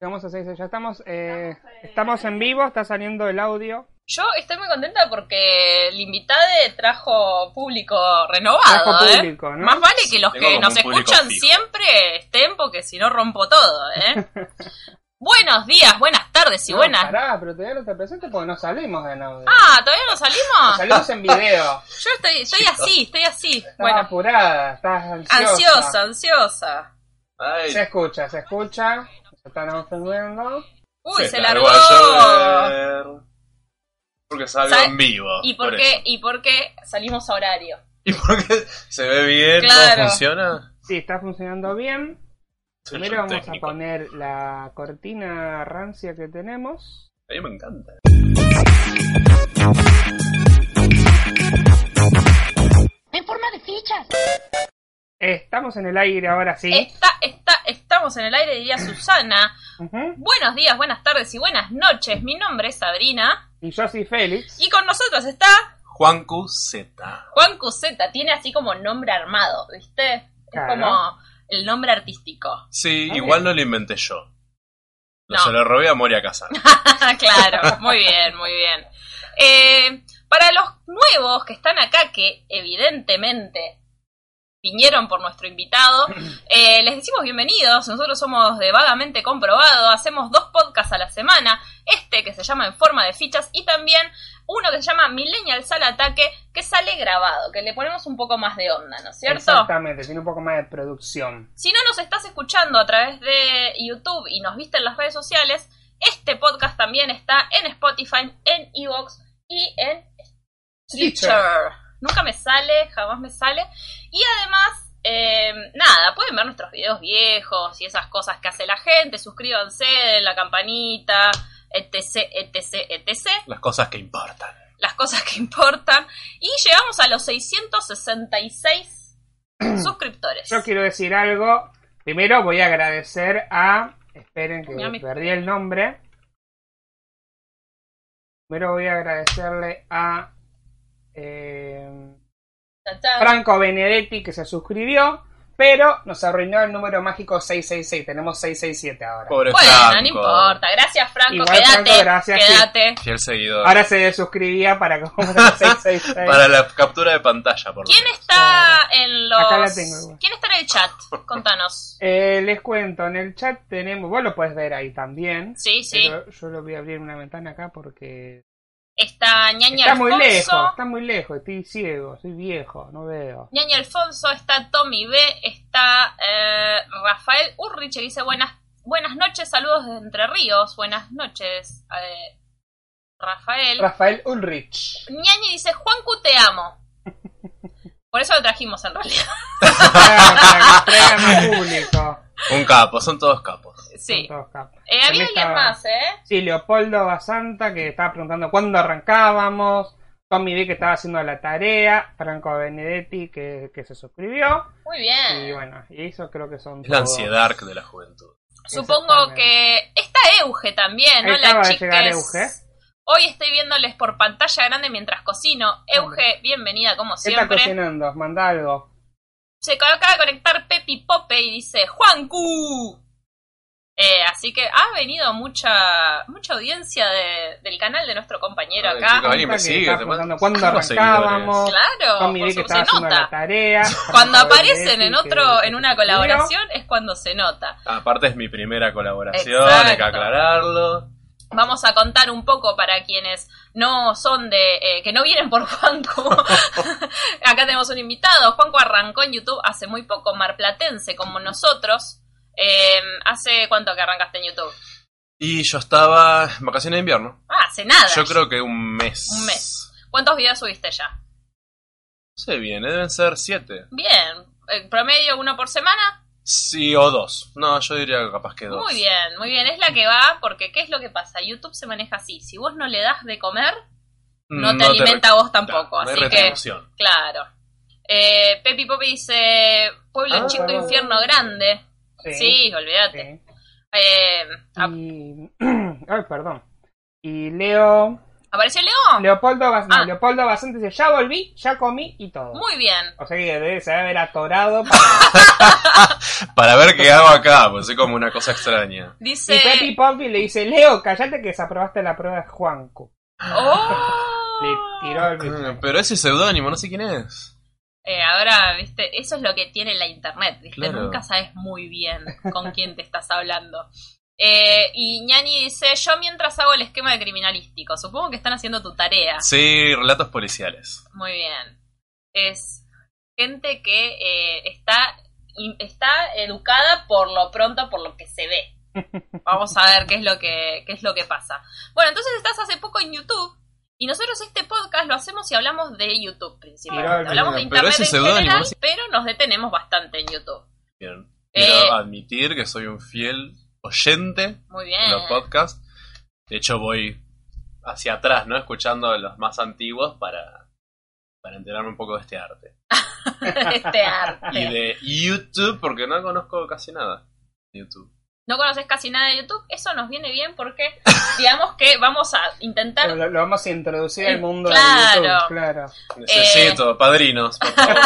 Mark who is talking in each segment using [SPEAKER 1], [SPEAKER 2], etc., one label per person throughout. [SPEAKER 1] Vamos a hacer, ya estamos, eh, estamos en vivo, está saliendo el audio.
[SPEAKER 2] Yo estoy muy contenta porque el invitado trajo público renovado.
[SPEAKER 1] Trajo
[SPEAKER 2] ¿eh?
[SPEAKER 1] público, ¿no?
[SPEAKER 2] Más vale que los
[SPEAKER 3] Tengo
[SPEAKER 2] que
[SPEAKER 3] como
[SPEAKER 2] nos
[SPEAKER 3] un público
[SPEAKER 2] escuchan
[SPEAKER 3] fijo.
[SPEAKER 2] siempre estén, porque si no rompo todo. ¿eh? Buenos días, buenas tardes y
[SPEAKER 1] No,
[SPEAKER 2] buenas.
[SPEAKER 1] Pará, pero todavía no te presento porque no salimos de audio.
[SPEAKER 2] Ah, ¿todavía no
[SPEAKER 1] Nos
[SPEAKER 2] salimos?
[SPEAKER 1] Salimos en video.
[SPEAKER 2] Yo estoy, estoy así, estoy así.
[SPEAKER 1] Estás
[SPEAKER 2] Bueno,
[SPEAKER 1] apurada, estás ansiosa.
[SPEAKER 2] ansiosa, ansiosa.
[SPEAKER 3] Ay,
[SPEAKER 1] Se escucha, se escucha. Se están ofendiendo.
[SPEAKER 2] Uy, se, largó.
[SPEAKER 3] largó a llover. Porque salió
[SPEAKER 2] ¿Sabe?
[SPEAKER 3] en vivo.
[SPEAKER 2] ¿Y
[SPEAKER 3] eh, por
[SPEAKER 2] por qué?
[SPEAKER 3] eso.
[SPEAKER 2] ¿Y por qué salimos a horario?
[SPEAKER 3] ¿Y por qué se ve bien?
[SPEAKER 2] Claro.
[SPEAKER 3] ¿Todo funciona?
[SPEAKER 1] Sí, está funcionando bien.
[SPEAKER 3] Soy
[SPEAKER 1] Primero
[SPEAKER 3] yo
[SPEAKER 1] vamos
[SPEAKER 3] técnico.
[SPEAKER 1] a poner la cortina rancia que tenemos.
[SPEAKER 3] A mí me encanta.
[SPEAKER 4] en forma de fichas.
[SPEAKER 1] Eh, Estamos en el aire ahora sí.
[SPEAKER 2] Está, está, estamos en el aire, diría Susana.
[SPEAKER 1] Ujú.
[SPEAKER 2] Buenos días, buenas tardes y buenas noches. Mi nombre es Sabrina.
[SPEAKER 1] Y yo soy Félix.
[SPEAKER 2] Y con nosotros está
[SPEAKER 3] Juan Cuseta.
[SPEAKER 2] Juan Cuseta. Tiene así como nombre armado, ¿viste?
[SPEAKER 1] Claro.
[SPEAKER 2] Es como el nombre artístico.
[SPEAKER 3] Sí,
[SPEAKER 1] Ah,
[SPEAKER 3] igual no lo inventé yo. No,
[SPEAKER 2] No.
[SPEAKER 3] se lo robé a Moria Casar.
[SPEAKER 2] claro, muy bien, muy bien. Eh, para los nuevos que están acá, que evidentemente vinieron por nuestro invitado, eh, les decimos bienvenidos. Nosotros somos de Vagamente Comprobado, hacemos dos podcasts a la semana, este que se llama En Forma de Fichas y también uno que se llama Millennial Sal Ataque, que sale grabado, que le ponemos un poco más de onda, ¿no es cierto?
[SPEAKER 1] Exactamente, tiene un poco más de producción.
[SPEAKER 2] Si no nos estás escuchando a través de YouTube y nos viste en las redes sociales, este podcast también está en Spotify, en Evox y en Stitcher. Nunca me sale, jamás me sale. Y además, eh, nada, pueden ver nuestros videos viejos y esas cosas que hace la gente. Suscríbanse, den la campanita, etc, etc, etc
[SPEAKER 3] Las cosas que importan.
[SPEAKER 2] las cosas que importan. Y llegamos a los 666 suscriptores.
[SPEAKER 1] Yo quiero decir algo. Primero voy a agradecer a. Esperen que
[SPEAKER 2] Mira mi-
[SPEAKER 1] perdí el nombre. Primero voy a agradecerle a eh,
[SPEAKER 2] Chan, chan.
[SPEAKER 1] Franco Benedetti que se suscribió, pero nos arruinó el número mágico 666. Tenemos 667 ahora.
[SPEAKER 3] Pobre
[SPEAKER 2] Bueno,
[SPEAKER 3] Franco.
[SPEAKER 2] no importa. Gracias, Franco.
[SPEAKER 1] Igual,
[SPEAKER 2] quédate.
[SPEAKER 1] Franco, gracias, sí.
[SPEAKER 2] quédate.
[SPEAKER 3] Fiel seguidor.
[SPEAKER 1] Ahora se suscribía para que vamos a 666.
[SPEAKER 3] Para la captura de pantalla, por lo
[SPEAKER 2] ¿Quién
[SPEAKER 3] menos.
[SPEAKER 2] está en los.
[SPEAKER 1] Acá la tengo, igual.
[SPEAKER 2] ¿Quién está en el chat? Contanos.
[SPEAKER 1] Eh, les cuento, en el chat tenemos. Vos lo puedes ver ahí también.
[SPEAKER 2] Sí, sí.
[SPEAKER 1] Pero yo lo voy a abrir una ventana acá porque
[SPEAKER 2] Está ñaña
[SPEAKER 1] Está muy
[SPEAKER 2] Alfonso.
[SPEAKER 1] lejos, está muy lejos, estoy ciego, soy viejo, no veo.
[SPEAKER 2] Ñaña Alfonso, está Tommy B, está eh, Rafael Urrich, que dice buenas, buenas noches, saludos de Entre Ríos, buenas noches, eh, Rafael.
[SPEAKER 1] Rafael Ulrich.
[SPEAKER 2] Ñañi dice, Juancu, te amo. Por eso lo trajimos en realidad.
[SPEAKER 1] Para que traiga más público.
[SPEAKER 3] Un capo, son todos capos.
[SPEAKER 2] Sí.
[SPEAKER 1] Son todos capos.
[SPEAKER 2] Eh, había
[SPEAKER 1] También
[SPEAKER 2] alguien
[SPEAKER 1] estaba-
[SPEAKER 2] más, ¿eh?
[SPEAKER 1] Sí, Leopoldo Basanta que estaba preguntando cuándo arrancábamos. Tommy B que estaba haciendo la tarea. Franco Benedetti que, que se suscribió.
[SPEAKER 2] Muy
[SPEAKER 1] Y
[SPEAKER 2] bien.
[SPEAKER 1] bueno, y eso creo que son.
[SPEAKER 3] Es la
[SPEAKER 1] todos.
[SPEAKER 3] ansiedad de la juventud.
[SPEAKER 2] Supongo que está Euge también, ¿no?
[SPEAKER 1] Ahí acaba
[SPEAKER 2] La
[SPEAKER 1] de llegar
[SPEAKER 2] chica
[SPEAKER 1] Euge.
[SPEAKER 2] Hoy estoy viéndoles por pantalla grande mientras cocino. Euge, bienvenida como
[SPEAKER 1] ¿Qué está
[SPEAKER 2] siempre.
[SPEAKER 1] cocinando? Manda algo.
[SPEAKER 2] Se acaba de conectar Pepi Pope y dice, Juancu. Eh, así que ha venido mucha mucha audiencia de- del canal de nuestro compañero
[SPEAKER 3] Ay,
[SPEAKER 2] acá.
[SPEAKER 3] chica, vení, me
[SPEAKER 1] Está que
[SPEAKER 3] sigue.
[SPEAKER 1] está
[SPEAKER 3] te
[SPEAKER 1] preguntando
[SPEAKER 3] mando-
[SPEAKER 1] cuándo
[SPEAKER 3] ¿Cómo
[SPEAKER 1] arrancábamos.
[SPEAKER 2] Claro,
[SPEAKER 1] Tommy
[SPEAKER 2] por
[SPEAKER 1] B Oh, que
[SPEAKER 2] su-
[SPEAKER 1] estaba
[SPEAKER 2] se
[SPEAKER 1] haciendo la
[SPEAKER 2] nota.
[SPEAKER 1] tarea.
[SPEAKER 2] Cuando
[SPEAKER 1] Franco
[SPEAKER 2] aparecen
[SPEAKER 1] Benedetti,
[SPEAKER 2] en
[SPEAKER 1] que-
[SPEAKER 2] otro,
[SPEAKER 1] que
[SPEAKER 2] en
[SPEAKER 1] se
[SPEAKER 2] una
[SPEAKER 1] suscribió.
[SPEAKER 2] colaboración es cuando se nota.
[SPEAKER 3] Aparte es mi primera colaboración,
[SPEAKER 2] Exacto.
[SPEAKER 3] hay que aclararlo.
[SPEAKER 2] Vamos a contar un poco para quienes no son de, eh, que no vienen por Juanco. Acá tenemos un invitado. Juanco arrancó en YouTube hace muy poco, marplatense como nosotros. Eh, ¿Hace cuánto que arrancaste en YouTube?
[SPEAKER 3] Y yo estaba en vacaciones de invierno.
[SPEAKER 2] Ah, hace nada.
[SPEAKER 3] Yo creo que un mes.
[SPEAKER 2] Un mes. ¿Cuántos videos subiste ya?
[SPEAKER 3] No sé bien, ¿eh? deben ser siete.
[SPEAKER 2] Bien. ¿El promedio uno por semana?
[SPEAKER 3] Sí, o dos. No, yo diría que capaz que dos.
[SPEAKER 2] Muy bien, muy bien. Es la que va, porque ¿qué es lo que pasa? YouTube se maneja así. Si vos no le das de comer,
[SPEAKER 3] Mm,
[SPEAKER 2] no te alimenta a vos tampoco.
[SPEAKER 3] No hay
[SPEAKER 2] así que,
[SPEAKER 3] retribución.
[SPEAKER 2] claro. Eh, Pepi Popi dice, pueblo
[SPEAKER 3] Ah,
[SPEAKER 2] chico,
[SPEAKER 1] perdón.
[SPEAKER 2] infierno grande. Sí, olvídate.
[SPEAKER 1] sí.
[SPEAKER 2] Eh, a-
[SPEAKER 1] Y... Ay, perdón. Y Leo
[SPEAKER 2] ¿Apareció Leo?
[SPEAKER 1] Leopoldo, Bas- no,
[SPEAKER 2] Ah.
[SPEAKER 1] Leopoldo Basante dice, ya volví, ya comí y todo.
[SPEAKER 2] Muy bien.
[SPEAKER 1] O sea que debe se debe haber atorado. para-
[SPEAKER 3] Para ver qué hago acá, pues es como una cosa extraña.
[SPEAKER 1] Y Pepi
[SPEAKER 2] Dice.
[SPEAKER 1] Pompi le dice, Leo, callate que desaprobaste la prueba de Juanco. Le tiró
[SPEAKER 2] ¡Oh!
[SPEAKER 1] el bicho.
[SPEAKER 3] Ah, Pero ese seudónimo, no sé quién es.
[SPEAKER 2] Eh, ahora, viste, eso es lo que tiene la internet, viste,
[SPEAKER 3] Claro.
[SPEAKER 2] nunca sabes muy bien con quién te estás hablando. Eh, y Ñani dice, yo mientras hago el esquema de criminalístico, supongo que están haciendo tu tarea.
[SPEAKER 3] Sí, relatos policiales.
[SPEAKER 2] Muy bien. Es gente que eh, está, in- está educada por lo pronto, por lo que se ve. Vamos a ver qué es lo que, qué es lo que pasa. Bueno, entonces estás hace poco en YouTube. Y nosotros este podcast lo hacemos y hablamos de YouTube
[SPEAKER 1] Mirá,
[SPEAKER 2] principalmente.
[SPEAKER 1] mirá,
[SPEAKER 2] Hablamos de
[SPEAKER 3] pero
[SPEAKER 2] Internet
[SPEAKER 3] ese
[SPEAKER 2] en
[SPEAKER 3] seudónimo,
[SPEAKER 2] general,
[SPEAKER 3] sí.
[SPEAKER 2] pero nos detenemos bastante en YouTube.
[SPEAKER 3] Bien.
[SPEAKER 2] Eh.
[SPEAKER 3] Quiero admitir que soy un fiel oyente
[SPEAKER 2] Muy
[SPEAKER 3] de
[SPEAKER 2] bien.
[SPEAKER 3] los podcasts. De hecho, voy hacia atrás, ¿no? Escuchando los más antiguos para, para enterarme un poco de este arte.
[SPEAKER 2] este arte.
[SPEAKER 3] Y de YouTube, porque no conozco casi nada de YouTube.
[SPEAKER 2] No conoces casi nada de YouTube. Eso nos viene bien porque digamos que vamos a intentar
[SPEAKER 1] Lo, lo vamos a introducir al mundo
[SPEAKER 2] Claro.
[SPEAKER 1] de YouTube, claro.
[SPEAKER 2] Eh,
[SPEAKER 3] Necesito padrinos, por favor.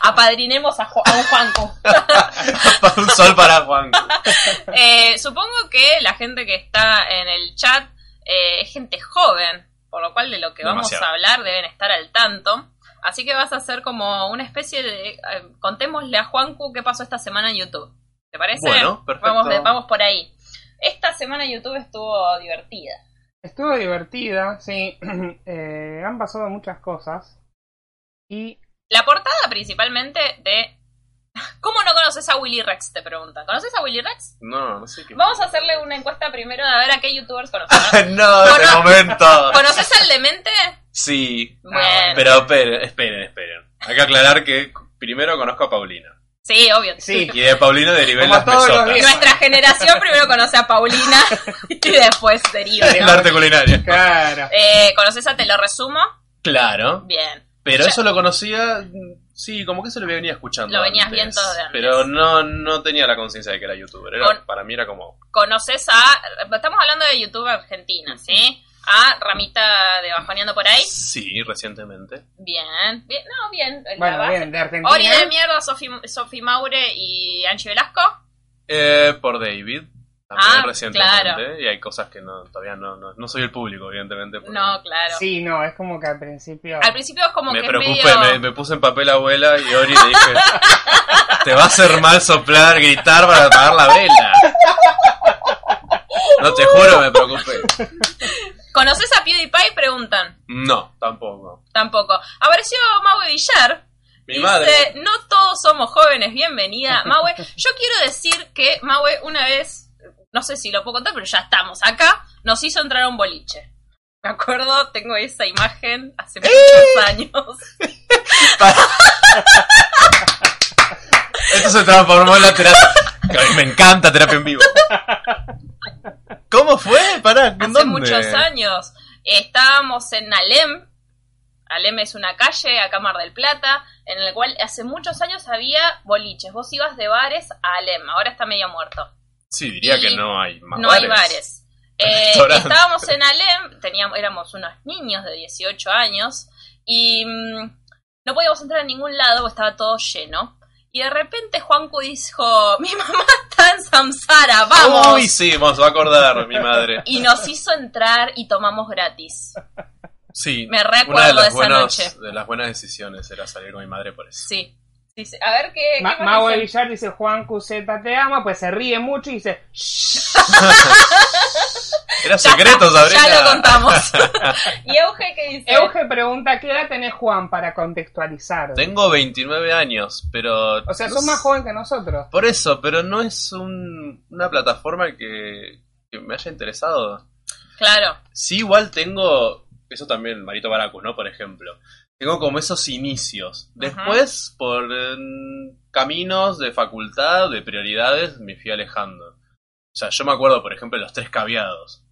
[SPEAKER 2] apadrinemos a, Ju- a un Juanco.
[SPEAKER 3] un sol para Juan.
[SPEAKER 2] Eh, supongo que la gente que está en el chat eh, es gente joven, por lo cual de lo que vamos
[SPEAKER 3] Demasiado.
[SPEAKER 2] a hablar deben estar al tanto. Así que vas a hacer como una especie de... eh, contémosle a Juancu qué pasó esta semana en YouTube. ¿Te parece?
[SPEAKER 3] Bueno, perfecto.
[SPEAKER 2] vamos, de- vamos por ahí. Esta semana YouTube estuvo divertida.
[SPEAKER 1] Estuvo divertida, sí. Eh, han pasado muchas cosas. Y
[SPEAKER 2] La portada principalmente de... ¿Cómo no conoces a Willy Rex? Te pregunta. ¿Conoces a Willy Rex?
[SPEAKER 3] No, no sé qué.
[SPEAKER 2] Vamos a hacerle una encuesta primero de ver a qué youtubers conoces.
[SPEAKER 3] no, de
[SPEAKER 2] Bueno.
[SPEAKER 3] momento.
[SPEAKER 2] ¿Conoces al demente?
[SPEAKER 3] Sí.
[SPEAKER 2] Bueno.
[SPEAKER 1] bueno.
[SPEAKER 3] Pero esperen, esperen, esperen. Hay que aclarar que primero conozco a Paulina.
[SPEAKER 2] Sí, obvio.
[SPEAKER 1] sí,
[SPEAKER 3] Y de Paulina derivé en
[SPEAKER 1] Como
[SPEAKER 3] las
[SPEAKER 1] todos los
[SPEAKER 3] mesotas.
[SPEAKER 1] días.
[SPEAKER 2] Nuestra generación primero conoce a Paulina y después deriva.
[SPEAKER 3] En el arte culinario.
[SPEAKER 1] claro.
[SPEAKER 2] Eh, ¿Conoces a Te lo resumo?
[SPEAKER 3] Claro.
[SPEAKER 2] Bien.
[SPEAKER 3] Pero
[SPEAKER 2] Ya.
[SPEAKER 3] eso lo conocía. mm, Sí, como que se lo venía escuchando.
[SPEAKER 2] Lo venías
[SPEAKER 3] antes,
[SPEAKER 2] viendo de antes.
[SPEAKER 3] Pero no, no tenía la conciencia de que era youtuber. Era-
[SPEAKER 2] Con-
[SPEAKER 3] Para mí era como.
[SPEAKER 2] ¿Conoces a... Estamos hablando de YouTube argentina, ¿sí? A Ramita de Bajoneando por ahí.
[SPEAKER 3] Sí, recientemente.
[SPEAKER 2] Bien. bien. No, bien. La
[SPEAKER 1] Bueno,
[SPEAKER 2] base.
[SPEAKER 1] bien, de Argentina.
[SPEAKER 2] Ori de mierda, Sofi Sofi Maure y Angie Velasco.
[SPEAKER 3] Eh, por David. También
[SPEAKER 2] Ah,
[SPEAKER 3] recientemente.
[SPEAKER 2] claro.
[SPEAKER 3] Y hay cosas que no, todavía no, no, no soy el público, evidentemente. porque
[SPEAKER 2] No, claro.
[SPEAKER 1] Sí, no, es como que al principio.
[SPEAKER 2] Al principio es como
[SPEAKER 3] me
[SPEAKER 2] que es
[SPEAKER 3] preocupé,
[SPEAKER 2] medio...
[SPEAKER 3] me, me puse en papel abuela y Ori le dije: Te va a hacer mal soplar, gritar para apagar la vela. No te juro, me preocupé.
[SPEAKER 2] ¿Conoces a PewDiePie? Preguntan.
[SPEAKER 3] No, tampoco.
[SPEAKER 2] Tampoco. Apareció Maue Villar.
[SPEAKER 3] Mi
[SPEAKER 2] dice,
[SPEAKER 3] madre.
[SPEAKER 2] no todos somos jóvenes, bienvenida, Maue. Yo quiero decir que Maue una vez, no sé si lo puedo contar, pero ya estamos acá, nos hizo entrar a un boliche. Me acuerdo, tengo esa imagen
[SPEAKER 3] ¡Eh!
[SPEAKER 2] hace muchos años.
[SPEAKER 3] Esto se transformó en la terapia. que a mí me encanta terapia en vivo. ¿Cómo fue? Pará, ¿en
[SPEAKER 2] Hace
[SPEAKER 3] dónde?
[SPEAKER 2] muchos años. Estábamos en Alem. Alem es una calle acá en Mar del Plata, en la cual hace muchos años había boliches. Vos ibas de bares a Alem, ahora está medio muerto.
[SPEAKER 3] Sí, diría que
[SPEAKER 2] Y
[SPEAKER 3] no hay más
[SPEAKER 2] no hay bares. Eh,
[SPEAKER 3] Restaurantes.
[SPEAKER 2] estábamos en Alem, teníamos, éramos unos niños de 18 años y mm, no podíamos entrar a ningún lado porque estaba todo lleno. Y de repente Juancu dijo, mi mamá está en Samsara, vamos.
[SPEAKER 3] Uy, sí, vamos, se va a acordar mi madre.
[SPEAKER 2] Y nos hizo entrar y tomamos gratis.
[SPEAKER 3] Sí,
[SPEAKER 2] Me recuerdo
[SPEAKER 3] una de las,
[SPEAKER 2] esa
[SPEAKER 3] buenas,
[SPEAKER 2] noche.
[SPEAKER 3] de las buenas decisiones era salir con mi madre por eso.
[SPEAKER 2] Sí. Sí, sí. A ver qué.
[SPEAKER 1] Ma
[SPEAKER 2] qué más
[SPEAKER 1] Mago de
[SPEAKER 2] dicen.
[SPEAKER 1] Villar dice Juan Cuseta te ama, pues se ríe mucho y dice
[SPEAKER 3] Era secreto, Sabrina.
[SPEAKER 2] Ya lo contamos. ¿Y Euge qué dice?
[SPEAKER 1] Euge pregunta ¿qué edad tenés Juan para contextualizar?
[SPEAKER 3] Tengo 29 años, pero...
[SPEAKER 1] O sea,
[SPEAKER 3] no
[SPEAKER 1] sos
[SPEAKER 3] sé-
[SPEAKER 1] más joven que nosotros.
[SPEAKER 3] Por eso, pero no es un- una plataforma que, que me haya interesado.
[SPEAKER 2] Claro.
[SPEAKER 3] Sí, igual tengo... Eso también, Marito Baracus, ¿no? Por ejemplo. Tengo como esos inicios. Después, por eh, caminos de facultad, de prioridades, me fui alejando. O sea, yo me acuerdo, por ejemplo, de los tres caviados.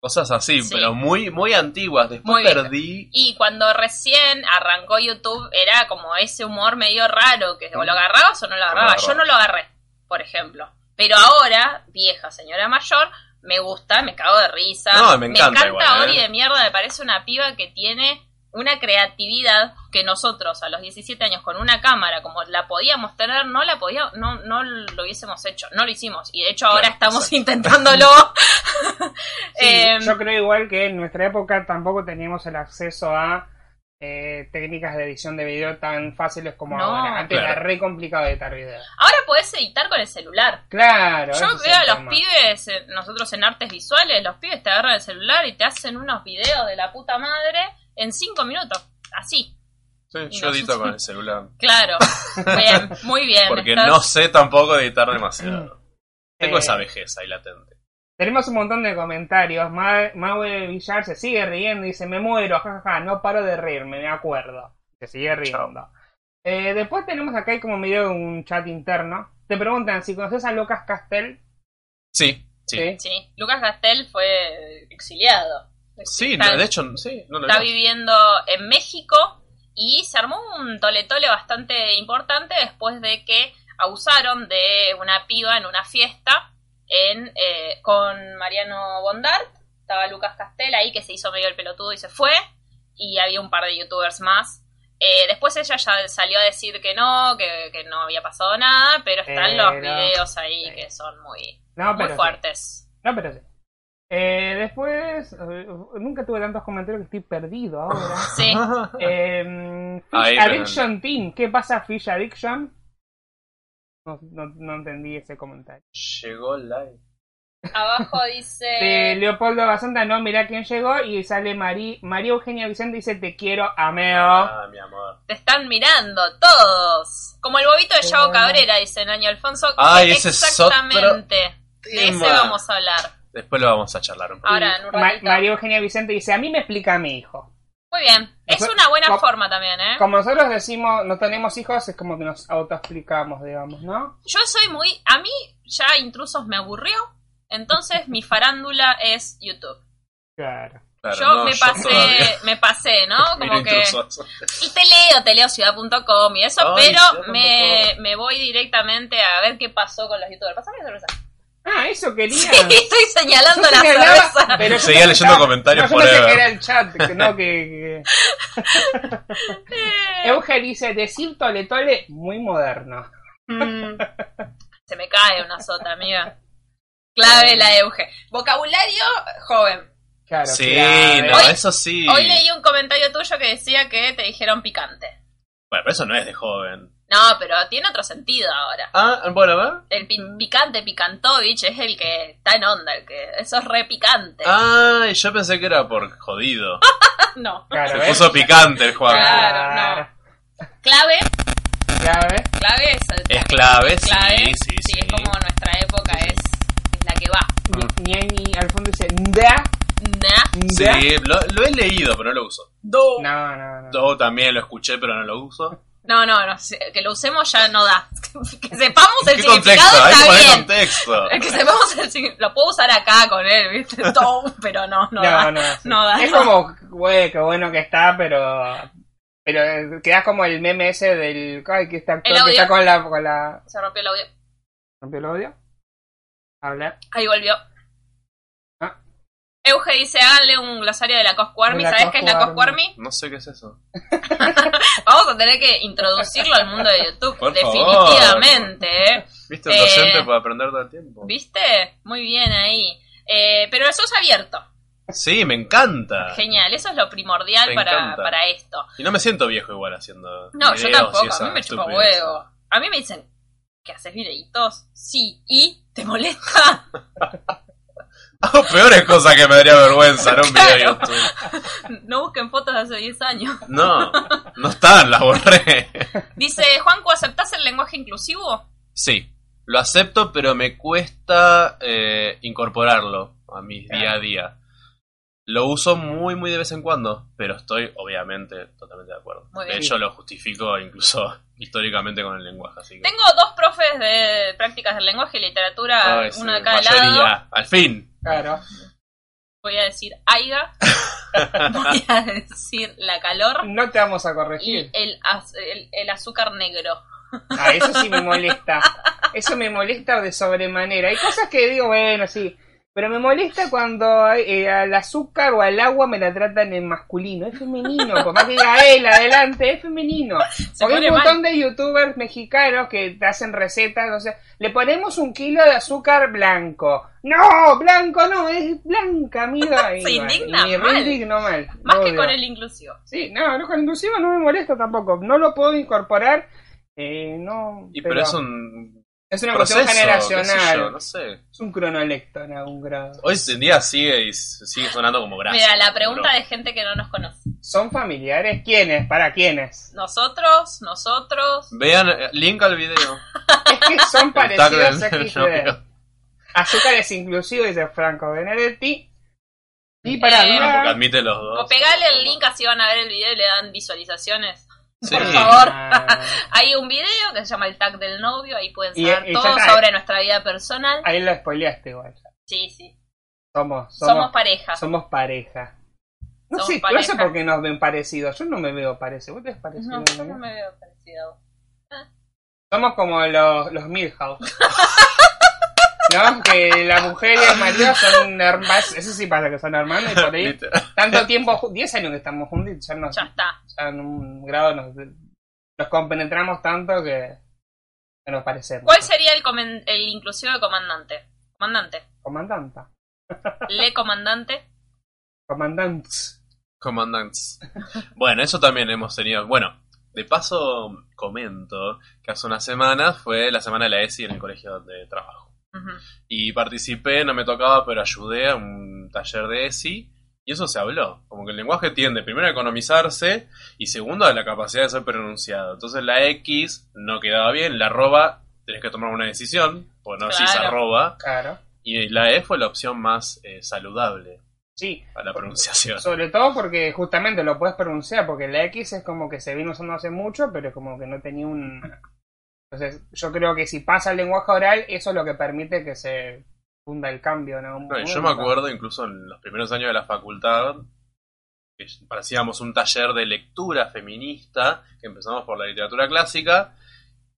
[SPEAKER 3] Cosas así,
[SPEAKER 2] Sí.
[SPEAKER 3] pero muy, muy antiguas. Después
[SPEAKER 2] Muy bien.
[SPEAKER 3] perdí...
[SPEAKER 2] Y cuando recién arrancó YouTube era como ese humor medio raro, que o lo agarrabas o no lo agarrabas.
[SPEAKER 3] agarraba.
[SPEAKER 2] Yo no lo agarré, por ejemplo. Pero ahora, vieja señora mayor, me gusta, me cago de risa.
[SPEAKER 3] No, me encanta
[SPEAKER 2] Me encanta
[SPEAKER 3] igual,
[SPEAKER 2] Ori
[SPEAKER 3] ¿eh?
[SPEAKER 2] de mierda, me parece una piba que tiene una creatividad que nosotros a los 17 años con una cámara como la podíamos tener, no la podíamos, no, no lo hubiésemos hecho, no lo hicimos. Y de hecho ahora
[SPEAKER 3] Claro,
[SPEAKER 2] estamos
[SPEAKER 3] exacto.
[SPEAKER 2] intentándolo.
[SPEAKER 1] Sí,
[SPEAKER 2] Eh,
[SPEAKER 1] yo creo igual que en nuestra época tampoco teníamos el acceso a eh, técnicas de edición de video tan fáciles como
[SPEAKER 2] No.
[SPEAKER 1] ahora. Antes era
[SPEAKER 3] Claro.
[SPEAKER 1] re complicado editar video.
[SPEAKER 2] ahora podés editar con el celular.
[SPEAKER 1] Claro. ese
[SPEAKER 2] Yo
[SPEAKER 1] es
[SPEAKER 2] veo a
[SPEAKER 1] el
[SPEAKER 2] los
[SPEAKER 1] tema.
[SPEAKER 2] pibes, eh, nosotros en artes visuales, los pibes te agarran el celular y te hacen unos videos de la puta madre en cinco minutos. Así,
[SPEAKER 3] Sí,
[SPEAKER 2] No,
[SPEAKER 3] yo edito
[SPEAKER 2] sí.
[SPEAKER 3] con el celular.
[SPEAKER 2] claro. Bien, muy bien.
[SPEAKER 3] Porque
[SPEAKER 2] Estás-
[SPEAKER 3] no sé tampoco editar demasiado. Tengo
[SPEAKER 1] Eh,
[SPEAKER 3] esa vejez ahí latente.
[SPEAKER 1] Tenemos un montón de comentarios. Ma- Maue Villar se sigue riendo y dice, me muero, jajaja, no paro de reírme, me acuerdo. Se sigue riendo. Eh, después tenemos acá hay como medio de un chat interno. Te preguntan si conoces a Lucas Castel.
[SPEAKER 3] Sí, sí.
[SPEAKER 1] Sí.
[SPEAKER 2] Sí, Lucas Gastel fue exiliado.
[SPEAKER 3] Sí,
[SPEAKER 2] Está-
[SPEAKER 3] no, de hecho, sí, no lo
[SPEAKER 2] está
[SPEAKER 3] vi.
[SPEAKER 2] viviendo en México y se armó un toletole bastante importante después de que abusaron de una piba en una fiesta en, eh, con Mariano Bondart. Estaba Lucas Castel ahí que se hizo medio el pelotudo y se fue. Y había un par de youtubers más. Eh, después ella ya salió a decir que no, que, que no había pasado nada, pero están los
[SPEAKER 1] Pero-
[SPEAKER 2] videos ahí
[SPEAKER 1] sí.
[SPEAKER 2] que son muy,
[SPEAKER 1] No,
[SPEAKER 2] muy
[SPEAKER 1] pero sí.
[SPEAKER 2] fuertes.
[SPEAKER 1] No, pero sí. Eh, después, eh, nunca tuve tantos comentarios que estoy perdido ahora.
[SPEAKER 2] Sí.
[SPEAKER 1] Eh, Fish
[SPEAKER 3] Ahí,
[SPEAKER 1] Addiction Team, ¿qué pasa Fish Addiction? No, no, no entendí ese comentario.
[SPEAKER 3] Llegó live.
[SPEAKER 2] Abajo dice...
[SPEAKER 1] Eh, Leopoldo Basanta, no, mirá quién llegó. Y sale Mari- María Eugenia Vicente, dice, te quiero, ameo.
[SPEAKER 3] Ah, mi amor.
[SPEAKER 2] Te están mirando todos. Como el bobito de Yago
[SPEAKER 1] Eh.
[SPEAKER 2] Cabrera, dice Naño Alfonso. Eh,
[SPEAKER 3] Ay, ese es otro
[SPEAKER 2] Exactamente. De ese
[SPEAKER 3] tema.
[SPEAKER 2] vamos Ah, a hablar.
[SPEAKER 3] Después lo vamos a charlar un poco.
[SPEAKER 2] Ahora, en un
[SPEAKER 1] Ma-
[SPEAKER 2] ratito.
[SPEAKER 1] María Eugenia Vicente dice, a mí me explica mi hijo.
[SPEAKER 2] Muy bien. Es
[SPEAKER 1] Después-
[SPEAKER 2] una buena
[SPEAKER 1] co-
[SPEAKER 2] forma también, ¿eh?
[SPEAKER 1] Como nosotros decimos, no tenemos hijos, es como que nos autoexplicamos, digamos, ¿no?
[SPEAKER 2] Yo soy muy... A mí ya Intrusos me aburrió. Entonces mi farándula es YouTube.
[SPEAKER 1] Claro.
[SPEAKER 3] Claro,
[SPEAKER 2] yo
[SPEAKER 3] no,
[SPEAKER 2] me
[SPEAKER 3] todavía.
[SPEAKER 2] pasé, me pasé, ¿no?
[SPEAKER 3] Miro
[SPEAKER 2] Como que...
[SPEAKER 3] intrusos.
[SPEAKER 2] Y te leo, te leo ciudad.com y eso,
[SPEAKER 3] Ay,
[SPEAKER 2] pero
[SPEAKER 3] ciudad.com.
[SPEAKER 2] me, me voy directamente a ver qué pasó con los youtubers. Pásame la cerveza.
[SPEAKER 1] Ah, eso quería.
[SPEAKER 2] Estoy señalando
[SPEAKER 1] Yo
[SPEAKER 2] la
[SPEAKER 1] señalaba,
[SPEAKER 2] cerveza.
[SPEAKER 1] pero yo
[SPEAKER 3] Seguía
[SPEAKER 1] pensaba-
[SPEAKER 3] leyendo
[SPEAKER 1] no,
[SPEAKER 3] comentarios
[SPEAKER 1] yo pensé
[SPEAKER 3] forever.
[SPEAKER 1] que era el chat, que no, que... que- Euge dice, decir tole tole, muy moderno.
[SPEAKER 2] Se me cae una sota, amiga. Clave la Euge. Vocabulario joven.
[SPEAKER 1] Claro,
[SPEAKER 3] Sí,
[SPEAKER 1] claro. ¿eh?
[SPEAKER 3] no,
[SPEAKER 2] Hoy-
[SPEAKER 3] eso sí.
[SPEAKER 2] Hoy leí un comentario tuyo que decía que te dijeron picante.
[SPEAKER 3] Bueno, pero eso no es de joven.
[SPEAKER 2] No, pero tiene otro sentido ahora.
[SPEAKER 3] Ah, bueno, a ver.
[SPEAKER 2] El pi- picante Picantovich es el que está en onda, el que eso es re picante.
[SPEAKER 3] Ah. Ay, yo pensé que era por jodido.
[SPEAKER 2] No.
[SPEAKER 1] Claro, ¿eh?
[SPEAKER 3] Se
[SPEAKER 1] ¿ves?
[SPEAKER 3] puso picante el juego.
[SPEAKER 2] Ah, Claro. Clave,
[SPEAKER 1] Ya ves.
[SPEAKER 2] clave es,
[SPEAKER 3] Es clave, sí,
[SPEAKER 2] clave.
[SPEAKER 3] sí, sí.
[SPEAKER 2] es como nuestra época es, es la que va.
[SPEAKER 1] Ni- Niani al fondo dice, da,
[SPEAKER 2] Nah.
[SPEAKER 1] da.
[SPEAKER 3] Sí, lo, lo he leído, pero no lo uso.
[SPEAKER 1] No, no, no.
[SPEAKER 3] Yo también lo escuché, pero no lo uso.
[SPEAKER 2] No, no, no, sé, que lo usemos ya no da. Que sepamos el
[SPEAKER 3] ¿Qué contexto?
[SPEAKER 2] significado
[SPEAKER 3] Hay que
[SPEAKER 2] está
[SPEAKER 3] poner
[SPEAKER 2] bien.
[SPEAKER 3] contexto.
[SPEAKER 2] El que sepamos el signi- Lo puedo usar acá con él, ¿viste? Todo, pero no, no. da.
[SPEAKER 1] No, no, sí.
[SPEAKER 2] no da,
[SPEAKER 1] Es
[SPEAKER 2] no.
[SPEAKER 1] como, güey, qué bueno que está, pero... Pero eh, quedás como el meme ese del... Ay, que está,
[SPEAKER 2] El
[SPEAKER 1] que
[SPEAKER 2] audio.
[SPEAKER 1] está con la... Con la...
[SPEAKER 2] Se rompió el audio.
[SPEAKER 1] ¿Rompió el audio? Habla.
[SPEAKER 2] Ahí volvió.
[SPEAKER 1] Ah.
[SPEAKER 2] Euge dice, háganle un glosario de la Cosquarmi.
[SPEAKER 1] De la
[SPEAKER 2] ¿Sabés qué es la
[SPEAKER 1] Cosquarmi.
[SPEAKER 2] Cosquarmi?
[SPEAKER 3] No sé qué es eso.
[SPEAKER 2] Vamos a tener que introducirlo al mundo de YouTube.
[SPEAKER 3] Por favor.
[SPEAKER 2] definitivamente, ¿eh?
[SPEAKER 3] ¿Viste? Un
[SPEAKER 2] Eh,
[SPEAKER 3] docente para aprender todo el tiempo.
[SPEAKER 2] ¿Viste? Muy bien ahí. Eh, pero eso es abierto.
[SPEAKER 3] Sí, me encanta.
[SPEAKER 2] Genial. Eso es lo primordial
[SPEAKER 3] Ah. Me
[SPEAKER 2] para,
[SPEAKER 3] encanta.
[SPEAKER 2] para esto.
[SPEAKER 3] Y no me siento viejo igual haciendo.
[SPEAKER 2] No, yo
[SPEAKER 3] videos y
[SPEAKER 2] tampoco.
[SPEAKER 3] esas
[SPEAKER 2] A mí me chupa
[SPEAKER 3] estupideces.
[SPEAKER 2] huevo. A mí me dicen, ¿que haces videitos? Sí. ¿Y? ¿Te molesta?
[SPEAKER 3] Hago Oh, peores cosas que me daría vergüenza en un video de
[SPEAKER 2] Claro.
[SPEAKER 3] YouTube.
[SPEAKER 2] No busquen fotos de hace 10 años.
[SPEAKER 3] No, no están, las borré.
[SPEAKER 2] Dice, Juanco, ¿aceptás el lenguaje inclusivo?
[SPEAKER 3] Sí, lo acepto, pero me cuesta eh, incorporarlo a mi
[SPEAKER 1] Claro.
[SPEAKER 3] día a día. Lo uso muy, muy de vez en cuando, pero estoy obviamente totalmente de acuerdo.
[SPEAKER 2] Muy
[SPEAKER 3] De
[SPEAKER 2] bien.
[SPEAKER 3] hecho, lo justifico incluso históricamente con el lenguaje. Así que,
[SPEAKER 2] Tengo dos profes de prácticas del lenguaje y literatura,
[SPEAKER 3] Ay, sí,
[SPEAKER 2] uno de cada
[SPEAKER 3] mayoría.
[SPEAKER 2] lado.
[SPEAKER 3] Al fin.
[SPEAKER 1] Claro.
[SPEAKER 2] Voy a decir Aiga, voy a decir la calor
[SPEAKER 1] No te vamos a
[SPEAKER 2] y
[SPEAKER 1] corregir.
[SPEAKER 2] el, az- el- el azúcar negro.
[SPEAKER 1] Ah, eso sí me molesta. Eso me molesta de sobremanera. Hay cosas que digo, bueno, sí. Pero me molesta cuando eh, al azúcar o al agua me la tratan en masculino. Es femenino. Por más que diga él, adelante, es femenino. Porque hay
[SPEAKER 2] pone
[SPEAKER 1] un montón de youtubers mexicanos que te hacen recetas. O sea, le ponemos un kilo de azúcar blanco. No, blanco no, es blanca, amiga. Y
[SPEAKER 2] Se
[SPEAKER 1] bueno,
[SPEAKER 2] indigna
[SPEAKER 1] y me
[SPEAKER 2] mal.
[SPEAKER 1] indigno mal.
[SPEAKER 2] Más que
[SPEAKER 1] obvio.
[SPEAKER 2] con el inclusivo.
[SPEAKER 1] Sí, no, no, con el inclusivo no me molesta tampoco. No lo puedo incorporar. Eh, no,
[SPEAKER 3] Y pero, es un
[SPEAKER 1] es una
[SPEAKER 3] proceso,
[SPEAKER 1] cuestión
[SPEAKER 3] qué sé yo,
[SPEAKER 1] generacional.
[SPEAKER 3] no sé.
[SPEAKER 1] Es un cronolecto en algún grado.
[SPEAKER 3] Hoy en día sigue y s- sigue sonando como grasa.
[SPEAKER 2] Mira, la pregunta
[SPEAKER 3] bro.
[SPEAKER 2] de gente que no nos conoce.
[SPEAKER 1] ¿Son familiares? ¿Quiénes? ¿Para quiénes?
[SPEAKER 2] Nosotros, nosotros.
[SPEAKER 3] Vean, eh, link al video.
[SPEAKER 1] Es que son
[SPEAKER 3] El tag
[SPEAKER 1] parecidos
[SPEAKER 3] del-
[SPEAKER 1] XD. Azúcar es inclusivo, dice Franco Benedetti. Y para
[SPEAKER 2] Eh,
[SPEAKER 1] mí,
[SPEAKER 3] Bueno, porque admite los
[SPEAKER 2] O
[SPEAKER 3] dos.
[SPEAKER 2] pegale el link así van a ver el video y le dan visualizaciones.
[SPEAKER 3] Sí.
[SPEAKER 2] por favor.
[SPEAKER 1] Ah,
[SPEAKER 2] Hay un video que se llama El tag del novio, ahí pueden
[SPEAKER 1] Y-
[SPEAKER 2] saber
[SPEAKER 1] y ya
[SPEAKER 2] todo
[SPEAKER 1] está. eh.
[SPEAKER 2] sobre nuestra vida personal.
[SPEAKER 1] ahí lo spoileaste igual.
[SPEAKER 2] Sí, sí.
[SPEAKER 1] Somos,
[SPEAKER 2] Somos,
[SPEAKER 1] somos,
[SPEAKER 2] pareja.
[SPEAKER 1] somos pareja. No
[SPEAKER 2] Somos
[SPEAKER 1] sé, no
[SPEAKER 2] pareja.
[SPEAKER 1] sé por qué nos ven parecidos. Yo no me veo parecido. ¿Vos te ves parecido?
[SPEAKER 2] No, yo no me veo parecida a vos.
[SPEAKER 1] Somos como los, los Milhouse. ¿No? Que la mujer y el marido son hermanos. Eso sí pasa que son hermanos y por ahí
[SPEAKER 3] Literal.
[SPEAKER 1] tanto tiempo, ju- 10 años que estamos juntos y ya nos,
[SPEAKER 2] Ya está.
[SPEAKER 1] ya en un grado nos, nos compenetramos tanto que, que nos parecemos.
[SPEAKER 2] ¿Cuál sería el, comen- el inclusivo de comandante? Comandante.
[SPEAKER 1] Comandanta.
[SPEAKER 2] Le comandante.
[SPEAKER 1] Comandants.
[SPEAKER 3] Commandants. Bueno, eso también hemos tenido. Bueno, de paso comento que hace unas semanas fue la semana de la ESI en el colegio de trabajo.
[SPEAKER 2] Ujú.
[SPEAKER 3] y participé, no me tocaba, pero ayudé a un taller de ESI y eso se habló. Como que el lenguaje tiende primero a economizarse y segundo a la capacidad de ser pronunciado. Entonces la X no quedaba bien, la arroba tenés que tomar una decisión, pues no decís
[SPEAKER 2] Claro.
[SPEAKER 3] arroba,
[SPEAKER 1] Claro.
[SPEAKER 3] y la E fue la opción más eh, saludable
[SPEAKER 1] Sí.
[SPEAKER 3] a la pronunciación.
[SPEAKER 1] Sobre todo porque justamente lo puedes pronunciar, porque la X es como que se vino usando hace mucho, pero como que no tenía un. Entonces, yo creo que si pasa el lenguaje oral, eso es lo que permite que se funda el cambio en algún
[SPEAKER 3] No, y
[SPEAKER 1] momento.
[SPEAKER 3] yo me acuerdo incluso en los primeros años de la facultad que hacíamos un taller de lectura feminista, que empezamos por la literatura clásica,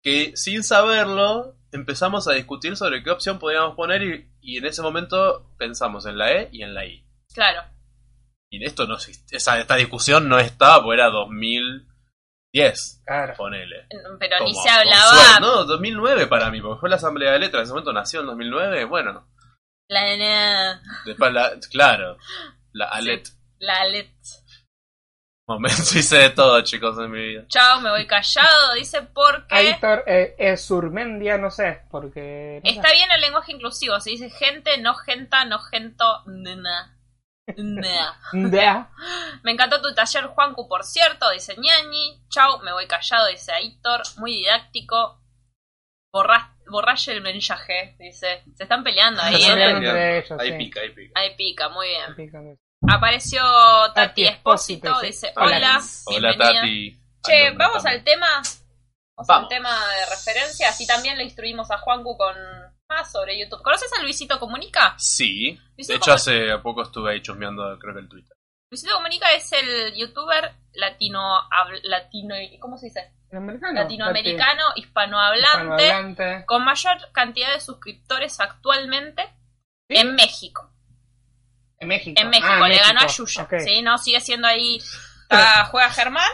[SPEAKER 3] que sin saberlo empezamos a discutir sobre qué opción podíamos poner y, y en ese momento pensamos en la E y en la I.
[SPEAKER 2] Claro.
[SPEAKER 3] Y esto no exist- esa, esta discusión no estaba, porque era 2010,
[SPEAKER 1] Claro.
[SPEAKER 2] Eh.
[SPEAKER 3] ponele.
[SPEAKER 2] Pero ni
[SPEAKER 3] Como-
[SPEAKER 2] se
[SPEAKER 3] con
[SPEAKER 2] hablaba.
[SPEAKER 3] suerte. No, 2009 para mí, porque fue la Asamblea de Letras, en ese momento nació en 2009, bueno.
[SPEAKER 2] La, la,
[SPEAKER 3] Después la, claro, la
[SPEAKER 2] Sí.
[SPEAKER 3] ALET.
[SPEAKER 2] la let.
[SPEAKER 3] Momento, hice de todo, chicos, en mi vida.
[SPEAKER 2] Chao, me voy callado. Dice porque
[SPEAKER 1] Aitor eh, Esurmendia, no sé, porque. no sé.
[SPEAKER 2] está bien el lenguaje inclusivo. Se dice gente, no genta, no gento, nena. Nena.
[SPEAKER 1] Da.
[SPEAKER 2] Me encantó tu taller, Juancu, por cierto, dice ñañi. Chau, me voy callado, dice Aitor. Muy didáctico. Borra- borralle el mensaje, dice. Se están peleando ahí.
[SPEAKER 1] Se
[SPEAKER 2] en
[SPEAKER 1] pelean
[SPEAKER 2] el-
[SPEAKER 1] entre ellos,
[SPEAKER 3] ahí
[SPEAKER 1] sí.
[SPEAKER 3] pica, ahí pica.
[SPEAKER 2] Ahí pica, muy bien.
[SPEAKER 1] Pícame.
[SPEAKER 2] Apareció Tati
[SPEAKER 1] Tati Espósito,
[SPEAKER 2] Espósito,
[SPEAKER 1] sí.
[SPEAKER 2] dice
[SPEAKER 1] Hola.
[SPEAKER 2] hola.
[SPEAKER 3] Hola,
[SPEAKER 2] bienvenida".
[SPEAKER 3] Tati.
[SPEAKER 2] Che,
[SPEAKER 3] Alumna
[SPEAKER 2] vamos
[SPEAKER 3] también.
[SPEAKER 2] al tema. Vamos, al
[SPEAKER 3] Vamos.
[SPEAKER 2] tema de referencia. Así también le instruimos a Juancu con más sobre YouTube. ¿Conoces a Luisito Comunica?
[SPEAKER 3] Sí,
[SPEAKER 2] Luisito
[SPEAKER 3] de hecho
[SPEAKER 2] Comunica-
[SPEAKER 3] hace poco estuve ahí chusmeando, creo que el Twitter.
[SPEAKER 2] Luisito Comunica es el youtuber latino, habl- latino, ¿cómo se dice?
[SPEAKER 1] Latinoamericano.
[SPEAKER 2] latinoamericano, hispanohablante,
[SPEAKER 1] Hispanohablante.
[SPEAKER 2] con mayor cantidad de suscriptores actualmente
[SPEAKER 1] Sí.
[SPEAKER 2] en México.
[SPEAKER 1] En México.
[SPEAKER 2] En México,
[SPEAKER 1] Ah,
[SPEAKER 2] le ganó a
[SPEAKER 1] México.
[SPEAKER 2] Yuya.
[SPEAKER 1] Ok.
[SPEAKER 2] Sí, no, sigue siendo ahí. está- juega Germán.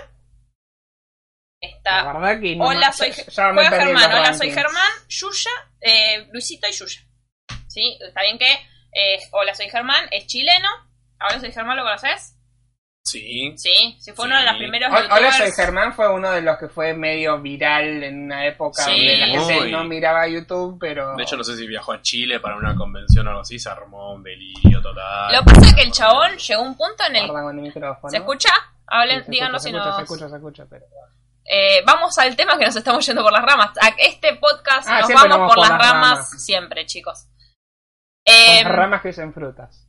[SPEAKER 1] La
[SPEAKER 2] Está.
[SPEAKER 1] verdad que no
[SPEAKER 2] Hola,
[SPEAKER 1] me-
[SPEAKER 2] soy
[SPEAKER 1] ya- ya Ah, me
[SPEAKER 2] juega
[SPEAKER 1] perdí en los
[SPEAKER 2] Germán. Hola, soy
[SPEAKER 1] rankings.
[SPEAKER 2] Germán. Yuya, eh, Luisito y Yuya. Sí, está bien que. eh, hola, soy Germán. Es chileno. Ahora soy Germán, ¿lo conoces?
[SPEAKER 3] Sí,
[SPEAKER 2] Sí, sí, fue
[SPEAKER 3] Sí.
[SPEAKER 2] uno de los primeros.
[SPEAKER 1] Hola, Hola, soy
[SPEAKER 2] youtubers.
[SPEAKER 1] Germán fue uno de los que fue medio viral en una época
[SPEAKER 2] Sí.
[SPEAKER 1] donde la gente
[SPEAKER 3] Muy.
[SPEAKER 1] no miraba YouTube, pero.
[SPEAKER 3] de hecho no sé si viajó a Chile para una convención o algo así, se armó un delirio total.
[SPEAKER 2] Lo que pasa es que el chabón llegó a un punto en el.
[SPEAKER 1] Guarda con el micrófono.
[SPEAKER 2] ¿Se escucha?
[SPEAKER 1] Sí, se
[SPEAKER 2] Hablen,
[SPEAKER 1] escucha,
[SPEAKER 2] díganos
[SPEAKER 1] se
[SPEAKER 2] si
[SPEAKER 1] escucha,
[SPEAKER 2] nos.
[SPEAKER 1] Se escucha, se escucha, pero.
[SPEAKER 2] Eh, vamos al tema que nos estamos yendo por las ramas. A este podcast
[SPEAKER 1] Ah,
[SPEAKER 2] nos
[SPEAKER 1] siempre
[SPEAKER 2] vamos por, las ramas,
[SPEAKER 1] ramas.
[SPEAKER 2] siempre, chicos.
[SPEAKER 1] Con
[SPEAKER 2] Eh,
[SPEAKER 1] las ramas que usan frutas.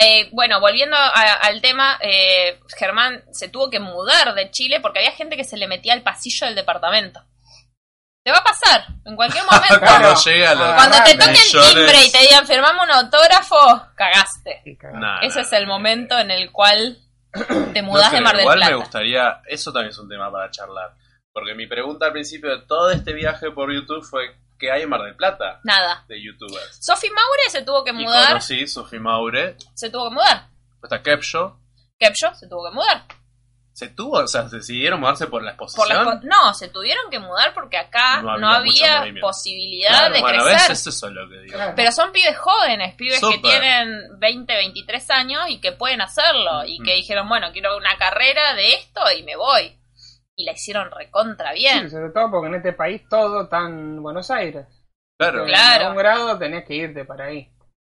[SPEAKER 2] eh, bueno, volviendo a- al tema, eh, Germán se tuvo que mudar de Chile porque había gente que se le metía al pasillo del departamento. Te va a pasar en cualquier momento.
[SPEAKER 1] Claro.
[SPEAKER 3] Cuando llega la...
[SPEAKER 1] Ah.
[SPEAKER 2] Cuando te toque el
[SPEAKER 3] Millones.
[SPEAKER 2] timbre y te digan firmame un autógrafo, cagaste.
[SPEAKER 1] Y cagada.
[SPEAKER 3] Nah,
[SPEAKER 2] Ese
[SPEAKER 3] nah,
[SPEAKER 2] es el
[SPEAKER 3] nah.
[SPEAKER 2] momento en el cual te
[SPEAKER 3] No
[SPEAKER 2] mudás de
[SPEAKER 3] creo,
[SPEAKER 2] Mar del
[SPEAKER 3] Igual
[SPEAKER 2] Plata.
[SPEAKER 3] me gustaría, eso también es un tema para charlar. Porque mi pregunta al principio de todo este viaje por YouTube fue que hay en Mar del Plata
[SPEAKER 2] Nada.
[SPEAKER 3] de youtubers.
[SPEAKER 2] Sophie Maure se tuvo que
[SPEAKER 3] Y
[SPEAKER 2] mudar.
[SPEAKER 3] conocí Sophie Maure,
[SPEAKER 2] Se tuvo que mudar.
[SPEAKER 3] está Kepcho.
[SPEAKER 2] Kepcho se tuvo que mudar.
[SPEAKER 3] Se tuvo, o sea, decidieron mudarse por la
[SPEAKER 2] Por
[SPEAKER 3] exposición.
[SPEAKER 2] las con- no, se tuvieron que mudar porque acá
[SPEAKER 3] No
[SPEAKER 2] no
[SPEAKER 3] había
[SPEAKER 2] había,
[SPEAKER 3] mucho movimiento.
[SPEAKER 2] posibilidad
[SPEAKER 3] Claro,
[SPEAKER 2] de
[SPEAKER 3] bueno,
[SPEAKER 2] crecer.
[SPEAKER 3] ¿ves? Es eso lo que digo.
[SPEAKER 1] Claro.
[SPEAKER 2] Pero son pibes jóvenes, pibes
[SPEAKER 3] Súper.
[SPEAKER 2] que tienen 20, 23 años y que pueden hacerlo. Y
[SPEAKER 3] Ujú.
[SPEAKER 2] que dijeron, bueno, quiero una carrera de esto y me voy. Y la hicieron recontra
[SPEAKER 1] Sí,
[SPEAKER 2] bien.
[SPEAKER 1] sobre todo porque en este país todo tan Buenos Aires.
[SPEAKER 3] Claro.
[SPEAKER 2] Claro.
[SPEAKER 1] A un grado tenés que irte para ahí.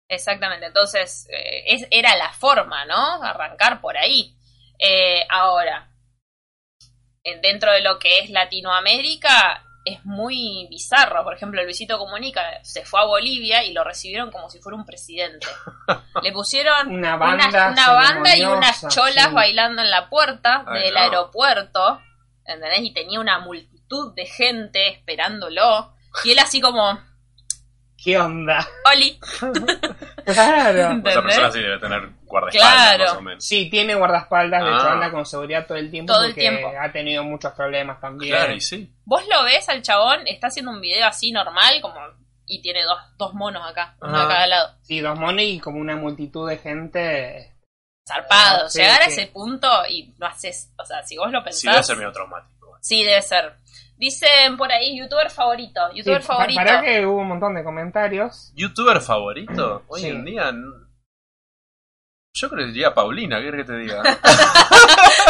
[SPEAKER 2] Exactamente. Entonces, eh, es, era la forma, ¿no? Arrancar por ahí. Eh, ahora, eh, dentro de lo que es Latinoamérica, es muy bizarro. Por ejemplo, Luisito Comunica se fue a Bolivia y lo recibieron como si fuera un presidente. Le pusieron
[SPEAKER 1] Una
[SPEAKER 2] una,
[SPEAKER 1] banda.
[SPEAKER 2] una banda y unas
[SPEAKER 1] ceremoniosa,
[SPEAKER 2] cholas
[SPEAKER 1] sí.
[SPEAKER 2] bailando en la puerta
[SPEAKER 3] Ay,
[SPEAKER 2] del
[SPEAKER 3] no.
[SPEAKER 2] aeropuerto, ¿entendés? Y tenía una multitud de gente esperándolo. Y él así como,
[SPEAKER 1] ¿Qué onda?
[SPEAKER 2] Oli,
[SPEAKER 1] Claro.
[SPEAKER 3] Esa persona
[SPEAKER 2] ¿entendés?
[SPEAKER 3] sí debe tener guardaespaldas,
[SPEAKER 2] Claro.
[SPEAKER 3] más o menos.
[SPEAKER 1] Sí, tiene guardaespaldas, de hecho
[SPEAKER 3] Ah.
[SPEAKER 1] anda con seguridad todo el tiempo
[SPEAKER 2] Todo el
[SPEAKER 1] porque
[SPEAKER 2] tiempo.
[SPEAKER 1] ha tenido muchos problemas también.
[SPEAKER 3] Claro, y sí.
[SPEAKER 2] Vos lo ves al chabón, está haciendo un video así normal, como, y tiene dos, dos monos acá, uno
[SPEAKER 3] Ajá.
[SPEAKER 2] a cada lado.
[SPEAKER 1] Sí, dos monos y como una multitud de gente.
[SPEAKER 2] Zarpado.
[SPEAKER 1] Ah, sí,
[SPEAKER 2] Llegar a
[SPEAKER 1] sí.
[SPEAKER 2] ese punto y no haces, o sea, si vos lo pensás.
[SPEAKER 3] Sí, debe ser medio traumático.
[SPEAKER 2] sí, debe ser. Dicen por ahí, youtuber favorito,
[SPEAKER 1] Sí,
[SPEAKER 2] youtuber
[SPEAKER 1] pa-
[SPEAKER 2] favorito.
[SPEAKER 1] Pará que hubo un montón de comentarios.
[SPEAKER 3] ¿Youtuber favorito? Hoy
[SPEAKER 1] Sí.
[SPEAKER 3] en día. n- Yo creo que diría Paulina, ¿qué querés que te diga?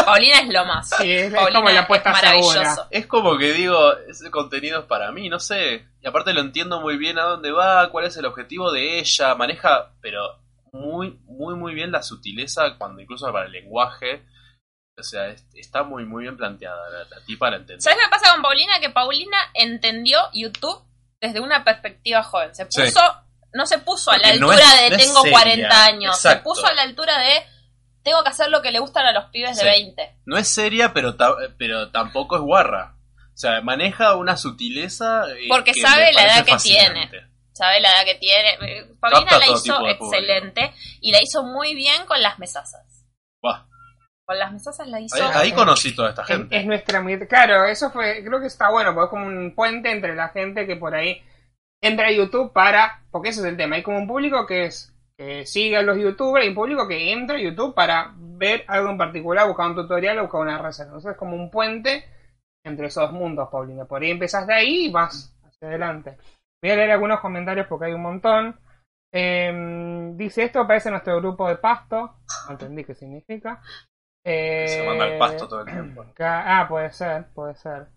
[SPEAKER 2] Paulina es lo más.
[SPEAKER 1] Sí, es, es
[SPEAKER 2] Paulina
[SPEAKER 1] como la apuesta
[SPEAKER 2] es
[SPEAKER 1] segura.
[SPEAKER 2] maravilloso.
[SPEAKER 3] es como que digo, ese contenido es para mí, no sé. Y aparte lo entiendo muy bien a dónde va, cuál es el objetivo de ella. Maneja, pero muy, muy, muy bien la sutileza, cuando incluso para el lenguaje. O sea, es- está muy, muy bien planteada la, la tipa, la entendí.
[SPEAKER 2] ¿Sabes qué me pasa con Paulina? Que Paulina entendió YouTube desde una perspectiva joven. Se puso,
[SPEAKER 3] Sí.
[SPEAKER 2] no se puso a
[SPEAKER 3] Porque
[SPEAKER 2] la
[SPEAKER 3] no
[SPEAKER 2] altura
[SPEAKER 3] es-
[SPEAKER 2] de
[SPEAKER 3] no es
[SPEAKER 2] tengo
[SPEAKER 3] seria,
[SPEAKER 2] 40 años. Se
[SPEAKER 3] exacto.
[SPEAKER 2] puso a la altura de tengo que hacer lo que le gustan a los pibes
[SPEAKER 3] Sí.
[SPEAKER 2] de 20.
[SPEAKER 3] No es seria, pero, ta- pero tampoco es guarra. O sea, maneja una sutileza. eh,
[SPEAKER 2] Porque
[SPEAKER 3] que
[SPEAKER 2] sabe
[SPEAKER 3] me
[SPEAKER 2] la edad
[SPEAKER 3] parece
[SPEAKER 2] que
[SPEAKER 3] fascinante.
[SPEAKER 2] ¿Sabe la edad que tiene? Eh, Paulina
[SPEAKER 3] Capta
[SPEAKER 2] la
[SPEAKER 3] todo
[SPEAKER 2] hizo
[SPEAKER 3] tipo de público.
[SPEAKER 2] excelente y la hizo muy bien con las mesazas.
[SPEAKER 3] Buah,
[SPEAKER 2] Con las mesazas la hizo.
[SPEAKER 3] ahí, ahí conocí toda esta
[SPEAKER 1] Es,
[SPEAKER 3] gente.
[SPEAKER 1] es nuestra muy- Claro, eso fue. Creo que está bueno, porque es como un puente entre la gente que por ahí entra a YouTube para. Porque ese es el tema. Hay como un público que es. Que sigue a los youtubers y un público que entra a YouTube para ver algo en particular, buscar un tutorial o buscar una receta. Entonces es como un puente entre esos dos mundos, Paulina. Por ahí empezás de ahí y vas hacia adelante. Voy a leer algunos comentarios porque hay un montón. Eh, dice esto, parece nuestro grupo de pasto. No entendí qué significa. Eh,
[SPEAKER 3] Se manda al pasto todo el tiempo.
[SPEAKER 1] Ca- Ah, puede ser, puede ser.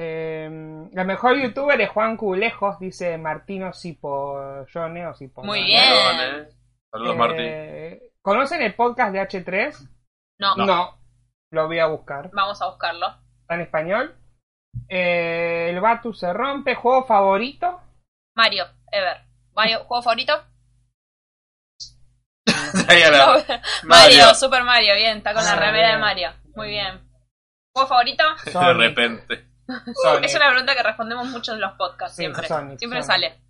[SPEAKER 1] Eh, la mejor youtuber es Juan Culejos, dice Martino Cipollone o Cipollone.
[SPEAKER 2] Muy
[SPEAKER 3] Muy
[SPEAKER 2] bien.
[SPEAKER 3] bueno, ¿eh? Saludos, Martín.
[SPEAKER 1] Eh, ¿Conocen el podcast de H3?
[SPEAKER 2] No,
[SPEAKER 1] Lo voy a buscar.
[SPEAKER 2] vamos a buscarlo.
[SPEAKER 1] Está en español. Eh, el Batu se rompe. ¿Juego favorito?
[SPEAKER 2] Mario, Ever. Mario, ¿juego favorito?
[SPEAKER 3] Ahí a la-
[SPEAKER 2] No,
[SPEAKER 3] Mario.
[SPEAKER 2] Mario, Super Mario, bien, está con la
[SPEAKER 1] Ah,
[SPEAKER 2] remera de
[SPEAKER 1] bien.
[SPEAKER 2] Mario. Muy bien. ¿Juego favorito?
[SPEAKER 3] De
[SPEAKER 1] Sonic.
[SPEAKER 3] repente.
[SPEAKER 1] Sonic.
[SPEAKER 2] Uh, Es una pregunta que respondemos mucho en los podcasts,
[SPEAKER 1] Sí,
[SPEAKER 2] siempre.
[SPEAKER 1] Sonic,
[SPEAKER 2] siempre
[SPEAKER 1] Sonic.
[SPEAKER 2] sale.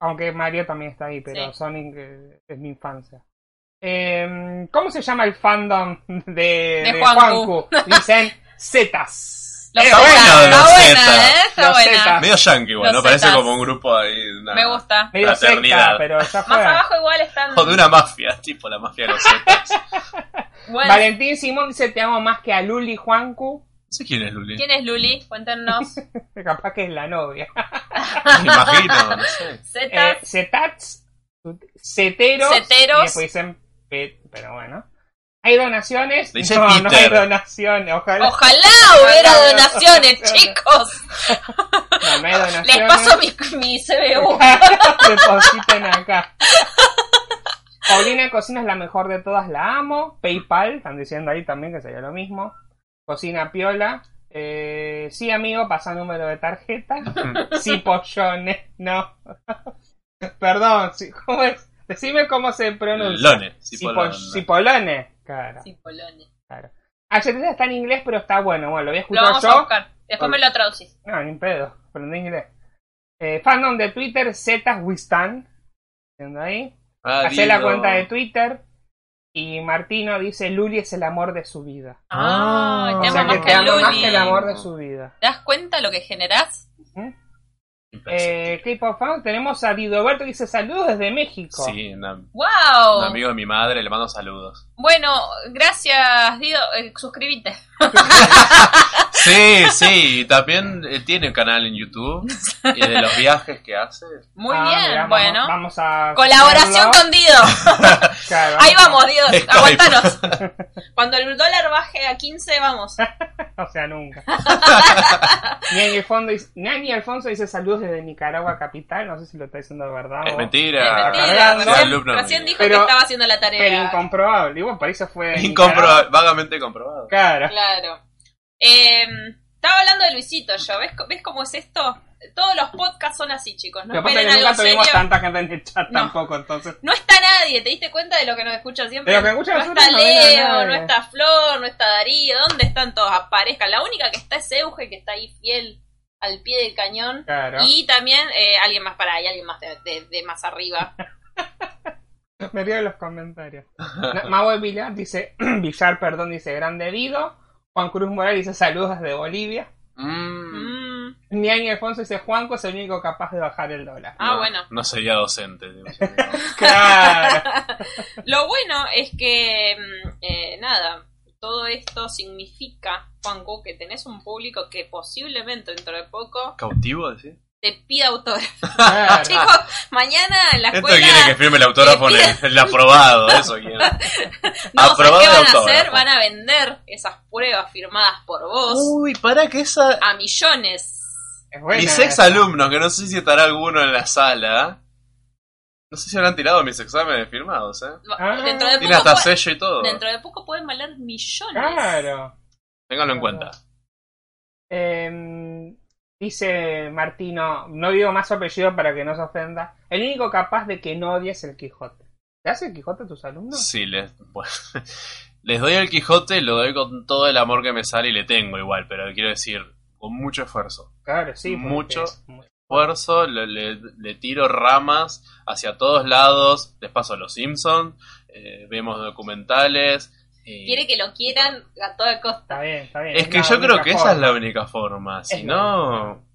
[SPEAKER 1] Aunque Mario también está ahí, pero
[SPEAKER 2] Sí.
[SPEAKER 1] Sonic eh, es mi infancia. Eh, ¿Cómo se llama el fandom de, de,
[SPEAKER 2] Juancu?
[SPEAKER 1] Juancu? Dicen Zetas.
[SPEAKER 2] Los
[SPEAKER 3] Está
[SPEAKER 2] Zeta, está
[SPEAKER 3] bueno, los
[SPEAKER 2] buena,
[SPEAKER 3] Zeta.
[SPEAKER 2] ¿eh? Está
[SPEAKER 1] Los
[SPEAKER 2] buena.
[SPEAKER 1] Zeta.
[SPEAKER 3] Medio yankee, igual,
[SPEAKER 2] Los
[SPEAKER 3] ¿no? Parece
[SPEAKER 2] Zetas.
[SPEAKER 3] como un grupo ahí. una-
[SPEAKER 2] Me gusta.
[SPEAKER 1] Medio secta,
[SPEAKER 3] Fraternidad.
[SPEAKER 1] pero ya fue.
[SPEAKER 2] Más abajo igual están...
[SPEAKER 3] O Oh, de una mafia, tipo la mafia de los Zetas.
[SPEAKER 2] Bueno,
[SPEAKER 1] Valentín Simón dice te amo más que a Luli Juancu.
[SPEAKER 3] No sé quién es Luli.
[SPEAKER 2] ¿quién es Luli? Cuéntenos.
[SPEAKER 1] Capaz que es la novia.
[SPEAKER 3] Me imagino, no sé.
[SPEAKER 2] Zetas.
[SPEAKER 1] Eh, Zetats, Ceteros.
[SPEAKER 2] Ceteros.
[SPEAKER 1] Y después dicen, pe- pero bueno. ¿Hay donaciones?
[SPEAKER 3] Le dice
[SPEAKER 1] no, no hay
[SPEAKER 3] Peter.
[SPEAKER 1] donaciones. Ojalá.
[SPEAKER 2] Ojalá hubiera
[SPEAKER 1] Ojalá hubiera
[SPEAKER 2] donaciones,
[SPEAKER 1] donaciones.
[SPEAKER 2] chicos.
[SPEAKER 1] No, no hay donaciones.
[SPEAKER 2] Les paso mi, mi CBU.
[SPEAKER 1] Depositen acá. Paulina Cocina es la mejor de todas, la amo. PayPal, están diciendo ahí también que sería lo mismo. Cocina Piola. Eh, sí, amigo, pasa número de tarjeta. Sí, pollones, no. Perdón, sí, ¿cómo es? Decime cómo se pronuncia.
[SPEAKER 3] Lone. sí, por la-
[SPEAKER 1] Cipo- Cipolone. Claro,
[SPEAKER 2] Sí, Polonia.
[SPEAKER 1] claro. H3 está en inglés, pero está bueno. Bueno, lo voy a
[SPEAKER 2] Lo
[SPEAKER 1] escuchar
[SPEAKER 2] vamos
[SPEAKER 1] yo.
[SPEAKER 2] a buscar. Después me lo traducís.
[SPEAKER 1] No, ni pedo, aprendí inglés. Eh, fandom de Twitter, Wistan. Viendo ahí.
[SPEAKER 3] Ah,
[SPEAKER 1] pues, Hacé la
[SPEAKER 3] Diego.
[SPEAKER 1] cuenta de Twitter. Y Martino dice, Luli es el amor de su vida.
[SPEAKER 2] Ah,
[SPEAKER 3] Ah,
[SPEAKER 2] te
[SPEAKER 1] o sea
[SPEAKER 2] amo
[SPEAKER 1] que
[SPEAKER 2] más
[SPEAKER 1] te
[SPEAKER 2] que
[SPEAKER 1] ama más
[SPEAKER 2] Luli.
[SPEAKER 1] que el amor de su vida.
[SPEAKER 2] ¿Te das cuenta lo que generás?
[SPEAKER 1] ¿Mm? Eh, K-Pop Fan, tenemos a Didoberto que dice saludos desde México.
[SPEAKER 3] Sí, un, am-
[SPEAKER 2] ¡Wow!
[SPEAKER 3] un amigo de mi madre, le mando saludos.
[SPEAKER 2] Bueno, gracias, Dido. Eh, suscríbete.
[SPEAKER 3] Sí, sí, y también eh, tiene un canal en YouTube y de los viajes que hace.
[SPEAKER 2] Muy
[SPEAKER 1] Ah,
[SPEAKER 2] bien,
[SPEAKER 1] mirá, vamos-
[SPEAKER 2] bueno.
[SPEAKER 1] Vamos a.
[SPEAKER 2] Colaboración con Dido.
[SPEAKER 1] Claro,
[SPEAKER 2] Ahí vamos, Dido.
[SPEAKER 3] Skype.
[SPEAKER 2] Aguantanos. Cuando el dólar baje a 15, vamos.
[SPEAKER 1] O sea, nunca. Nani, Alfondo dice- Nani Alfonso dice saludos desde Nicaragua capital. No sé si lo está diciendo de verdad.
[SPEAKER 3] Es
[SPEAKER 1] o-
[SPEAKER 3] mentira.
[SPEAKER 2] Es mentira.
[SPEAKER 1] cargando.
[SPEAKER 3] Soy
[SPEAKER 2] Recién,
[SPEAKER 3] alumno
[SPEAKER 2] recién
[SPEAKER 3] mío.
[SPEAKER 2] dijo que
[SPEAKER 1] Pero-
[SPEAKER 2] estaba haciendo la tarea.
[SPEAKER 1] Pero incomprobable. Y bueno, por eso fue. de
[SPEAKER 3] Incomproba- vagamente comprobado.
[SPEAKER 1] Nicaragua. Claro.
[SPEAKER 2] Claro. Eh, estaba hablando de Luisito yo. ¿Ves, co- ¿Ves cómo es esto? Todos los podcasts son así, chicos. No
[SPEAKER 1] Lo que pasa es
[SPEAKER 2] esperen
[SPEAKER 1] que nunca
[SPEAKER 2] algo serio.
[SPEAKER 1] tuvimos tanta gente en el chat
[SPEAKER 2] No.
[SPEAKER 1] tampoco, entonces.
[SPEAKER 2] No está nadie, ¿te diste cuenta de lo que nos escucha siempre?
[SPEAKER 1] De lo que escucha
[SPEAKER 2] no
[SPEAKER 1] nosotros
[SPEAKER 2] está
[SPEAKER 1] no viene
[SPEAKER 2] Leo,
[SPEAKER 1] nadie.
[SPEAKER 2] no está Flor, no está Darío, ¿dónde están todos? Aparezcan. La única que está es Euge, que está ahí fiel al pie del cañón.
[SPEAKER 1] Claro.
[SPEAKER 2] Y también eh, alguien más para ahí, alguien más de, de- de más arriba.
[SPEAKER 1] Me río de los comentarios. Na- Mago Villar dice, Villar, perdón, dice grande Dido. Juan Cruz Morales dice saludos desde Bolivia.
[SPEAKER 3] Mm,
[SPEAKER 2] Mm,
[SPEAKER 1] Niani Alfonso dice Juanco es el único capaz de bajar el dólar.
[SPEAKER 2] ah,
[SPEAKER 3] no,
[SPEAKER 2] bueno.
[SPEAKER 3] No sería docente. digo, sería-
[SPEAKER 1] Claro.
[SPEAKER 2] Lo bueno es que, mm, eh, nada, todo esto significa, Juanco, que tenés un público que posiblemente dentro de poco
[SPEAKER 3] ¿Cautivo, decís?
[SPEAKER 2] te pida autógrafo.
[SPEAKER 1] claro.
[SPEAKER 2] Chicos, mañana en la
[SPEAKER 3] Esto
[SPEAKER 2] escuela...
[SPEAKER 3] quiere que firme el autógrafo en el, el aprobado, eso quiere.
[SPEAKER 2] No, ¿sabes
[SPEAKER 3] Aprobado
[SPEAKER 2] qué
[SPEAKER 3] de
[SPEAKER 2] van a
[SPEAKER 3] autógrafo.
[SPEAKER 2] hacer? Van a vender esas pruebas firmadas por vos
[SPEAKER 3] Uy, para que esa.
[SPEAKER 2] a millones.
[SPEAKER 1] Es buena.
[SPEAKER 3] mis ex alumnos, que no sé si estará alguno en la sala. No sé si habrán tirado mis exámenes firmados, ¿eh?
[SPEAKER 1] Ah.
[SPEAKER 2] dentro, de
[SPEAKER 3] Tiene
[SPEAKER 2] poco
[SPEAKER 3] hasta
[SPEAKER 2] pu-
[SPEAKER 3] sello y todo.
[SPEAKER 2] dentro de poco pueden valer millones.
[SPEAKER 1] Claro.
[SPEAKER 3] Ténganlo en cuenta.
[SPEAKER 1] Eh, dice Martino, no digo más su apellido para que no se ofenda. El único capaz de que no odies el Quijote. ¿Le hace el Quijote a tus alumnos?
[SPEAKER 3] Sí, les, bueno, les doy el Quijote, lo doy con todo el amor que me sale y le tengo igual, pero quiero decir, con mucho esfuerzo.
[SPEAKER 1] Claro, sí. porque
[SPEAKER 3] Mucho.
[SPEAKER 1] es muy-
[SPEAKER 3] Esfuerzo, le, le- le tiro ramas hacia todos lados, les paso a los Simpsons, eh, vemos documentales. y-
[SPEAKER 2] Quiere que lo quieran a toda costa.
[SPEAKER 1] Está bien, está bien.
[SPEAKER 3] Es que
[SPEAKER 1] la
[SPEAKER 3] yo creo
[SPEAKER 1] única
[SPEAKER 3] que
[SPEAKER 1] forma.
[SPEAKER 3] esa es la única forma, si
[SPEAKER 1] Es la
[SPEAKER 3] no...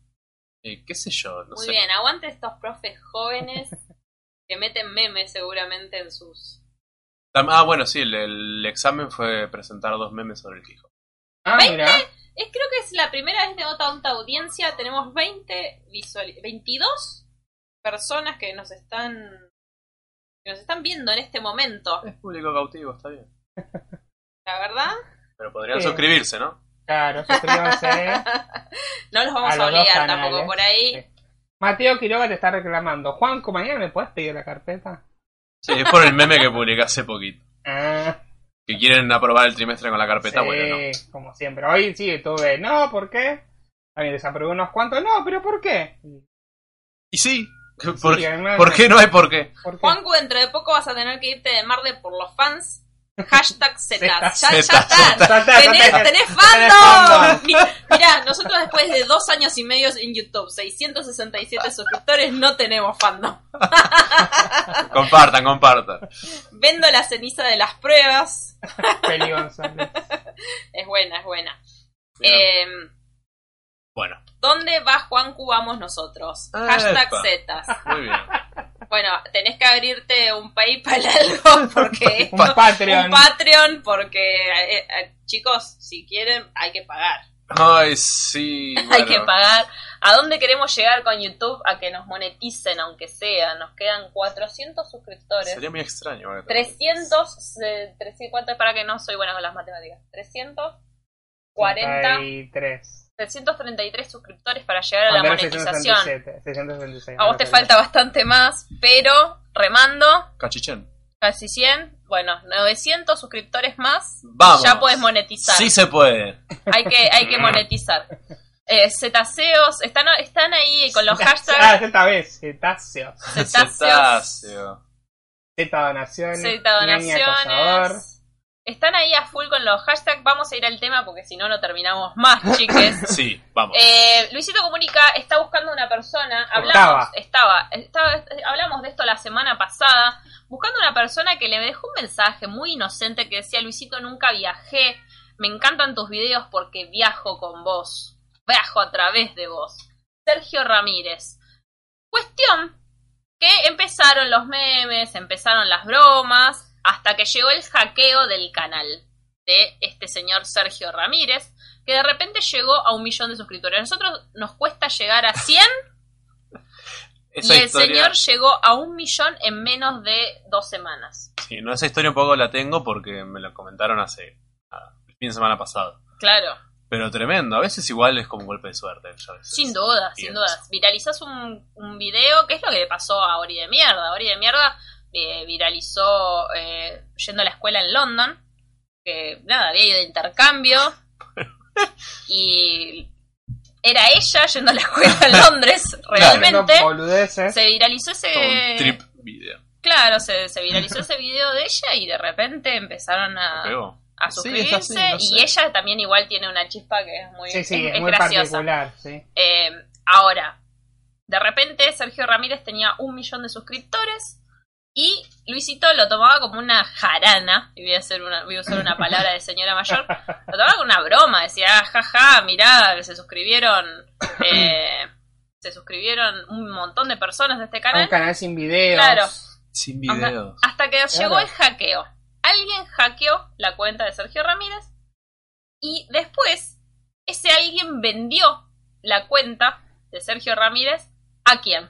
[SPEAKER 3] eh, ¿Qué sé yo? No
[SPEAKER 2] Muy
[SPEAKER 3] sé.
[SPEAKER 2] bien, aguante estos profes jóvenes que meten memes seguramente en sus...
[SPEAKER 3] Tam- Ah, bueno, sí, el, el examen fue presentar dos memes sobre el Quijote.
[SPEAKER 1] Ah,
[SPEAKER 2] ¿Veinte?
[SPEAKER 1] mira.
[SPEAKER 2] Es, creo que es la primera vez que tengo tanta audiencia. Tenemos 20 visual... 22 personas que nos están... Que nos están viendo en este momento,
[SPEAKER 3] Es público cautivo, está bien.
[SPEAKER 2] la verdad.
[SPEAKER 3] Pero podrían
[SPEAKER 1] Sí.
[SPEAKER 3] suscribirse, ¿no?
[SPEAKER 1] Claro, suscríbanse.
[SPEAKER 2] No los vamos
[SPEAKER 1] A
[SPEAKER 2] a,
[SPEAKER 1] los dos
[SPEAKER 2] obligar
[SPEAKER 1] canales.
[SPEAKER 2] tampoco por ahí.
[SPEAKER 1] Sí. Mateo Quiroga te está reclamando. Juan, mañana me puedes pedir la carpeta?
[SPEAKER 3] Sí, es por el meme que publicé hace poquito.
[SPEAKER 1] Ah,
[SPEAKER 3] que quieren aprobar el trimestre con la carpeta,
[SPEAKER 1] sí,
[SPEAKER 3] bueno, no.
[SPEAKER 1] como siempre. Hoy sí tuve, no, ¿por qué? También desaprobé unos cuantos, no, pero ¿por qué?
[SPEAKER 3] Y sí, ¿por,
[SPEAKER 1] Sí, además-
[SPEAKER 3] por qué no hay por qué?
[SPEAKER 1] ¿Por qué?
[SPEAKER 2] Juancu, dentro de poco vas a tener que irte de Marde por los fans. Hashtag Zetas. Ya, ya
[SPEAKER 3] Zetas,
[SPEAKER 2] está.
[SPEAKER 1] Ta, ta, ta, ta,
[SPEAKER 2] Tenés,
[SPEAKER 1] ta.
[SPEAKER 2] tenés
[SPEAKER 1] Tenés
[SPEAKER 2] fandom. Mi- Mirá, nosotros después de dos años y medio en YouTube, 667 suscriptores, no tenemos fandom.
[SPEAKER 3] Compartan, compartan.
[SPEAKER 2] Vendo la ceniza de las pruebas.
[SPEAKER 1] Feli González.
[SPEAKER 2] Es buena, es buena.
[SPEAKER 3] Mira,
[SPEAKER 2] Eh,
[SPEAKER 3] bueno,
[SPEAKER 2] ¿Dónde va Juancu? Vamos nosotros.
[SPEAKER 3] Epa.
[SPEAKER 2] Hashtag Zetas.
[SPEAKER 3] muy bien.
[SPEAKER 2] Bueno, tenés que abrirte un PayPal algo porque
[SPEAKER 1] Un
[SPEAKER 2] esto-
[SPEAKER 1] Patreon.
[SPEAKER 2] un Patreon porque eh, eh, chicos, si quieren hay que pagar.
[SPEAKER 3] Ay, sí.
[SPEAKER 2] Hay
[SPEAKER 3] bueno.
[SPEAKER 2] que pagar. ¿A dónde queremos llegar con YouTube? A que nos moneticen aunque sea. Nos quedan 400 suscriptores.
[SPEAKER 3] Sería muy extraño. bueno,
[SPEAKER 2] 300, eh, 300 ¿cuánto es? para que no soy buena con las matemáticas. 340
[SPEAKER 1] 43.
[SPEAKER 2] 333 suscriptores para llegar a la monetización.
[SPEAKER 1] 667, 666.
[SPEAKER 2] A vos te falta bastante más, pero remando
[SPEAKER 3] Cachichén.
[SPEAKER 2] casi 100, bueno, 900 suscriptores más,
[SPEAKER 3] Vamos.
[SPEAKER 2] ya puedes monetizar.
[SPEAKER 3] Sí se puede.
[SPEAKER 2] Hay que, hay que monetizar. Eh, cetaceos, están, están ahí con los
[SPEAKER 1] Ah,
[SPEAKER 2] hashtags
[SPEAKER 1] esta vez, cetáceos.
[SPEAKER 2] cetáceos,
[SPEAKER 3] Cetáceo.
[SPEAKER 1] Zeta donaciones. ñaña acosador.
[SPEAKER 2] cetadonaciones. Están ahí a full con los hashtags. Vamos a ir al tema porque si no, no terminamos más, chiques.
[SPEAKER 3] Sí, vamos.
[SPEAKER 2] Eh, Luisito Comunica está buscando una persona. Hablamos,
[SPEAKER 1] Estaba.
[SPEAKER 2] estaba. estaba, hablamos de esto la semana pasada. Buscando una persona que le dejó un mensaje muy inocente que decía: Luisito, nunca viajé. Me encantan tus videos porque viajo con vos. Viajo a través de vos. Sergio Ramírez. Cuestión que empezaron los memes, empezaron las bromas, hasta que llegó el hackeo del canal de este señor Sergio Ramírez, que de repente llegó a un millón de suscriptores. A nosotros nos cuesta llegar a 100
[SPEAKER 3] Esa
[SPEAKER 2] y el
[SPEAKER 3] historia,
[SPEAKER 2] señor llegó a un millón en menos de dos semanas.
[SPEAKER 3] Sí, no, esa historia un poco la tengo porque me la comentaron hace. nada, el fin de semana pasado.
[SPEAKER 2] Claro,
[SPEAKER 3] Pero tremendo, a veces igual es como un golpe de suerte. yo a veces.
[SPEAKER 2] sin duda,
[SPEAKER 3] Bien.
[SPEAKER 2] sin dudas. Viralizás un, un video, que es lo que le pasó a Ori de Mierda. Ori de Mierda eh, viralizó eh, yendo a la escuela en London, que nada, había ido de intercambio y era ella yendo a la escuela en Londres, realmente.
[SPEAKER 1] boludeces.
[SPEAKER 2] se viralizó ese...
[SPEAKER 3] Como ¿eh? un trip video.
[SPEAKER 2] Claro, se, se viralizó ese video de ella y de repente empezaron a,
[SPEAKER 3] Pegó.
[SPEAKER 2] a
[SPEAKER 3] Sí,
[SPEAKER 2] suscribirse.
[SPEAKER 3] es así, no sé.
[SPEAKER 2] y ella también igual tiene una chispa que es muy,
[SPEAKER 1] Sí, sí,
[SPEAKER 2] es,
[SPEAKER 1] es
[SPEAKER 2] es
[SPEAKER 1] muy
[SPEAKER 2] graciosa.
[SPEAKER 1] particular, sí.
[SPEAKER 2] Eh, ahora, de repente Sergio Ramírez tenía un millón de suscriptores y Luisito lo tomaba como una jarana, y voy a, hacer una, voy a usar una palabra de señora mayor, lo tomaba como una broma, decía, "Ah, jaja, mirá, se suscribieron, eh, se suscribieron un montón de personas de este
[SPEAKER 1] A
[SPEAKER 2] canal.
[SPEAKER 1] Un canal sin videos.
[SPEAKER 2] Claro.
[SPEAKER 3] Sin
[SPEAKER 2] Ajá.
[SPEAKER 3] videos.
[SPEAKER 2] Hasta que llegó
[SPEAKER 1] Claro.
[SPEAKER 2] el hackeo. Alguien hackeó la cuenta de Sergio Ramírez y después ese alguien vendió la cuenta de Sergio Ramírez a quién?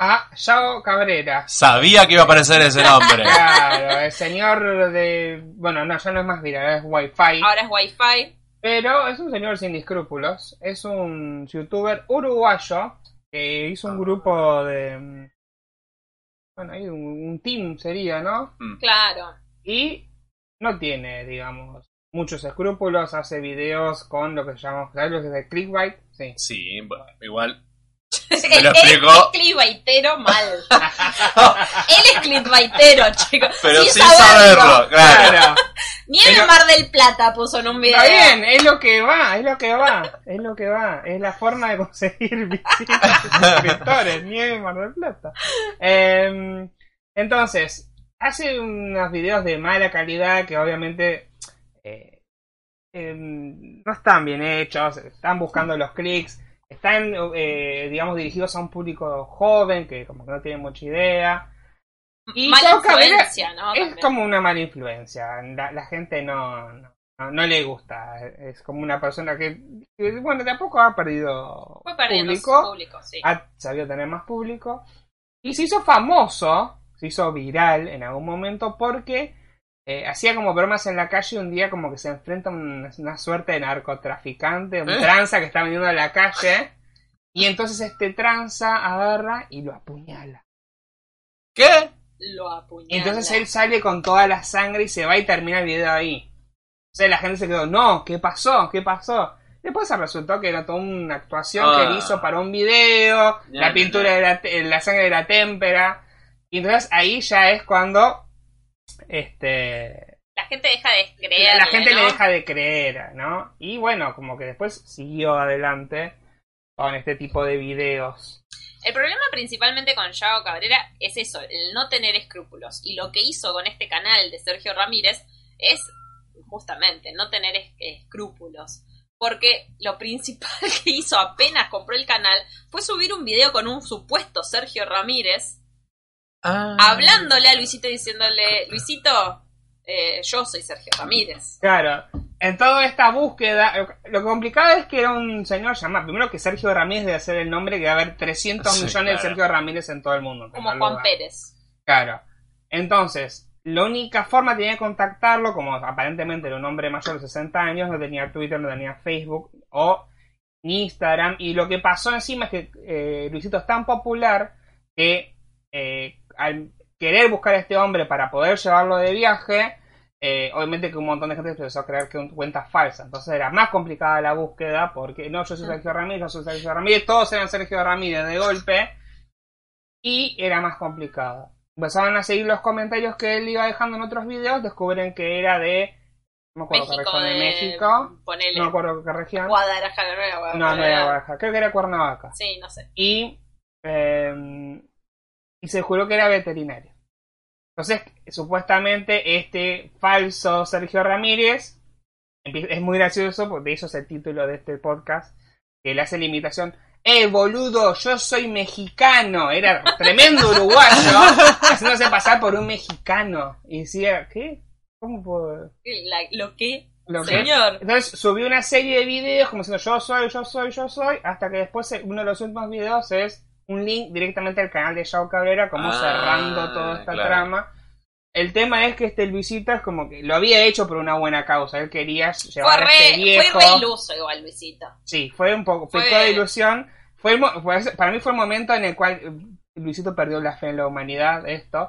[SPEAKER 1] A Yao Ah, Cabrera.
[SPEAKER 3] Sabía que iba a aparecer ese nombre.
[SPEAKER 1] Claro, el señor de. Bueno, no, ya no es más viral, es Wi-Fi.
[SPEAKER 2] Ahora es Wi-Fi.
[SPEAKER 1] Pero es un señor sin escrúpulos. Es un youtuber uruguayo que hizo un grupo de. mm, Bueno, hay un, un team sería, ¿no?
[SPEAKER 2] Claro.
[SPEAKER 1] Y no tiene, digamos, muchos escrúpulos. Hace videos con lo que llamamos. ¿Sabes lo que es el clickbait? Sí.
[SPEAKER 3] Sí, bueno, igual.
[SPEAKER 2] Él
[SPEAKER 3] lo explicó.
[SPEAKER 2] es clickbaitero mal. Él es clickbaitero, chicos.
[SPEAKER 3] Pero sin,
[SPEAKER 2] saberlo.
[SPEAKER 3] saberlo, claro.
[SPEAKER 2] Ni en el
[SPEAKER 1] Pero-
[SPEAKER 2] Mar del Plata puso en un video.
[SPEAKER 1] Está bien, es lo que va, es lo que va, es lo que va, es la forma de conseguir visitas y suscriptores, ni en Mar del Plata. Em, entonces, hace unos videos de mala calidad que obviamente eh, em, no están bien hechos, están buscando los clics, están, eh, digamos, dirigidos a un público joven que como que no tiene mucha idea. Y
[SPEAKER 2] Mala
[SPEAKER 1] Yao Cabrera
[SPEAKER 2] influencia, ¿no?
[SPEAKER 1] es
[SPEAKER 2] También.
[SPEAKER 1] como una mala influencia. La, la gente no, no, no- no le gusta. Es como una persona que, que, bueno, tampoco ha perdido
[SPEAKER 2] Fue perdiendo su
[SPEAKER 1] público. Ah.
[SPEAKER 2] público, sí.
[SPEAKER 1] Ha sabido tener más público. Y se hizo famoso, se hizo viral en algún momento porque eh, hacía como bromas en la calle y un día como que se enfrenta a una, una suerte de narcotraficante, un
[SPEAKER 3] ¿Eh?
[SPEAKER 1] tranza que está viniendo a la calle. Y entonces este tranza agarra y lo apuñala.
[SPEAKER 3] ¿Qué?
[SPEAKER 2] Lo apuñala.
[SPEAKER 1] Entonces él sale con toda la sangre y se va y termina el video ahí. O sea, la gente se quedó, no, ¿qué pasó? ¿Qué pasó? Después se resultó que era toda una actuación que
[SPEAKER 3] Ah.
[SPEAKER 1] él hizo para un video,
[SPEAKER 3] Ya,
[SPEAKER 1] la
[SPEAKER 3] ya,
[SPEAKER 1] pintura
[SPEAKER 3] ya.
[SPEAKER 1] de la, te- la sangre de la témpera. Y entonces ahí ya es cuando este
[SPEAKER 2] La gente deja de creer.
[SPEAKER 1] la gente
[SPEAKER 2] ¿no?
[SPEAKER 1] le deja de creer, ¿no? Y bueno, como que después siguió adelante con este tipo de videos.
[SPEAKER 2] El problema principalmente con Yao Cabrera es eso, el no tener escrúpulos. Y lo que hizo con este canal de Sergio Ramírez es justamente no tener es- escrúpulos. Porque lo principal que hizo apenas compró el canal fue subir un video con un supuesto Sergio Ramírez
[SPEAKER 3] Ah.
[SPEAKER 2] hablándole a Luisito y diciéndole, Luisito, eh, yo soy Sergio Ramírez.
[SPEAKER 1] Claro, en toda esta búsqueda, lo complicado es que era un señor llamado, primero que Sergio Ramírez debe ser el nombre que va a haber 300
[SPEAKER 3] Sí,
[SPEAKER 1] millones de
[SPEAKER 3] claro.
[SPEAKER 1] Sergio Ramírez en todo el mundo. en
[SPEAKER 2] Como
[SPEAKER 1] primer
[SPEAKER 2] Juan
[SPEAKER 1] lugar.
[SPEAKER 2] Pérez.
[SPEAKER 1] Claro. Entonces, la única forma tenía de contactarlo, como aparentemente era un hombre mayor de 60 años, no tenía Twitter, no tenía Facebook o ni Instagram. Y lo que pasó encima es que eh, Luisito es tan popular que eh, al querer buscar a este hombre para poder llevarlo de viaje, eh, obviamente que un montón de gente empezó a creer que un- cuenta falsa. Entonces era más complicada la búsqueda porque no, yo
[SPEAKER 2] Mm.
[SPEAKER 1] soy Sergio Ramírez, yo soy Sergio Ramírez, todos eran Sergio Ramírez de golpe y era más complicado. Empezaron a seguir los comentarios que él iba dejando en otros videos, descubren que era de. No me acuerdo qué
[SPEAKER 2] México,
[SPEAKER 1] región
[SPEAKER 2] de...
[SPEAKER 1] de México.
[SPEAKER 2] Ponele.
[SPEAKER 1] No me acuerdo qué región.
[SPEAKER 2] Guadalajara, no era
[SPEAKER 1] No,
[SPEAKER 2] Guadalajara.
[SPEAKER 1] no era Guadalajara. Creo que era Cuernavaca.
[SPEAKER 2] Sí, no sé.
[SPEAKER 1] Y. eh, y se juró que era veterinario. Entonces, supuestamente, este falso Sergio Ramírez. pues, empie- Es muy gracioso porque de eso es el título de este podcast. Que le hace la imitación. eh, boludo, yo soy mexicano. Era tremendo uruguayo, haciéndose pasar por un mexicano. Y decía, ¿qué? ¿Cómo puedo...?
[SPEAKER 2] La- lo que,
[SPEAKER 1] Lo que-
[SPEAKER 2] señor.
[SPEAKER 1] Entonces subí una serie de videos como diciendo yo soy, yo soy, yo soy, hasta que después eh, uno de los últimos videos es un link directamente al canal de Yao Cabrera, como
[SPEAKER 3] Ah,
[SPEAKER 1] cerrando toda esta
[SPEAKER 3] claro.
[SPEAKER 1] trama. El tema es que este Luisita es como que lo había hecho por una buena causa, él quería
[SPEAKER 2] Fue
[SPEAKER 1] llevar a
[SPEAKER 2] re,
[SPEAKER 1] este
[SPEAKER 2] fue
[SPEAKER 1] viejo.
[SPEAKER 2] re iluso igual, Luisito.
[SPEAKER 1] sí, fue un poco,
[SPEAKER 2] Fue-
[SPEAKER 1] pecó de ilusión. Fue, el mo- fue- para mí fue el momento en el cual eh, Luisito perdió la fe en la humanidad, esto.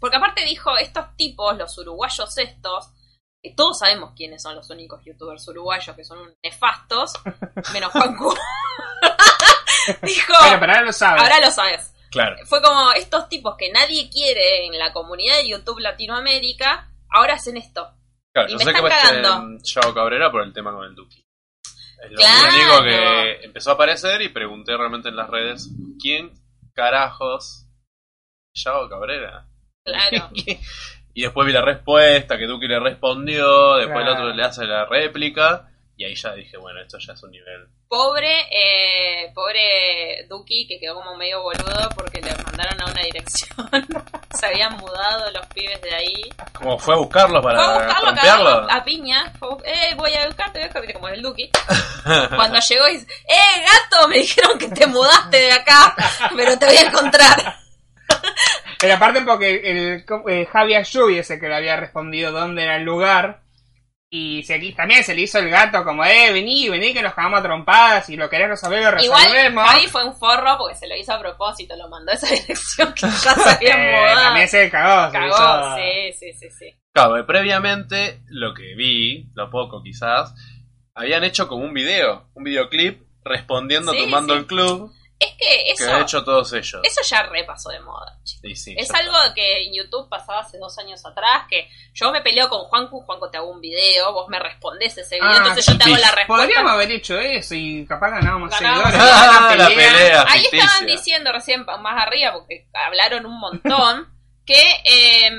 [SPEAKER 2] Porque aparte dijo, estos tipos, los uruguayos estos, que todos sabemos quiénes son los únicos youtubers uruguayos que son un- nefastos, menos Juancu. dijo,
[SPEAKER 1] Pero para ahora lo sabe.
[SPEAKER 2] ahora lo sabes.
[SPEAKER 3] Claro.
[SPEAKER 2] Fue como estos tipos que nadie quiere en la comunidad de YouTube Latinoamérica, ahora hacen esto.
[SPEAKER 3] claro
[SPEAKER 2] Y
[SPEAKER 3] yo
[SPEAKER 2] me
[SPEAKER 3] sé que
[SPEAKER 2] están
[SPEAKER 3] fue
[SPEAKER 2] cagando.
[SPEAKER 3] este Chavo Cabrera por el tema con el Duki. Es lo
[SPEAKER 2] Claro.
[SPEAKER 3] único que empezó a aparecer y pregunté realmente en las redes: ¿quién carajos? Chavo Cabrera.
[SPEAKER 2] Claro.
[SPEAKER 3] y después vi la respuesta que Duki le respondió, después el
[SPEAKER 1] Claro.
[SPEAKER 3] otro le hace la réplica. Y ahí ya dije: bueno, esto ya es un nivel.
[SPEAKER 2] Pobre, eh, pobre Duki que quedó como medio boludo porque le mandaron a una dirección. Se habían mudado los pibes de ahí.
[SPEAKER 3] Como fue a buscarlos para
[SPEAKER 2] fue a buscarlo
[SPEAKER 3] trompearlo.
[SPEAKER 2] cagado a piña. Fue a bu- eh, voy a buscarte, voy a buscarte, como el Duki. Cuando llegó y dice, eh, gato, me dijeron que te mudaste de acá, pero te voy a encontrar.
[SPEAKER 1] Pero aparte porque el, eh, Javi Ayubi es el que le había respondido dónde era el lugar. Y se, qui- también se le hizo el gato como, eh, vení, vení que nos cagamos a trompadas y lo querés resolver lo
[SPEAKER 2] Igual,
[SPEAKER 1] resolvemos.
[SPEAKER 2] ahí fue un forro porque se lo hizo a propósito, lo mandó a esa dirección que ya se habían
[SPEAKER 1] Eh,
[SPEAKER 2] mudado.
[SPEAKER 1] también se cagó. se
[SPEAKER 2] Cagó,
[SPEAKER 1] hizo-
[SPEAKER 2] sí, sí, sí, sí.
[SPEAKER 3] Claro, eh, previamente lo que vi, lo poco quizás, habían hecho como un video, un videoclip respondiendo
[SPEAKER 2] Sí,
[SPEAKER 3] tomando
[SPEAKER 2] sí.
[SPEAKER 3] el club
[SPEAKER 2] Es que
[SPEAKER 3] que han
[SPEAKER 2] eso,
[SPEAKER 3] hecho todos ellos.
[SPEAKER 2] eso ya repasó de moda, chicos.
[SPEAKER 3] Y sí,
[SPEAKER 2] Es
[SPEAKER 3] ya
[SPEAKER 2] algo que en YouTube pasaba hace dos años atrás, que yo me peleo con Juancu, Juanco te hago un video, vos me respondés ese video,
[SPEAKER 1] Ah,
[SPEAKER 2] entonces
[SPEAKER 1] sí,
[SPEAKER 2] yo te hago
[SPEAKER 3] sí.
[SPEAKER 2] la respuesta.
[SPEAKER 1] Podríamos haber hecho eso y capaz ganábamos
[SPEAKER 2] Ganábamos.
[SPEAKER 1] seguidores.
[SPEAKER 3] Ah,
[SPEAKER 1] ganábamos
[SPEAKER 3] la pelea.
[SPEAKER 2] Ahí
[SPEAKER 3] ficticia.
[SPEAKER 2] estaban diciendo recién, pa- más arriba, porque hablaron un montón, que em,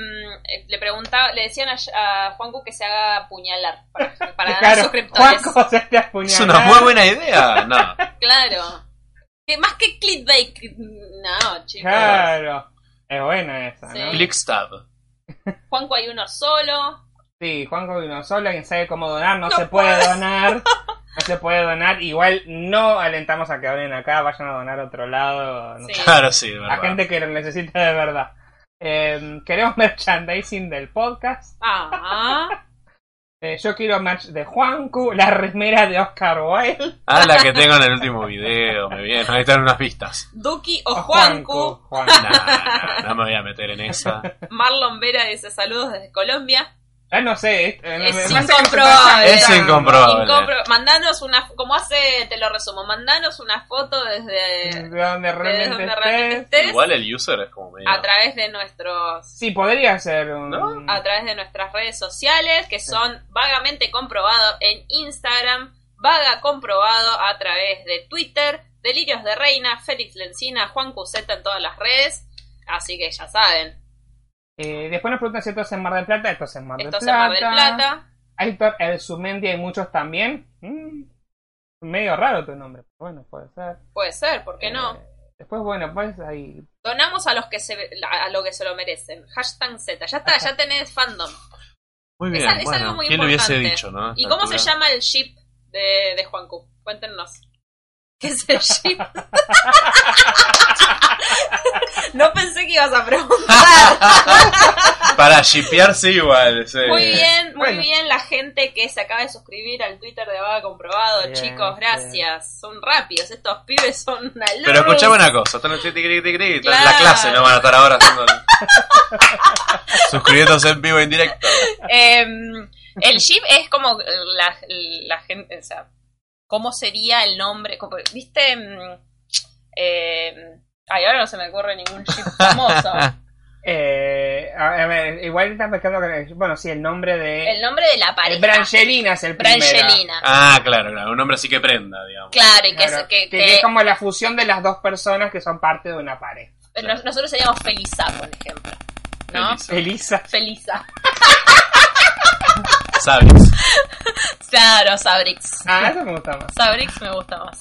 [SPEAKER 2] le preguntaba, le decían a, a Juancu que se haga apuñalar para, para ganar
[SPEAKER 1] Claro,
[SPEAKER 2] suscriptores.
[SPEAKER 1] Juanco se te
[SPEAKER 3] está.
[SPEAKER 1] apuñaló.
[SPEAKER 3] Es una muy buena idea. No,
[SPEAKER 2] Claro. Que más que clickbait. que- No, chicos.
[SPEAKER 1] Claro. Es buena esa, ¿no?
[SPEAKER 2] Sí.
[SPEAKER 3] Clickstab.
[SPEAKER 2] Juanco hay uno solo.
[SPEAKER 1] Sí, Juanco vino solo, quien sabe cómo donar, no,
[SPEAKER 2] No
[SPEAKER 1] se puede donar. No se puede donar. Igual no alentamos a que donen acá, vayan a donar a otro lado. no
[SPEAKER 2] Sí.
[SPEAKER 1] sé,
[SPEAKER 3] Claro, sí, de
[SPEAKER 1] a
[SPEAKER 3] verdad.
[SPEAKER 1] gente que lo necesita de verdad. Eh, queremos merchandising del podcast.
[SPEAKER 2] Ah,
[SPEAKER 1] Eh, yo quiero merch de Juancu, la remera de Oscar Wilde.
[SPEAKER 3] Ah, la que tengo en el último video, me viene. Ahí están unas vistas.
[SPEAKER 2] Duki o
[SPEAKER 1] O
[SPEAKER 2] Juancu.
[SPEAKER 1] Juancu.
[SPEAKER 3] Nah, nah, no me voy a meter en esa.
[SPEAKER 2] Marlon Vera dice saludos desde Colombia.
[SPEAKER 1] Ya no sé. eh, no
[SPEAKER 2] Es
[SPEAKER 1] me- me hace que se
[SPEAKER 2] incomprobable.
[SPEAKER 1] pasa
[SPEAKER 3] Es
[SPEAKER 1] tanto.
[SPEAKER 3] incomprobable.
[SPEAKER 2] Incompro- Mandanos una, como hace, te lo resumo, mandanos una foto desde,
[SPEAKER 1] De donde
[SPEAKER 2] desde
[SPEAKER 1] realmente
[SPEAKER 2] donde realmente
[SPEAKER 1] estés.
[SPEAKER 2] estés.
[SPEAKER 3] Igual eh, el user es como medio.
[SPEAKER 2] a través de nuestros
[SPEAKER 1] Sí, podría ser un...
[SPEAKER 3] ¿No?
[SPEAKER 2] a través de nuestras redes sociales que son vagamente comprobado en Instagram, vaga comprobado a través de Twitter, Delirios de Reina, Félix Lencina, Juan Cuseta en todas las redes, así que ya saben,
[SPEAKER 1] Eh, después nos preguntan si esto es en Mar del Plata. Esto es en Mar del
[SPEAKER 2] esto es en
[SPEAKER 1] Plata.
[SPEAKER 2] Mar del Plata,
[SPEAKER 1] Aitor El Sumendi, hay muchos también. Mm, medio raro tu nombre. pero Bueno, puede ser.
[SPEAKER 2] puede ser, ¿por qué no?
[SPEAKER 1] Eh, después, bueno, pues ahí.
[SPEAKER 2] Donamos a los que se a lo que se lo merecen. Hashtag Z, ya está, ya tenés fandom.
[SPEAKER 3] Muy bien,
[SPEAKER 2] es algo
[SPEAKER 3] bueno,
[SPEAKER 2] muy
[SPEAKER 3] ¿quién lo hubiese
[SPEAKER 2] importante.
[SPEAKER 3] dicho, no? A
[SPEAKER 2] ¿Y
[SPEAKER 3] esta
[SPEAKER 2] cómo se
[SPEAKER 3] altura.
[SPEAKER 2] llama el ship de, de Juancu? Cuéntenos. ¿Qué es el ship? no pensé que ibas a preguntar.
[SPEAKER 3] Para shipearse igual. sí.
[SPEAKER 2] Muy bien, muy
[SPEAKER 1] Eh, Bueno.
[SPEAKER 2] bien la gente que se acaba de suscribir al Twitter de Vaga Comprobado.
[SPEAKER 1] Bien,
[SPEAKER 2] Chicos,
[SPEAKER 1] bien.
[SPEAKER 2] gracias. Son rápidos, estos pibes son una luz.
[SPEAKER 3] Pero escuchame una cosa, están en tic, tic, tic, tic, tic, están en
[SPEAKER 2] Claro.
[SPEAKER 3] la clase, no van a estar ahora haciendo suscribiéndose en vivo en directo.
[SPEAKER 2] Eh, el ship es como la, la gente, o sea, ¿cómo sería el nombre? Como- ¿Viste? mm, eh, ay, ahora no se me ocurre ningún ship famoso.
[SPEAKER 1] Eh, a, a ver, igual estás mezclando con. el- Bueno, sí, el nombre de.
[SPEAKER 2] El nombre de la pareja.
[SPEAKER 1] el Brangelina es el primero.
[SPEAKER 2] Brangelina.
[SPEAKER 3] Ah, claro, claro, un hombre así que prenda, digamos.
[SPEAKER 2] Claro, y que,
[SPEAKER 1] Claro,
[SPEAKER 2] que-
[SPEAKER 1] que-
[SPEAKER 2] que-
[SPEAKER 1] que es como la fusión de las dos personas que son parte de una pared.
[SPEAKER 2] pero nos- nosotros seríamos Felisa, por ejemplo. ¿No?
[SPEAKER 3] Felisa.
[SPEAKER 1] Elisa.
[SPEAKER 2] Felisa.
[SPEAKER 3] ¿Sabes?
[SPEAKER 2] Claro, Sabrix.
[SPEAKER 1] Ah, eso me gusta más.
[SPEAKER 2] Sabrix me gusta más.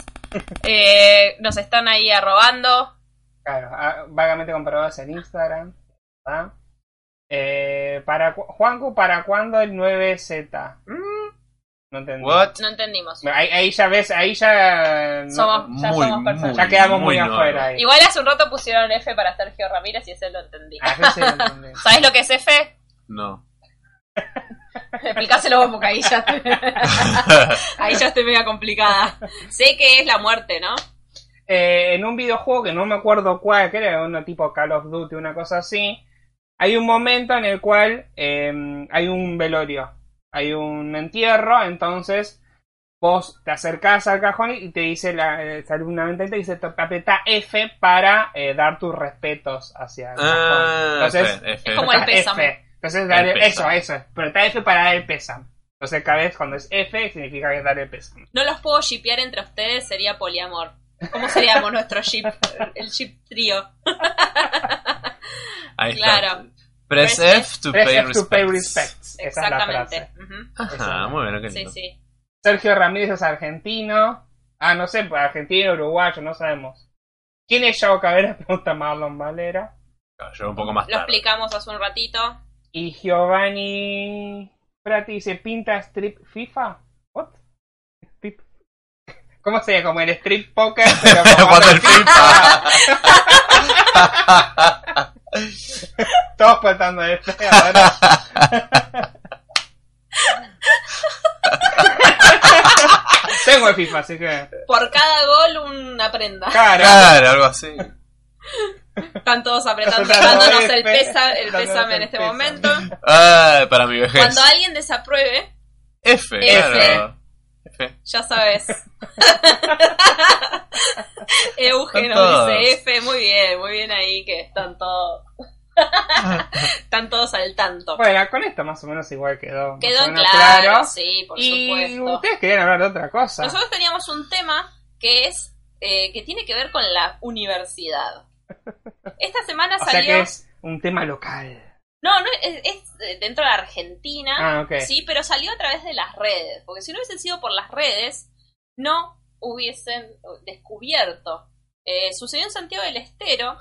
[SPEAKER 2] Eh, nos están ahí arrobando.
[SPEAKER 1] Claro, ah, vagamente comparados en Instagram. ¿verdad? Eh, para cu- Juanco, ¿para cuándo el 9Z? Mm, No entendí.
[SPEAKER 3] What?
[SPEAKER 2] No entendimos.
[SPEAKER 1] Ahí, ahí ya ves, ahí ya. no-
[SPEAKER 2] Somos, ya
[SPEAKER 3] Muy,
[SPEAKER 2] somos personas.
[SPEAKER 1] ya quedamos muy,
[SPEAKER 3] muy nuevo.
[SPEAKER 1] afuera ahí.
[SPEAKER 2] Igual hace un rato pusieron F para Sergio Ramírez y ese lo entendí.
[SPEAKER 1] Ah, eso sí lo entendí.
[SPEAKER 2] ¿Sabes lo que es F?
[SPEAKER 3] No.
[SPEAKER 2] Explicáselo vos, porque ahí ya,
[SPEAKER 3] Ah,
[SPEAKER 2] ahí ya estoy media complicada. Sé que es la muerte, ¿no?
[SPEAKER 1] Eh, en un videojuego que no me acuerdo cuál, que era uno tipo Call of Duty, una cosa así, hay un momento en el cual eh, hay un velorio, hay un entierro, entonces vos te acercás al cajón y te dice, la, eh, sale una ventanita y dice, apeta F para eh, dar tus respetos hacia el cajón.
[SPEAKER 3] Ah,
[SPEAKER 1] Entonces,
[SPEAKER 3] F, F.
[SPEAKER 2] es como el
[SPEAKER 1] Apretá
[SPEAKER 2] pésame.
[SPEAKER 1] F. Entonces, dale-
[SPEAKER 3] El
[SPEAKER 1] eso,
[SPEAKER 3] pésame.
[SPEAKER 1] eso, apretá F para dar el pésame. Entonces, cada vez cuando es F significa que es dar el pésame.
[SPEAKER 2] No los puedo shipear entre ustedes, sería poliamor. ¿Cómo seríamos nuestro ship? El ship trío.
[SPEAKER 3] Ahí
[SPEAKER 2] claro.
[SPEAKER 3] Press,
[SPEAKER 2] Press
[SPEAKER 3] F to
[SPEAKER 1] Press
[SPEAKER 3] pay
[SPEAKER 1] F to
[SPEAKER 3] respects.
[SPEAKER 1] pay respects. Esa es la
[SPEAKER 2] Exactamente.
[SPEAKER 1] frase.
[SPEAKER 2] Ujú.
[SPEAKER 3] Ajá, muy bien, qué
[SPEAKER 2] Sí,
[SPEAKER 3] lindo.
[SPEAKER 2] sí.
[SPEAKER 1] Sergio Ramírez es argentino. Ah, no sé, argentino, uruguayo, no sabemos. ¿Quién es Yao Cabrera? Pregunta Marlon Valera.
[SPEAKER 3] Claro, Yo un poco más
[SPEAKER 2] Lo
[SPEAKER 3] tarde.
[SPEAKER 2] explicamos hace un ratito.
[SPEAKER 1] Y Giovanni Prati dice, ¿pinta strip FIFA? ¿What? Strip. ¿Cómo sería? Como el strip poker, pero como
[SPEAKER 3] Cuando el
[SPEAKER 1] FIFA.
[SPEAKER 3] FIFA.
[SPEAKER 1] Todos faltando este, de fe ahora. Tengo el FIFA, así que.
[SPEAKER 2] Por cada gol, una prenda.
[SPEAKER 1] Claro.
[SPEAKER 3] claro, algo así.
[SPEAKER 2] Están todos apretando,
[SPEAKER 1] Nosotros
[SPEAKER 2] dándonos
[SPEAKER 1] no, espe-
[SPEAKER 2] el, pesa, el
[SPEAKER 1] dándonos
[SPEAKER 2] pésame en
[SPEAKER 1] el
[SPEAKER 2] este
[SPEAKER 1] pésame.
[SPEAKER 2] momento.
[SPEAKER 3] Ay, Ah, para mi vejez.
[SPEAKER 2] Cuando alguien desapruebe,
[SPEAKER 3] F,
[SPEAKER 2] F.
[SPEAKER 3] claro. F.
[SPEAKER 2] ya sabes. Euge
[SPEAKER 3] Están
[SPEAKER 2] nos
[SPEAKER 3] todos.
[SPEAKER 2] dice F, muy bien, muy bien ahí que están todos. están todos al tanto.
[SPEAKER 1] Bueno, con esto más o menos igual quedó. más
[SPEAKER 2] Quedó
[SPEAKER 1] o
[SPEAKER 2] en
[SPEAKER 1] menos
[SPEAKER 2] claro, sí, por
[SPEAKER 1] y
[SPEAKER 2] supuesto.
[SPEAKER 1] ustedes querían hablar de otra cosa.
[SPEAKER 2] Nosotros teníamos un tema que es eh, que tiene que ver con la universidad. Esta semana
[SPEAKER 1] o sea
[SPEAKER 2] salió.
[SPEAKER 1] que es un tema local.
[SPEAKER 2] No, no es, es, eh, dentro de Argentina.
[SPEAKER 1] Ah, ok.
[SPEAKER 2] Sí, pero salió a través de las redes. Porque si no hubiesen sido por las redes, no hubiesen descubierto. Eh, sucedió en Santiago del Estero,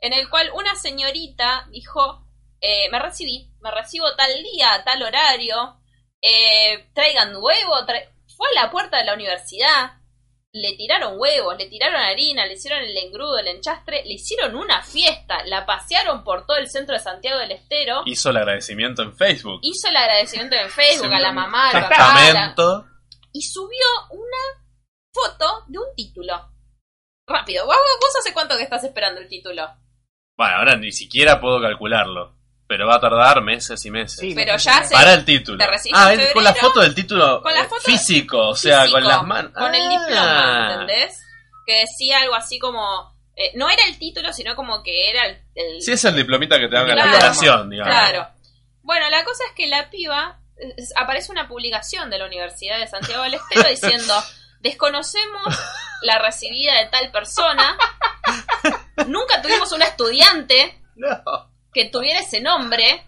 [SPEAKER 2] en el cual una señorita dijo: eh, Me recibí, me recibo tal día, tal horario, eh, traigan huevo. tra- Fue a la puerta de la universidad, le tiraron huevos, le tiraron harina, le hicieron el engrudo, el enchastre, le hicieron una fiesta, la pasearon por todo el centro de Santiago del Estero
[SPEAKER 3] Hizo el agradecimiento en Facebook.
[SPEAKER 2] hizo el agradecimiento en Facebook
[SPEAKER 3] Sí,
[SPEAKER 2] a la
[SPEAKER 3] un
[SPEAKER 2] mamá, al papá, a la-
[SPEAKER 3] Testamento.
[SPEAKER 2] y subió una foto de un título. Rápido, vos, vos hace cuánto que estás esperando el título,
[SPEAKER 3] Bueno, ahora ni siquiera puedo calcularlo. Pero va a tardar meses y meses.
[SPEAKER 1] Sí,
[SPEAKER 2] pero
[SPEAKER 1] no sé
[SPEAKER 2] ya
[SPEAKER 1] qué.
[SPEAKER 2] se-
[SPEAKER 3] Para el título.
[SPEAKER 2] Te recibiste
[SPEAKER 3] ah,
[SPEAKER 2] en
[SPEAKER 3] él- con la
[SPEAKER 2] febrero.
[SPEAKER 3] foto del título
[SPEAKER 2] Con la
[SPEAKER 3] eh,
[SPEAKER 2] foto
[SPEAKER 3] físico, o sea,
[SPEAKER 2] Físico,
[SPEAKER 3] con las manos.
[SPEAKER 2] con el
[SPEAKER 3] Ah.
[SPEAKER 2] diploma, ¿entendés? Que decía algo así como, eh, no era el título, sino como que era el, el-
[SPEAKER 3] Sí, es el diplomita que te dan en la
[SPEAKER 2] Claro.
[SPEAKER 3] graduación, digamos.
[SPEAKER 2] Claro. Bueno, la cosa es que la piba eh, es- aparece una publicación de la Universidad de Santiago del Estero diciendo desconocemos la recibida de tal persona. Nunca tuvimos una estudiante
[SPEAKER 3] No.
[SPEAKER 2] que tuviera ese nombre.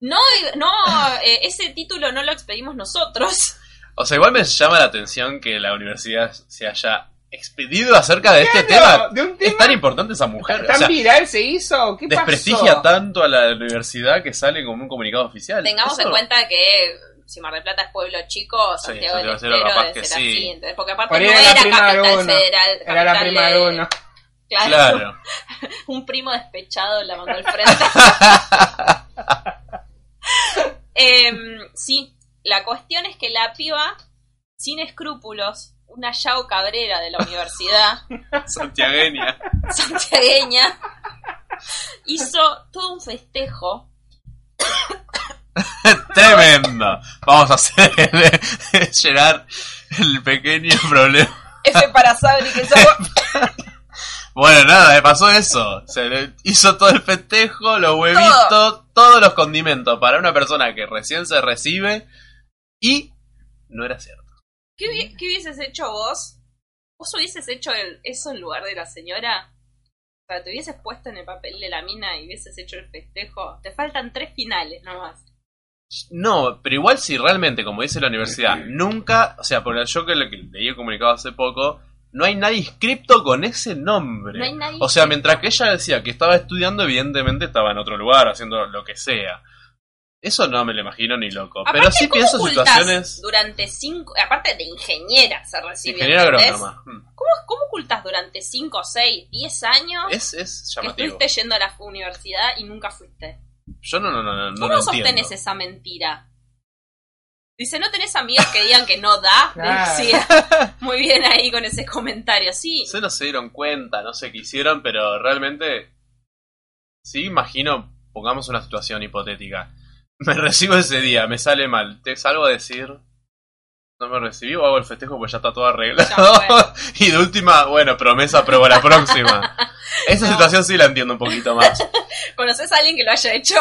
[SPEAKER 2] No, no, eh, ese título no lo expedimos nosotros.
[SPEAKER 3] O sea, igual me llama la atención que la universidad se haya expedido acerca de este
[SPEAKER 1] Claro,
[SPEAKER 3] tema.
[SPEAKER 1] De un
[SPEAKER 3] Es
[SPEAKER 1] tema
[SPEAKER 3] tan importante esa mujer.
[SPEAKER 1] tan
[SPEAKER 3] o sea,
[SPEAKER 1] viral se hizo. ¿Qué
[SPEAKER 3] desprestigia
[SPEAKER 1] pasó?
[SPEAKER 3] tanto a la universidad que sale como un comunicado oficial.
[SPEAKER 2] Tengamos
[SPEAKER 3] Eso-
[SPEAKER 2] en cuenta que si Mar del Plata es pueblo chico,
[SPEAKER 3] Sí,
[SPEAKER 2] Santiago del
[SPEAKER 3] Santiago del Estero
[SPEAKER 2] Estero
[SPEAKER 3] capaz
[SPEAKER 2] debe
[SPEAKER 3] que
[SPEAKER 2] ser así.
[SPEAKER 3] sí.
[SPEAKER 2] entonces, Porque
[SPEAKER 1] Por
[SPEAKER 2] aparte
[SPEAKER 1] ahí
[SPEAKER 2] no
[SPEAKER 1] era la
[SPEAKER 2] era
[SPEAKER 1] prima de
[SPEAKER 2] capital
[SPEAKER 1] uno,
[SPEAKER 2] federal.
[SPEAKER 1] Era la
[SPEAKER 2] capital
[SPEAKER 1] prima
[SPEAKER 2] de-
[SPEAKER 1] de uno.
[SPEAKER 2] Claro.
[SPEAKER 3] Claro.
[SPEAKER 2] un primo despechado la mandó al frente. Em, sí, la cuestión es que la piba, sin escrúpulos, una Yao Cabrera de la universidad,
[SPEAKER 3] Santiagueña.
[SPEAKER 2] santiagueña, hizo todo un festejo.
[SPEAKER 3] Tremendo. Vamos a hacer llegar el pequeño problema.
[SPEAKER 2] F para Sabri, que somos-
[SPEAKER 3] Bueno, nada, me pasó eso. Se le hizo todo el festejo, los huevitos, todos los condimentos para una persona que recién se recibe y no era cierto.
[SPEAKER 2] ¿Qué, hubie- qué hubieses hecho vos? ¿Vos hubieses hecho el- eso en lugar de la señora? O sea, te hubieses puesto en el papel de la mina y hubieses hecho el festejo. Te faltan tres finales nomás.
[SPEAKER 3] No, pero igual si realmente, como dice la universidad, nunca, o sea, por el yo que le- que leí el comunicado hace poco, no hay nadie inscripto con ese nombre.
[SPEAKER 2] No hay nadie
[SPEAKER 3] o sea, mientras que ella decía que estaba estudiando, evidentemente estaba en otro lugar haciendo lo que sea. Eso no me lo imagino ni loco.
[SPEAKER 2] Aparte,
[SPEAKER 3] Pero sí
[SPEAKER 2] ¿cómo
[SPEAKER 3] pienso
[SPEAKER 2] ocultás
[SPEAKER 3] situaciones.
[SPEAKER 2] Durante cinco. Aparte de ingeniera se recibe.
[SPEAKER 3] Ingeniera agrónoma. Mm.
[SPEAKER 2] ¿Cómo, ¿Cómo ocultas durante 5, 6, 10 años
[SPEAKER 3] Es, es
[SPEAKER 2] que
[SPEAKER 3] llamativo.
[SPEAKER 2] estuviste yendo a la universidad y nunca fuiste?
[SPEAKER 3] Yo no, no, no, no, no
[SPEAKER 2] ¿Cómo
[SPEAKER 3] lo
[SPEAKER 2] sostenés
[SPEAKER 3] entiendo.
[SPEAKER 2] esa mentira? Dice, ¿no tenés amigas que digan que no da?
[SPEAKER 1] Claro.
[SPEAKER 2] Decía. Muy bien ahí con ese comentario. Sí,
[SPEAKER 3] Se no se dieron cuenta, no sé qué hicieron, pero realmente. Sí, imagino, pongamos una situación hipotética. Me recibo ese día, me sale mal. Te salgo a decir. No me recibí o hago el festejo porque ya está todo arreglado.
[SPEAKER 2] Ya
[SPEAKER 3] y de última, bueno, promesa, prueba la próxima. Esa
[SPEAKER 2] No.
[SPEAKER 3] situación sí la entiendo un poquito más.
[SPEAKER 2] ¿conoces a alguien que lo haya hecho?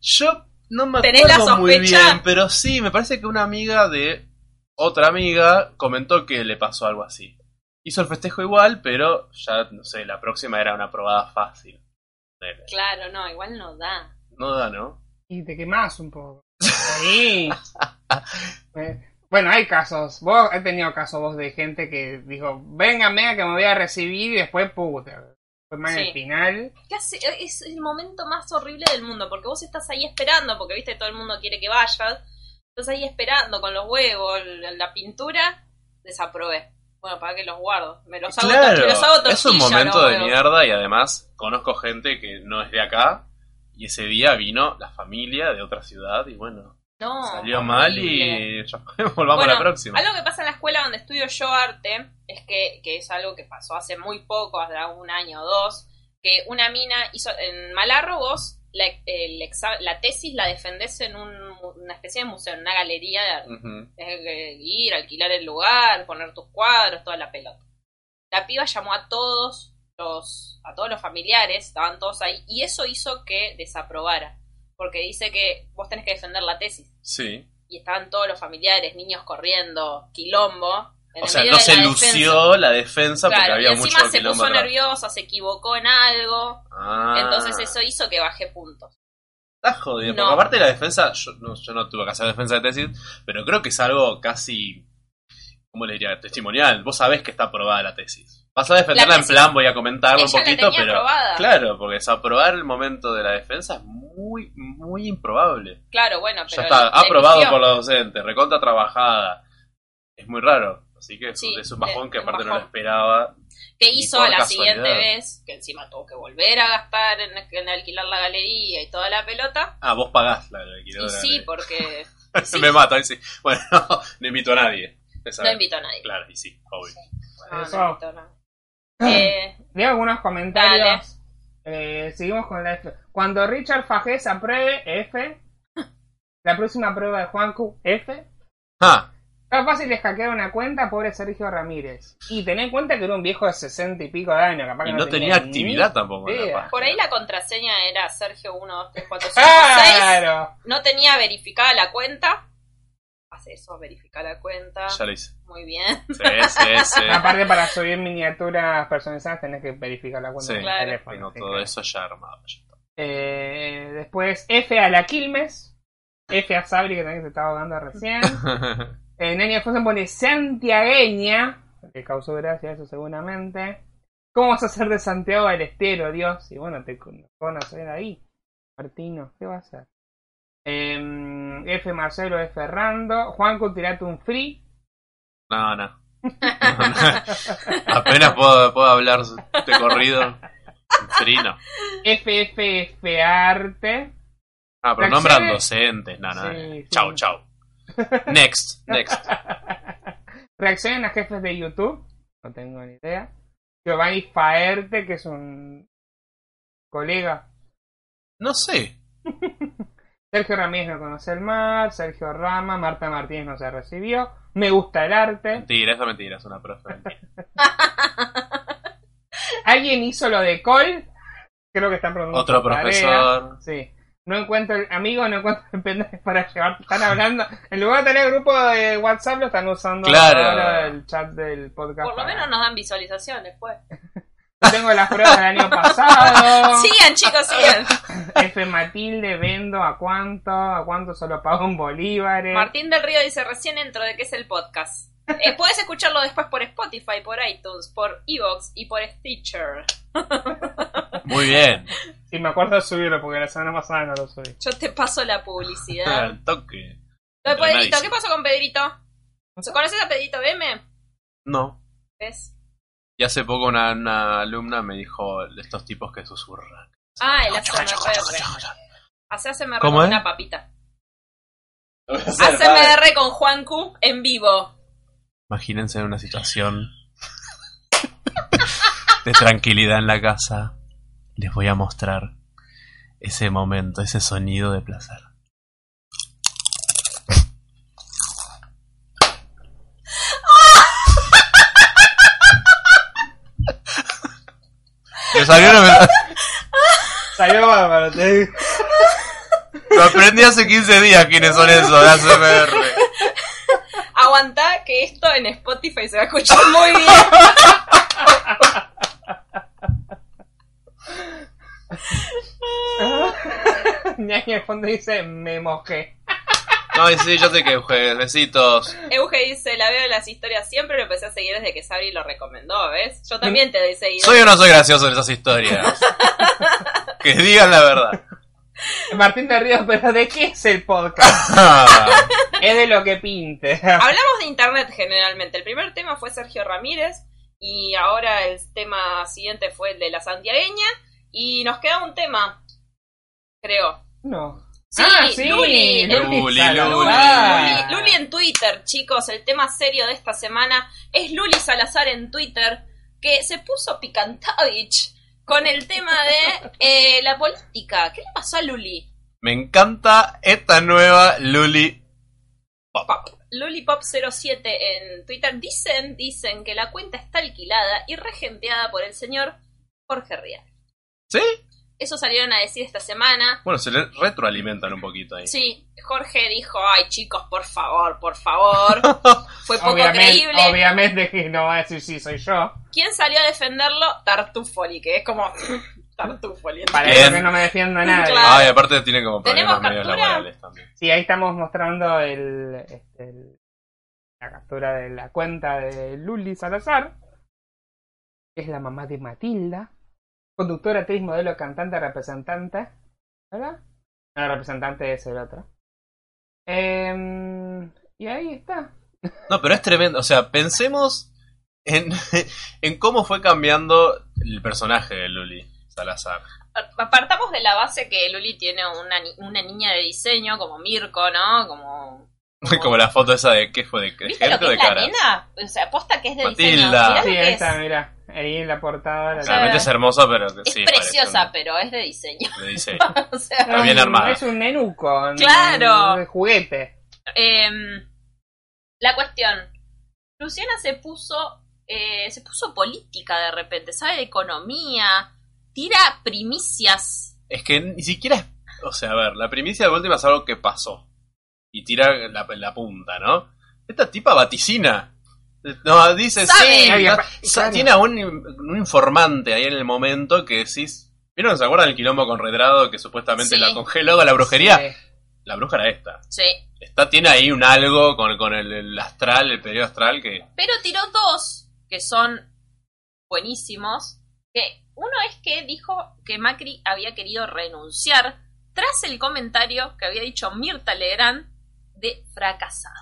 [SPEAKER 3] Yo no me
[SPEAKER 2] ¿Tenés la
[SPEAKER 3] acuerdo muy
[SPEAKER 2] sospecha?
[SPEAKER 3] bien, pero sí, me parece que una amiga de otra amiga comentó que le pasó algo así. Hizo el festejo igual, pero ya, no sé, la próxima era una probada fácil.
[SPEAKER 2] Claro, no, igual no da.
[SPEAKER 3] No da, ¿no?
[SPEAKER 1] Y te quemás un poco. Ahí. Eh, bueno, hay casos. Vos, he tenido casos vos de gente que dijo, venga, mega que me voy a recibir y después puta. Fue más en
[SPEAKER 2] Sí.
[SPEAKER 1] el final.
[SPEAKER 2] ¿Qué hace? Es el momento más horrible del mundo, porque vos estás ahí esperando, porque viste, todo el mundo quiere que vayas. Estás ahí esperando con los huevos, la la pintura, desaprobé. Bueno, para que los guardo. Me los hago,
[SPEAKER 3] claro,
[SPEAKER 2] to- me los hago
[SPEAKER 3] es un
[SPEAKER 2] tortilla,
[SPEAKER 3] momento
[SPEAKER 2] los
[SPEAKER 3] de
[SPEAKER 2] huevos.
[SPEAKER 3] mierda y además conozco gente que no es de acá y ese día vino la familia de otra ciudad y bueno,
[SPEAKER 2] No,
[SPEAKER 3] salió mal
[SPEAKER 2] horrible.
[SPEAKER 3] y ya fue, volvamos a la
[SPEAKER 2] Ah, Bueno,
[SPEAKER 3] próxima.
[SPEAKER 2] Algo que pasa en la escuela donde estudio yo arte, es que, que es algo que pasó hace muy poco, hace un año o dos, que una mina hizo, en Malarro vos la, el exa- la tesis la defendés en un mu- una especie de museo, en una galería de arte.
[SPEAKER 3] Ujú.
[SPEAKER 2] Tenés que ir, alquilar el lugar, poner tus cuadros, toda la pelota. La piba llamó a todos los, a todos los familiares, estaban todos ahí, y eso hizo que desaprobara, porque dice que vos tenés que defender la tesis
[SPEAKER 3] Sí.
[SPEAKER 2] y estaban todos los familiares, niños corriendo, quilombo. en
[SPEAKER 3] O
[SPEAKER 2] el
[SPEAKER 3] sea,
[SPEAKER 2] medio
[SPEAKER 3] no
[SPEAKER 2] de
[SPEAKER 3] se
[SPEAKER 2] la defensa.
[SPEAKER 3] lució la defensa porque
[SPEAKER 2] Claro,
[SPEAKER 3] había
[SPEAKER 2] y
[SPEAKER 3] mucho
[SPEAKER 2] encima se
[SPEAKER 3] quilombo
[SPEAKER 2] puso
[SPEAKER 3] atrás.
[SPEAKER 2] nerviosa, se equivocó en algo,
[SPEAKER 3] Ah,
[SPEAKER 2] entonces eso hizo que bajé puntos.
[SPEAKER 3] Está jodido.
[SPEAKER 2] No.
[SPEAKER 3] Porque aparte de la defensa, yo no, yo no tuve que hacer defensa de tesis, pero creo que es algo casi, ¿cómo le diría? Testimonial. Vos sabés que está aprobada la tesis. Vas a defenderla
[SPEAKER 2] La
[SPEAKER 3] en
[SPEAKER 2] tesis-
[SPEAKER 3] plan, voy a comentarla un
[SPEAKER 2] Ella la
[SPEAKER 3] poquito,
[SPEAKER 2] tenía
[SPEAKER 3] pero...
[SPEAKER 2] aprobada.
[SPEAKER 3] Claro, porque desaprobar el momento de la defensa es muy, muy improbable.
[SPEAKER 2] Claro, bueno, Ah, pero
[SPEAKER 3] ya está,
[SPEAKER 2] le- le
[SPEAKER 3] aprobado
[SPEAKER 2] eligió.
[SPEAKER 3] por los docentes, recontra trabajada. Es muy raro. Así que es,
[SPEAKER 2] Sí,
[SPEAKER 3] un- es un bajón
[SPEAKER 2] es
[SPEAKER 3] que
[SPEAKER 2] un
[SPEAKER 3] aparte no lo
[SPEAKER 2] bajón.
[SPEAKER 3] esperaba.
[SPEAKER 2] que
[SPEAKER 3] y
[SPEAKER 2] hizo
[SPEAKER 3] por
[SPEAKER 2] la
[SPEAKER 3] casualidad.
[SPEAKER 2] siguiente vez, que encima tuvo que volver a gastar en, en alquilar la galería y toda la pelota.
[SPEAKER 3] Ah, vos pagás la, la
[SPEAKER 2] Y sí, porque sí.
[SPEAKER 3] Me mata, y sí. Bueno, no invito a nadie. Ya
[SPEAKER 2] no
[SPEAKER 3] sabes.
[SPEAKER 2] invito a nadie.
[SPEAKER 3] Claro, y sí, obvio.
[SPEAKER 2] No,
[SPEAKER 1] Eso.
[SPEAKER 2] no invito a nadie. Eh,
[SPEAKER 1] Leo algunos comentarios. Eh, seguimos con la F. Cuando Richard Fajés apruebe, F. La próxima prueba de Juancu, F.
[SPEAKER 3] Ah,
[SPEAKER 1] Tan fácil es hackear una cuenta, pobre Sergio Ramírez. Y ten en cuenta que era un viejo de sesenta y pico de años, capaz que
[SPEAKER 3] y no tenía
[SPEAKER 1] ni
[SPEAKER 3] actividad tampoco. en la
[SPEAKER 1] idea.
[SPEAKER 3] página.
[SPEAKER 2] por ahí la contraseña era Sergio 1, 2, 3, 4, 5,
[SPEAKER 1] Ah.
[SPEAKER 2] 6.
[SPEAKER 1] ¡Claro!
[SPEAKER 2] no tenía verificada la cuenta. Hace eso, verifica la cuenta.
[SPEAKER 3] Ya lo hice.
[SPEAKER 2] Muy bien.
[SPEAKER 3] Sí, sí, sí.
[SPEAKER 1] Aparte, para subir miniaturas personalizadas tenés que verificar la cuenta
[SPEAKER 3] Sí,
[SPEAKER 1] del
[SPEAKER 2] claro.
[SPEAKER 1] teléfono.
[SPEAKER 3] Tengo
[SPEAKER 1] así
[SPEAKER 3] todo
[SPEAKER 1] que-
[SPEAKER 3] eso ya armado. ya está.
[SPEAKER 1] Eh, después, F a la Quilmes. F a Sabri, que también se estaba ahogando recién. Eh, Nania Fosen pone santiagueña. Le causó gracia eso seguramente. ¿Cómo vas a ser de Santiago del Estero, Dios? Y bueno, te con- conocer ahí. Martino, ¿qué va a hacer? Em, F. Marcelo, F. Rando. Juanco, tirate un free.
[SPEAKER 3] No, no. Apenas puedo, puedo hablar de corrido. Trino.
[SPEAKER 1] F, F, F, Arte.
[SPEAKER 3] Ah,
[SPEAKER 1] La
[SPEAKER 3] pero nombran
[SPEAKER 1] acción es-
[SPEAKER 3] docentes. Ah, No, no.
[SPEAKER 1] Sí, sí.
[SPEAKER 3] Chau, chau. Next, next.
[SPEAKER 1] Reaccionen a jefes de YouTube. No tengo ni idea. Giovanni Faerte, que es un colega
[SPEAKER 3] No sé.
[SPEAKER 1] Sergio Ramírez no conoce el mar, Sergio Rama, Marta Martínez no se recibió, me gusta el arte,
[SPEAKER 3] Mentira, eso es mentira, es una profe. mentira.
[SPEAKER 1] alguien hizo lo de Col, creo que están preguntando.
[SPEAKER 3] Otro
[SPEAKER 1] por tarea.
[SPEAKER 3] profesor.
[SPEAKER 1] Sí. No encuentro el amigo, no encuentro el pendiente para llevar. Están hablando. En lugar de tener el grupo de WhatsApp, lo están usando
[SPEAKER 3] Claro.
[SPEAKER 1] ahora el chat del podcast.
[SPEAKER 2] Por lo
[SPEAKER 1] para-
[SPEAKER 2] menos nos dan visualizaciones, pues.
[SPEAKER 1] Yo Tengo las pruebas del año pasado.
[SPEAKER 2] Sigan, chicos, sigan.
[SPEAKER 1] F. Matilde, vendo a cuánto, a cuánto solo pago en bolívares.
[SPEAKER 2] Martín del Río dice recién entro de qué es el podcast. Eh, puedes escucharlo después por Spotify, por iTunes, por Evox y por Stitcher.
[SPEAKER 3] Muy bien.
[SPEAKER 1] Sí, me acuerdo de subirlo porque la semana pasada no lo subí.
[SPEAKER 2] Yo te paso la publicidad.
[SPEAKER 3] Al toque.
[SPEAKER 2] Lo de Pedrito,
[SPEAKER 3] Entrenadísimo.
[SPEAKER 2] ¿qué pasó con Pedrito? ¿Conoces a Pedrito BM?
[SPEAKER 3] No.
[SPEAKER 2] ¿Ves?
[SPEAKER 3] Y hace poco una, una alumna me dijo de estos tipos que susurran.
[SPEAKER 2] Ah, el ACMR. Hace ACMR
[SPEAKER 3] ¿Cómo
[SPEAKER 2] con
[SPEAKER 3] es?
[SPEAKER 2] una papita.
[SPEAKER 3] Imagínense
[SPEAKER 2] ACMR con Juan Q en vivo.
[SPEAKER 3] Imagínense una situación de tranquilidad en la casa. Les voy a mostrar ese momento, ese sonido de placer. Me salió una-
[SPEAKER 1] Salió bárbaro, te digo.
[SPEAKER 3] Lo aprendí hace 15 días quiénes son esos de ASMR.
[SPEAKER 2] Aguantá que esto en Spotify se va a escuchar muy bien.
[SPEAKER 1] Ni ahí en el fondo dice, me mojé.
[SPEAKER 3] No, y sí, yo te quejé. Besitos.
[SPEAKER 2] Euge dice, la veo en las historias siempre, lo empecé a seguir desde que Sabri lo recomendó, ¿ves? Yo también te he seguido.
[SPEAKER 3] ¿Soy o no soy gracioso en esas historias? que digan la verdad.
[SPEAKER 1] Martín de Ríos, pero ¿de qué es el podcast? Es de lo que pinte.
[SPEAKER 2] Hablamos de internet generalmente. El primer tema fue Sergio Ramírez y ahora el tema siguiente fue el de la santiagueña y nos queda un tema, creo.
[SPEAKER 1] No. Ah,
[SPEAKER 2] Sí, Luli,
[SPEAKER 3] Luli,
[SPEAKER 1] Salazar.
[SPEAKER 3] Luli,
[SPEAKER 1] Ah.
[SPEAKER 2] Luli, Luli en Twitter, chicos, el tema serio de esta semana es Luli Salazar en Twitter que se puso picantavich con el tema de eh, la política. ¿Qué le pasó a Luli?
[SPEAKER 3] Me encanta esta nueva Luli.
[SPEAKER 2] Lulipop07 en Twitter dicen, dicen que la cuenta está alquilada y regenteada por el señor Jorge Rial.
[SPEAKER 3] ¿Sí?
[SPEAKER 2] Eso salieron a decir esta semana.
[SPEAKER 3] Bueno, se le retroalimentan un poquito ahí.
[SPEAKER 2] Sí, Jorge dijo, ay chicos, por favor, por favor. Fue poco
[SPEAKER 1] Obviamente,
[SPEAKER 2] creíble.
[SPEAKER 1] obviamente que no va a decir sí, soy yo.
[SPEAKER 2] ¿Quién salió a defenderlo? Tartufoli, que es como Tartufoli.
[SPEAKER 1] Para
[SPEAKER 3] Bien.
[SPEAKER 1] eso que no me defienda nadie.
[SPEAKER 2] Claro.
[SPEAKER 3] Ay, aparte tiene como problemas
[SPEAKER 2] ¿Tenemos
[SPEAKER 3] medios
[SPEAKER 2] captura?
[SPEAKER 3] laborales también.
[SPEAKER 1] Sí, ahí estamos mostrando el, este, el- la captura de la cuenta de Luli Salazar, que es la mamá de Matilda, conductora, actriz, modelo, cantante, representante. ¿Verdad? No, representante es el otro. Em, y ahí está.
[SPEAKER 3] No, pero es tremendo. O sea, pensemos en, en cómo fue cambiando el personaje de Luli Salazar.
[SPEAKER 2] Apartamos de la base que Luli tiene una, ni- una niña de diseño, como Mirko, ¿no? Como...
[SPEAKER 3] Como la foto esa de qué fue, de, de
[SPEAKER 2] ¿Viste lo
[SPEAKER 3] gente
[SPEAKER 2] que
[SPEAKER 3] o de
[SPEAKER 2] es la
[SPEAKER 3] cara.
[SPEAKER 2] nena? O sea, aposta que es de diseño.
[SPEAKER 3] Matilda.
[SPEAKER 2] Mirá lo
[SPEAKER 1] Ah, Sí,
[SPEAKER 2] que
[SPEAKER 1] ahí
[SPEAKER 2] es.
[SPEAKER 1] está, mira. Ahí en la portada. la-
[SPEAKER 2] Claro.
[SPEAKER 3] Realmente es hermosa, pero que
[SPEAKER 2] Es
[SPEAKER 3] sí.
[SPEAKER 2] preciosa,
[SPEAKER 3] parece
[SPEAKER 2] pero es de diseño.
[SPEAKER 3] un- le dice,
[SPEAKER 2] o sea,
[SPEAKER 3] Está bien
[SPEAKER 1] Es un-
[SPEAKER 3] armada.
[SPEAKER 1] Es un nenuco. un-
[SPEAKER 2] Claro.
[SPEAKER 1] De juguete.
[SPEAKER 2] em, la cuestión. Luciana se puso, eh, se puso política de repente, sabe de economía, tira primicias.
[SPEAKER 3] Es que ni siquiera es. O sea, a ver, la primicia de última es algo que pasó. Y tira la, la punta, ¿no? Esta tipa vaticina. No, dice,
[SPEAKER 2] Sabe.
[SPEAKER 3] sí.
[SPEAKER 1] Ay,
[SPEAKER 3] no-
[SPEAKER 1] apa-
[SPEAKER 3] sa-
[SPEAKER 1] claro.
[SPEAKER 3] Tiene a un, un informante ahí en el momento que decís. ¿Vieron? ¿Se acuerdan del quilombo con Redrado que supuestamente
[SPEAKER 2] Sí.
[SPEAKER 3] la congeló a la brujería?
[SPEAKER 1] Sí.
[SPEAKER 3] La bruja era esta.
[SPEAKER 2] Sí.
[SPEAKER 3] Esta tiene ahí un algo con, con el, el astral, el periodo astral que.
[SPEAKER 2] Pero tiró dos que son buenísimos. Que uno es que dijo que Macri había querido renunciar tras el comentario que había dicho Mirta Legrand de fracasado.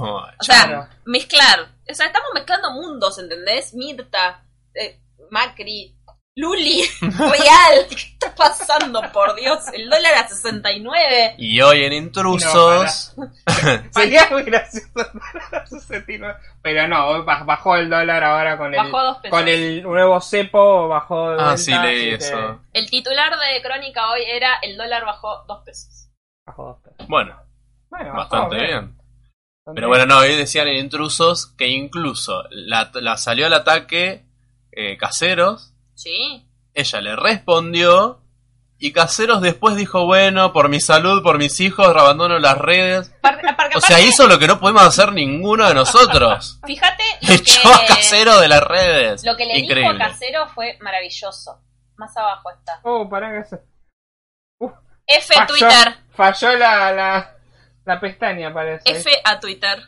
[SPEAKER 2] O sea,
[SPEAKER 1] Claro.
[SPEAKER 2] mezclar. O sea, estamos mezclando mundos, ¿entendés? Mirta, eh, Macri, Luli, Real. ¿Qué está pasando, por Dios? El dólar a 69.
[SPEAKER 3] y hoy en Intrusos.
[SPEAKER 1] Sería muy gracioso para los asesinos. Pero no, hoy baj- bajó el dólar ahora con el,
[SPEAKER 2] Bajó dos pesos.
[SPEAKER 1] con el nuevo cepo, bajó de
[SPEAKER 3] ah,
[SPEAKER 1] vuelta,
[SPEAKER 3] sí, leí
[SPEAKER 1] así que
[SPEAKER 3] eso.
[SPEAKER 2] El titular de Crónica hoy era el dólar bajó dos pesos.
[SPEAKER 1] bajó dos pesos.
[SPEAKER 3] Bueno,
[SPEAKER 1] Bueno, bajó,
[SPEAKER 3] bastante
[SPEAKER 1] bien.
[SPEAKER 3] bien.
[SPEAKER 1] Bastante
[SPEAKER 3] Pero bueno, no, hoy decían en intrusos que incluso la, la salió al ataque eh, Caseros,
[SPEAKER 2] Sí.
[SPEAKER 3] ella le respondió y Caseros después dijo, bueno, por mi salud, por mis hijos, abandono las redes.
[SPEAKER 2] Par- porque
[SPEAKER 3] O sea,
[SPEAKER 2] aparte,
[SPEAKER 3] hizo lo que no pudimos hacer ninguno de nosotros.
[SPEAKER 2] Fíjate lo
[SPEAKER 3] Echó a
[SPEAKER 2] que,
[SPEAKER 3] Casero de las redes.
[SPEAKER 2] lo que le dijo
[SPEAKER 3] Increíble.
[SPEAKER 2] a Casero fue maravilloso. Más abajo está.
[SPEAKER 1] Oh, pará que se-
[SPEAKER 2] F
[SPEAKER 1] Ah, falló,
[SPEAKER 2] Twitter.
[SPEAKER 1] falló la, la, la pestaña, parece.
[SPEAKER 2] F a Twitter.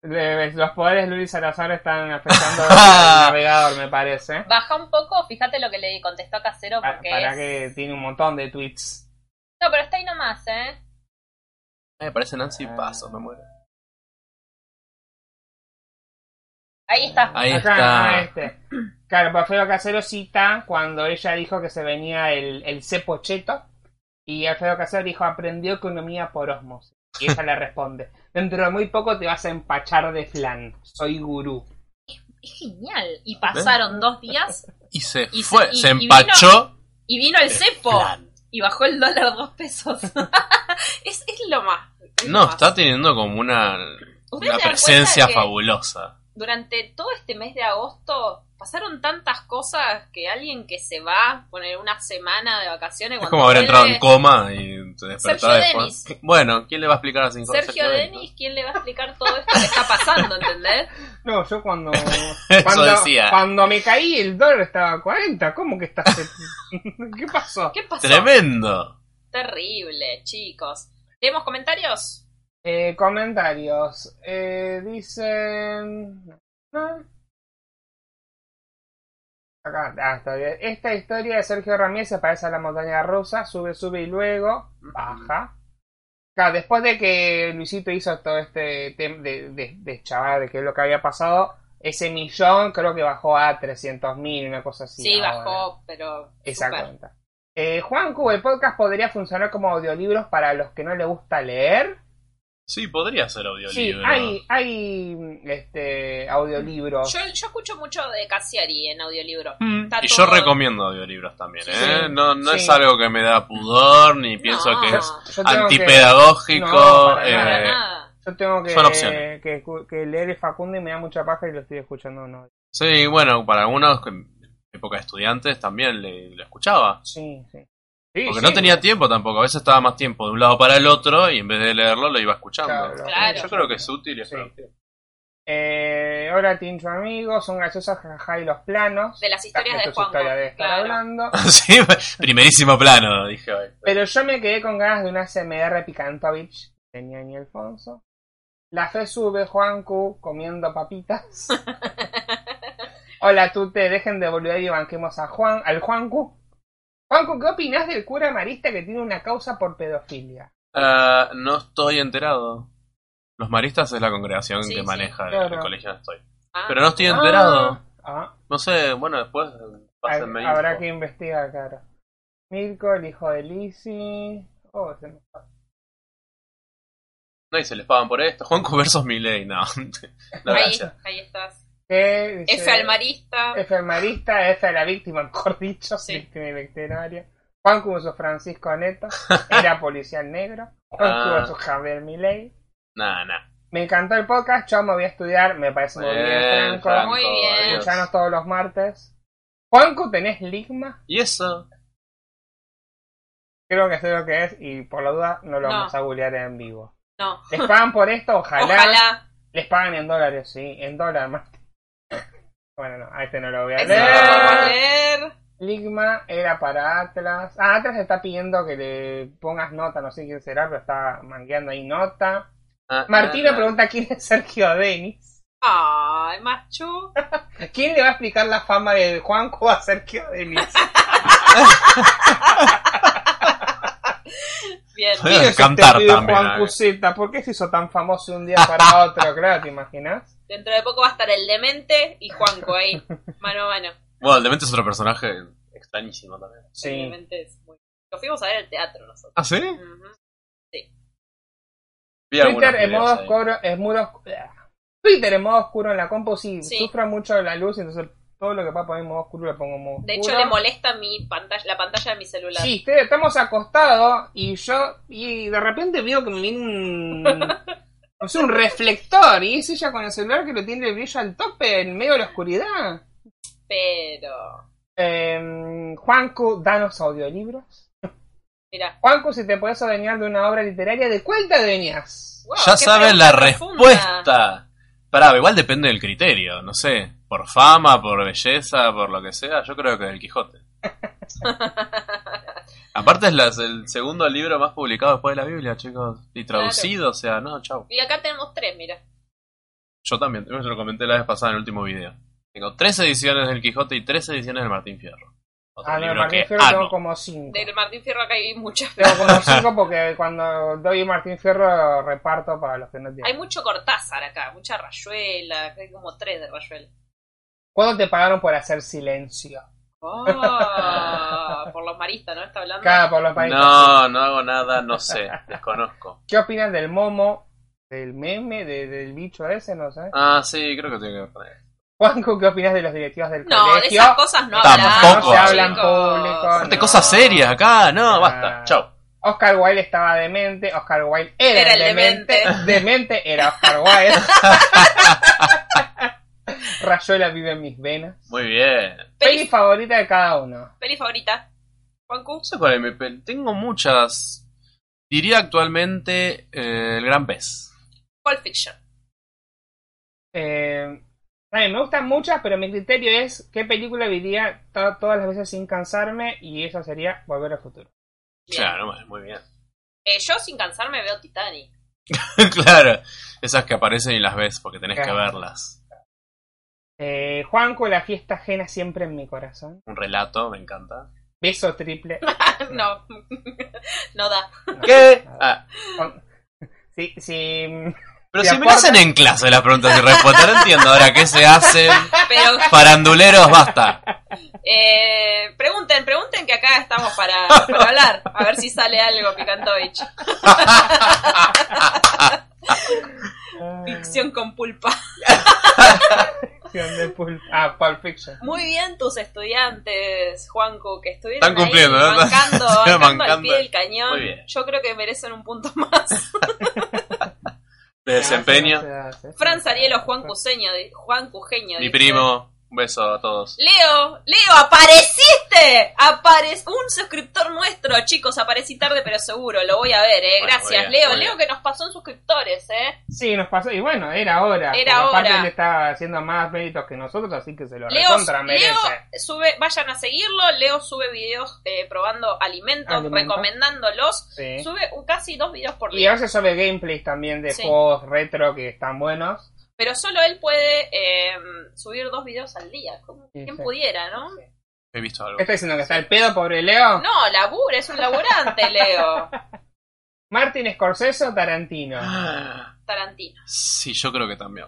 [SPEAKER 1] Le- Los poderes de Luis Salazar están afectando al navegador, me parece.
[SPEAKER 2] Baja un poco, fíjate lo que le contestó a Casero
[SPEAKER 1] Pa-
[SPEAKER 2] porque
[SPEAKER 1] Ah, Para
[SPEAKER 2] es-
[SPEAKER 1] que tiene un montón de tweets.
[SPEAKER 2] No, pero está ahí nomás, ¿eh?
[SPEAKER 3] Me parece Nancy Paso, me muero.
[SPEAKER 2] Ahí está.
[SPEAKER 3] Ahí
[SPEAKER 1] Acá, ah,
[SPEAKER 3] está.
[SPEAKER 1] este. Claro, Alfredo Casero cita cuando ella dijo que se venía el, el cepo cheto. Y Alfredo Casero dijo, aprendió economía por osmos. Y ella le responde, dentro de muy poco te vas a empachar de flan. Soy gurú.
[SPEAKER 2] Es genial. Y pasaron dos días
[SPEAKER 3] Y se
[SPEAKER 2] Y se-
[SPEAKER 3] fue,
[SPEAKER 2] y-
[SPEAKER 3] se
[SPEAKER 2] y
[SPEAKER 3] empachó.
[SPEAKER 2] y vino el cepo. Y bajó el dólar dos pesos. es, es lo más. es lo
[SPEAKER 3] No,
[SPEAKER 2] más.
[SPEAKER 3] está teniendo como una,
[SPEAKER 2] ¿Ustedes
[SPEAKER 3] una
[SPEAKER 2] se dan
[SPEAKER 3] presencia
[SPEAKER 2] cuenta que
[SPEAKER 3] fabulosa.
[SPEAKER 2] Durante todo este mes de agosto pasaron tantas cosas que alguien que se va, poner una semana de vacaciones.
[SPEAKER 3] Es
[SPEAKER 2] cuando
[SPEAKER 3] como haber entrado
[SPEAKER 2] vuelve-
[SPEAKER 3] en coma y te despertás
[SPEAKER 2] Sergio
[SPEAKER 3] después. Bueno, ¿quién le va a explicar a cinco
[SPEAKER 2] Sergio Denis, ¿quién le va a explicar todo esto que está pasando, entendés?
[SPEAKER 1] No, yo cuando... cuando,
[SPEAKER 3] decía.
[SPEAKER 1] cuando me caí el dólar estaba a 40. ¿Cómo que estás? ¿Qué pasó?
[SPEAKER 2] ¿Qué pasó?
[SPEAKER 3] Tremendo.
[SPEAKER 2] Terrible, chicos. ¿Tenemos comentarios?
[SPEAKER 1] Eh, comentarios. Eh, dicen. ¿no? Acá, ah, está bien. Esta historia de Sergio Ramírez se parece a la montaña rusa. Sube, sube y luego baja. Claro, después de que Luisito hizo todo este tema de, de, de chaval, de qué es lo que había pasado, ese millón creo que bajó a 300 mil, una cosa así.
[SPEAKER 2] Sí,
[SPEAKER 1] ahora.
[SPEAKER 2] bajó, pero.
[SPEAKER 1] Esa
[SPEAKER 2] súper.
[SPEAKER 1] cuenta. Eh, Juan el podcast podría funcionar como audiolibros para los que no le gusta leer.
[SPEAKER 3] Sí, podría ser audiolibro.
[SPEAKER 1] Sí, hay, hay este, audiolibros.
[SPEAKER 2] Yo, yo escucho mucho de Cassiari en audiolibro.
[SPEAKER 3] Mm,
[SPEAKER 2] Está
[SPEAKER 3] Y
[SPEAKER 2] todo-
[SPEAKER 3] yo recomiendo audiolibros también,
[SPEAKER 1] Sí,
[SPEAKER 3] ¿eh?
[SPEAKER 1] sí.
[SPEAKER 3] No, no
[SPEAKER 1] Sí.
[SPEAKER 3] es algo que me da pudor, ni pienso
[SPEAKER 2] No.
[SPEAKER 3] que es
[SPEAKER 1] Yo tengo
[SPEAKER 3] antipedagógico.
[SPEAKER 1] No, para
[SPEAKER 3] eh,
[SPEAKER 2] Para nada.
[SPEAKER 1] que- yo tengo que,
[SPEAKER 3] son opciones.
[SPEAKER 1] que escu- que leer el Facundo y me da mucha paja y lo estoy escuchando. No.
[SPEAKER 3] sí, bueno, para algunos, que en época de estudiantes, también le, lo escuchaba.
[SPEAKER 1] Sí, sí. Sí,
[SPEAKER 3] Porque
[SPEAKER 1] sí.
[SPEAKER 3] no tenía tiempo tampoco, a veces estaba más tiempo de un lado para el otro y en vez de leerlo lo iba escuchando.
[SPEAKER 1] Claro.
[SPEAKER 2] Claro.
[SPEAKER 3] Yo creo que es útil y es
[SPEAKER 1] Sí.
[SPEAKER 3] productivo.
[SPEAKER 1] Eh, hola, Tincho Amigo. Son graciosas, jajaja, y los planos.
[SPEAKER 2] De las historias
[SPEAKER 1] Esto
[SPEAKER 2] de
[SPEAKER 1] es historia de
[SPEAKER 2] Juan.
[SPEAKER 1] estar hablando.
[SPEAKER 3] Sí, primerísimo plano, dije hoy.
[SPEAKER 1] Pero yo me quedé con ganas de una CMR Picantovich de Ñañi Alfonso. La fe sube, Juancu, comiendo papitas. Hola, tú te dejen de volver y banquemos a Juan, al Juancu. Juancu, ¿qué opinas del cura marista que tiene una causa por pedofilia?
[SPEAKER 3] Ah, no estoy enterado. Los maristas es la congregación
[SPEAKER 2] Sí,
[SPEAKER 3] que
[SPEAKER 2] sí,
[SPEAKER 3] maneja el-
[SPEAKER 1] claro.
[SPEAKER 3] el colegio donde estoy.
[SPEAKER 2] Ah.
[SPEAKER 3] Pero no estoy enterado.
[SPEAKER 1] Ah,
[SPEAKER 3] No sé, bueno, después
[SPEAKER 1] ah,
[SPEAKER 3] pásenme
[SPEAKER 1] habrá
[SPEAKER 3] info.
[SPEAKER 1] que investigar, claro. Mirko, el hijo de Lizzie. Oh, se me fue.
[SPEAKER 3] No, y se les pagan por esto. Juanco versus Milei, no. no
[SPEAKER 2] ahí,
[SPEAKER 3] gracias.
[SPEAKER 2] ahí estás.
[SPEAKER 1] ¿Qué dice?
[SPEAKER 2] F al marista.
[SPEAKER 1] F al marista, F a la víctima, mejor dicho,
[SPEAKER 2] Sí.
[SPEAKER 1] víctima y victimario. Juan versus Francisco Neto, era policial negro. Juan
[SPEAKER 3] Ah.
[SPEAKER 1] versus Javier Milei.
[SPEAKER 3] Nah, nah.
[SPEAKER 1] Me encantó el podcast, yo me voy a estudiar, me parece muy bien,
[SPEAKER 3] Bien,
[SPEAKER 1] Franco.
[SPEAKER 3] Franco,
[SPEAKER 2] Muy bien.
[SPEAKER 3] adiós.
[SPEAKER 1] Escuchanos todos los martes. Juancu, ¿tenés ligma?
[SPEAKER 3] ¿Y eso?
[SPEAKER 1] Creo que sé lo que es y por la duda no lo
[SPEAKER 2] No.
[SPEAKER 1] vamos a googlear en vivo.
[SPEAKER 2] No.
[SPEAKER 1] ¿Les pagan por esto? Ojalá.
[SPEAKER 2] Ojalá.
[SPEAKER 1] Les pagan en dólares, sí, en dólar más. Bueno, no, a este no lo voy a
[SPEAKER 2] Eso no lo vamos a
[SPEAKER 1] leer.
[SPEAKER 2] leer.
[SPEAKER 1] Ligma era para Atlas. Ah, Atlas está pidiendo que le pongas nota, no sé quién será, pero está mangueando ahí nota.
[SPEAKER 3] Ah,
[SPEAKER 1] Martino
[SPEAKER 3] ah,
[SPEAKER 1] pregunta quién es Sergio Denis.
[SPEAKER 2] Ay, macho.
[SPEAKER 1] ¿Quién le va a explicar la fama de Juanco a Sergio Denis?
[SPEAKER 2] Bien.
[SPEAKER 3] Voy a cantar también,
[SPEAKER 1] Juan
[SPEAKER 3] eh.
[SPEAKER 1] Cuseta, ¿por qué se hizo tan famoso de un día para otro? Claro, ¿te imaginas?
[SPEAKER 2] Dentro de poco va a estar el demente y Juanco ahí. Mano a mano.
[SPEAKER 3] Bueno, el Demente es otro personaje extrañísimo también.
[SPEAKER 2] El
[SPEAKER 1] Sí.
[SPEAKER 2] demente es muy... Lo fuimos a ver al teatro nosotros.
[SPEAKER 3] ¿Ah, sí?
[SPEAKER 2] Ujú.
[SPEAKER 3] Vi algunos
[SPEAKER 1] Twitter en
[SPEAKER 3] videos
[SPEAKER 1] modo
[SPEAKER 3] ahí.
[SPEAKER 1] oscuro, en modo oscu- ah. Twitter en modo oscuro en la compu, sí,
[SPEAKER 2] Sí.
[SPEAKER 1] sufro mucho de la luz, entonces todo lo que pueda poner en modo oscuro lo pongo en modo oscuro.
[SPEAKER 2] De hecho, le molesta mi pantalla, la pantalla de mi celular.
[SPEAKER 1] Sí, te- estamos acostados y yo y de repente veo que me viene un, no sé, un reflector y es ella con el celular que lo tiene el brillo al tope en medio de la oscuridad.
[SPEAKER 2] Pero.
[SPEAKER 1] Eh, Juancu, danos audiolibros.
[SPEAKER 2] Mira.
[SPEAKER 1] Juancu, si te podés adueñar de una obra literaria, ¿de cuál te adueñas?
[SPEAKER 2] Wow,
[SPEAKER 3] ya
[SPEAKER 2] qué
[SPEAKER 3] saben la
[SPEAKER 2] pregunta profunda.
[SPEAKER 3] respuesta. Pará, igual depende del criterio, no sé. Por fama, por belleza, por lo que sea, yo creo que del Quijote. Aparte es la- el segundo libro más publicado después de la Biblia, chicos. Y traducido, o sea, no, chau.
[SPEAKER 2] Y acá tenemos tres, mira.
[SPEAKER 3] Yo también, yo se lo comenté la vez pasada en el último video. Tengo tres ediciones del Quijote y tres ediciones del Martín Fierro. Otro
[SPEAKER 1] Ah, no,
[SPEAKER 3] libro
[SPEAKER 1] Martín
[SPEAKER 3] que
[SPEAKER 1] Fierro tengo
[SPEAKER 3] amo.
[SPEAKER 1] como 5.
[SPEAKER 2] Del Martín Fierro acá hay muchas.
[SPEAKER 1] Tengo como 5 porque cuando doy Martín Fierro reparto para los que no
[SPEAKER 2] Hay
[SPEAKER 1] tienen.
[SPEAKER 2] mucho Cortázar acá, mucha Rayuela, acá hay como tres de Rayuela.
[SPEAKER 1] ¿Cuándo te pagaron por hacer silencio?
[SPEAKER 2] Oh, por los maristas, ¿no? Está hablando.
[SPEAKER 1] Cada por los países.
[SPEAKER 3] No, no hago nada, no sé, desconozco.
[SPEAKER 1] ¿Qué opinas del momo? ¿Del meme? de- ¿Del bicho ese? No sé.
[SPEAKER 3] Ah, sí, creo que tiene que ver con eso.
[SPEAKER 1] Juanco, ¿qué opinas de los directivos del
[SPEAKER 2] No, de
[SPEAKER 1] colegio?
[SPEAKER 2] esas cosas no
[SPEAKER 3] Tampoco.
[SPEAKER 2] hablamos.
[SPEAKER 1] No se hablan
[SPEAKER 2] chicos.
[SPEAKER 1] público,
[SPEAKER 3] Aparte,
[SPEAKER 1] no.
[SPEAKER 3] cosas serias acá, no,
[SPEAKER 1] Ah.
[SPEAKER 3] basta, chao.
[SPEAKER 1] Oscar Wilde estaba demente, Oscar Wilde era,
[SPEAKER 2] Era
[SPEAKER 1] el
[SPEAKER 2] el
[SPEAKER 1] demente, demente, era Oscar Wilde. Rayuela vive en mis venas.
[SPEAKER 3] Muy bien.
[SPEAKER 1] Peli
[SPEAKER 2] Peli,
[SPEAKER 1] favorita de cada uno.
[SPEAKER 2] peli favorita. Juancu.
[SPEAKER 3] No sé cuál es mi pel- Tengo muchas. Diría actualmente eh, El Gran Pez.
[SPEAKER 2] Pulp Fiction.
[SPEAKER 1] Eh, ay, me gustan muchas, pero mi criterio es qué película viría to- todas las veces sin cansarme y eso sería Volver al Futuro.
[SPEAKER 2] Bien.
[SPEAKER 3] Claro, bueno, muy bien.
[SPEAKER 2] Eh, yo sin cansarme veo Titanic.
[SPEAKER 3] claro, esas que aparecen y las ves porque tenés que
[SPEAKER 1] Claro.
[SPEAKER 3] verlas.
[SPEAKER 1] Eh, Juanco, la fiesta ajena siempre en mi corazón.
[SPEAKER 3] Un relato, me encanta.
[SPEAKER 1] Beso triple.
[SPEAKER 2] no, no da.
[SPEAKER 3] ¿Qué? Ah,
[SPEAKER 1] Sí, sí.
[SPEAKER 3] pero
[SPEAKER 1] ¿Te
[SPEAKER 3] si me lo hacen
[SPEAKER 1] acuerdas?
[SPEAKER 3] en clase las preguntas y respuestas, no entiendo ahora qué se hacen.
[SPEAKER 2] Pero
[SPEAKER 3] Faranduleros, basta.
[SPEAKER 2] eh, pregunten, pregunten que acá estamos para, para hablar. A ver si sale algo Picantovich. Ficción con pulpa.
[SPEAKER 1] Ficción de pul- Ah, Pulp Fiction.
[SPEAKER 2] Muy bien tus estudiantes, Juanco, que estuvieron
[SPEAKER 3] Están cumpliendo,
[SPEAKER 2] ahí,
[SPEAKER 3] ¿no?
[SPEAKER 2] bancando,
[SPEAKER 3] Están
[SPEAKER 2] bancando al
[SPEAKER 3] bancando.
[SPEAKER 2] pie del cañón.
[SPEAKER 3] Muy bien.
[SPEAKER 2] Yo creo que merecen un punto más.
[SPEAKER 1] Ah,
[SPEAKER 3] De desempeño.
[SPEAKER 2] Fran Sarielo, Juan Cuseño, di- Juan Cujeño.
[SPEAKER 3] Mi
[SPEAKER 2] dice.
[SPEAKER 3] primo, un beso a todos.
[SPEAKER 2] Leo, Leo, apareciste. Aparec un suscriptor nuestro, chicos, aparecí tarde pero seguro, lo voy a ver, eh.
[SPEAKER 3] Bueno,
[SPEAKER 2] Gracias,
[SPEAKER 3] muy bien,
[SPEAKER 2] Leo.
[SPEAKER 3] muy
[SPEAKER 2] Leo
[SPEAKER 3] bien.
[SPEAKER 2] que nos pasó en suscriptores, eh.
[SPEAKER 1] Sí, nos pasó. Y bueno, era hora.
[SPEAKER 2] Era
[SPEAKER 1] porque Aparte,
[SPEAKER 2] hora.
[SPEAKER 1] él estaba haciendo más méritos que nosotros, así que se lo
[SPEAKER 2] Leo,
[SPEAKER 1] recontra merece.
[SPEAKER 2] Leo sube, vayan a seguirlo, Leo sube videos eh, probando alimentos,
[SPEAKER 1] Alimentos.
[SPEAKER 2] recomendándolos.
[SPEAKER 1] Sí.
[SPEAKER 2] Sube un- casi dos videos por
[SPEAKER 1] Y
[SPEAKER 2] día.
[SPEAKER 1] a veces sobre gameplays también de
[SPEAKER 2] Sí.
[SPEAKER 1] juegos retro que están buenos.
[SPEAKER 2] Pero solo él puede eh, subir dos videos al día. Como
[SPEAKER 1] Sí,
[SPEAKER 2] quien
[SPEAKER 1] sí.
[SPEAKER 2] pudiera, ¿no?
[SPEAKER 3] He visto algo.
[SPEAKER 1] ¿Qué está diciendo que está el pedo, pobre Leo?
[SPEAKER 2] No, labura, es un laburante, Leo.
[SPEAKER 1] Martin Scorsese o Tarantino.
[SPEAKER 2] Ah, Tarantino.
[SPEAKER 3] Sí, yo creo que también.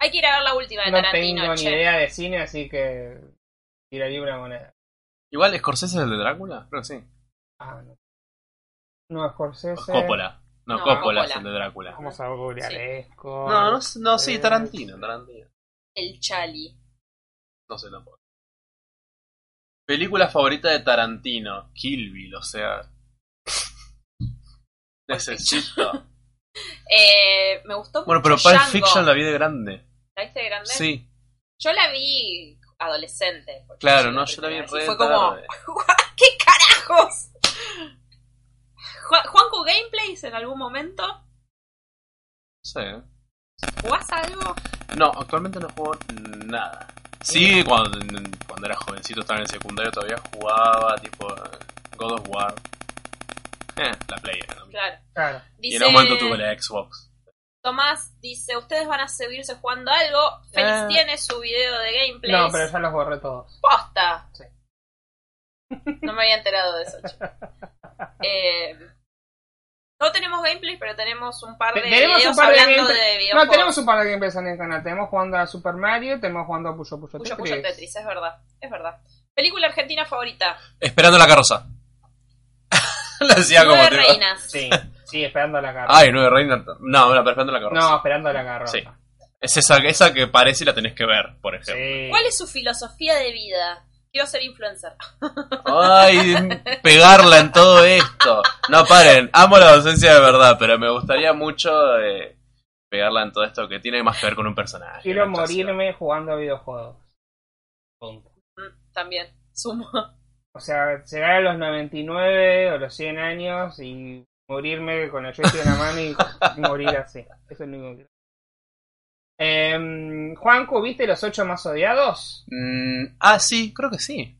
[SPEAKER 2] Hay que ir a ver la última de
[SPEAKER 1] No
[SPEAKER 2] Tarantino,
[SPEAKER 1] tengo ni
[SPEAKER 2] che.
[SPEAKER 1] idea de cine, así que tiraría una moneda.
[SPEAKER 3] Igual, ¿Scorsese es el de Drácula? Creo que sí.
[SPEAKER 1] Ah, no. No,
[SPEAKER 3] O
[SPEAKER 1] Scorsese.
[SPEAKER 3] Coppola. No,
[SPEAKER 2] No,
[SPEAKER 3] Coppola
[SPEAKER 2] Coppola.
[SPEAKER 3] es el de Drácula.
[SPEAKER 1] Vamos a googlear
[SPEAKER 2] Sí.
[SPEAKER 1] Esco.
[SPEAKER 3] No, no, no, sí,
[SPEAKER 1] Eh,
[SPEAKER 3] Tarantino, Tarantino.
[SPEAKER 2] El Chali.
[SPEAKER 3] No sé tampoco. Película favorita de Tarantino, Kill Bill, o sea. Necesito.
[SPEAKER 2] Eh, me gustó
[SPEAKER 3] Bueno, pero
[SPEAKER 2] mucho
[SPEAKER 3] Pulp
[SPEAKER 2] Django.
[SPEAKER 3] Fiction la vi de grande.
[SPEAKER 2] ¿La viste de grande?
[SPEAKER 3] Sí,
[SPEAKER 2] Yo la vi adolescente. porque
[SPEAKER 3] claro,
[SPEAKER 2] fue
[SPEAKER 3] no, yo la
[SPEAKER 2] primera
[SPEAKER 3] vi
[SPEAKER 2] vez, y
[SPEAKER 3] re
[SPEAKER 2] Fue como,
[SPEAKER 3] tarde.
[SPEAKER 2] ¿qué carajos? Juan- Juanco Gameplays en algún momento,
[SPEAKER 3] No sé.
[SPEAKER 2] ¿jugás algo?
[SPEAKER 3] No, actualmente no juego nada. Sí, cuando, cuando era jovencito, estaba en el secundario, todavía jugaba, tipo, God of War. Eh, la Play era lo mismo.
[SPEAKER 2] Claro.
[SPEAKER 1] Claro.
[SPEAKER 3] Y
[SPEAKER 2] Dice,
[SPEAKER 3] en un momento tuve la Xbox.
[SPEAKER 2] Tomás dice, ustedes van a seguirse jugando algo. Félix
[SPEAKER 3] Ah.
[SPEAKER 2] tiene su video de gameplays.
[SPEAKER 1] No, pero ya los borré todos.
[SPEAKER 2] Posta.
[SPEAKER 1] Sí.
[SPEAKER 2] No me había enterado de eso. che. Eh, no tenemos gameplays, pero tenemos un par de
[SPEAKER 1] Te- tenemos un
[SPEAKER 2] videos
[SPEAKER 1] par de
[SPEAKER 2] hablando
[SPEAKER 1] gameplay-
[SPEAKER 2] de videojuegos.
[SPEAKER 1] No, tenemos un par de gameplays en el canal. Tenemos jugando a Super Mario, tenemos jugando a Puyo Puyo
[SPEAKER 2] Puyo
[SPEAKER 1] Tetris.
[SPEAKER 2] Puyo Tetris, es verdad, es verdad. Película argentina favorita.
[SPEAKER 3] Esperando la carroza. la decía como
[SPEAKER 2] Nueve
[SPEAKER 3] tipo-
[SPEAKER 2] reinas.
[SPEAKER 1] Sí, sí, esperando la garra.
[SPEAKER 3] Ay, nueve reinas. No, la esperando la carroza.
[SPEAKER 1] no, esperando la garra.
[SPEAKER 3] Sí. Es esa, esa que parece y la tenés que ver, por ejemplo.
[SPEAKER 1] Sí.
[SPEAKER 2] ¿Cuál es su filosofía de vida? Quiero ser influencer. Ah,
[SPEAKER 3] Ay, pegarla en todo esto. No paren, amo la docencia de verdad, pero me gustaría mucho eh, pegarla en todo esto que tiene más que ver con un personaje.
[SPEAKER 1] Quiero
[SPEAKER 3] una actuación.
[SPEAKER 1] morirme jugando a videojuegos. Punto.
[SPEAKER 2] Mm, También, sumo.
[SPEAKER 1] O sea, llegar a los 99 o los 100 años y morirme con el joystick en la mano y morir así. Eso es lo único que quiero. Em, Juanco, ¿viste los 8 más odiados?
[SPEAKER 3] Mm, ah, sí, creo que sí.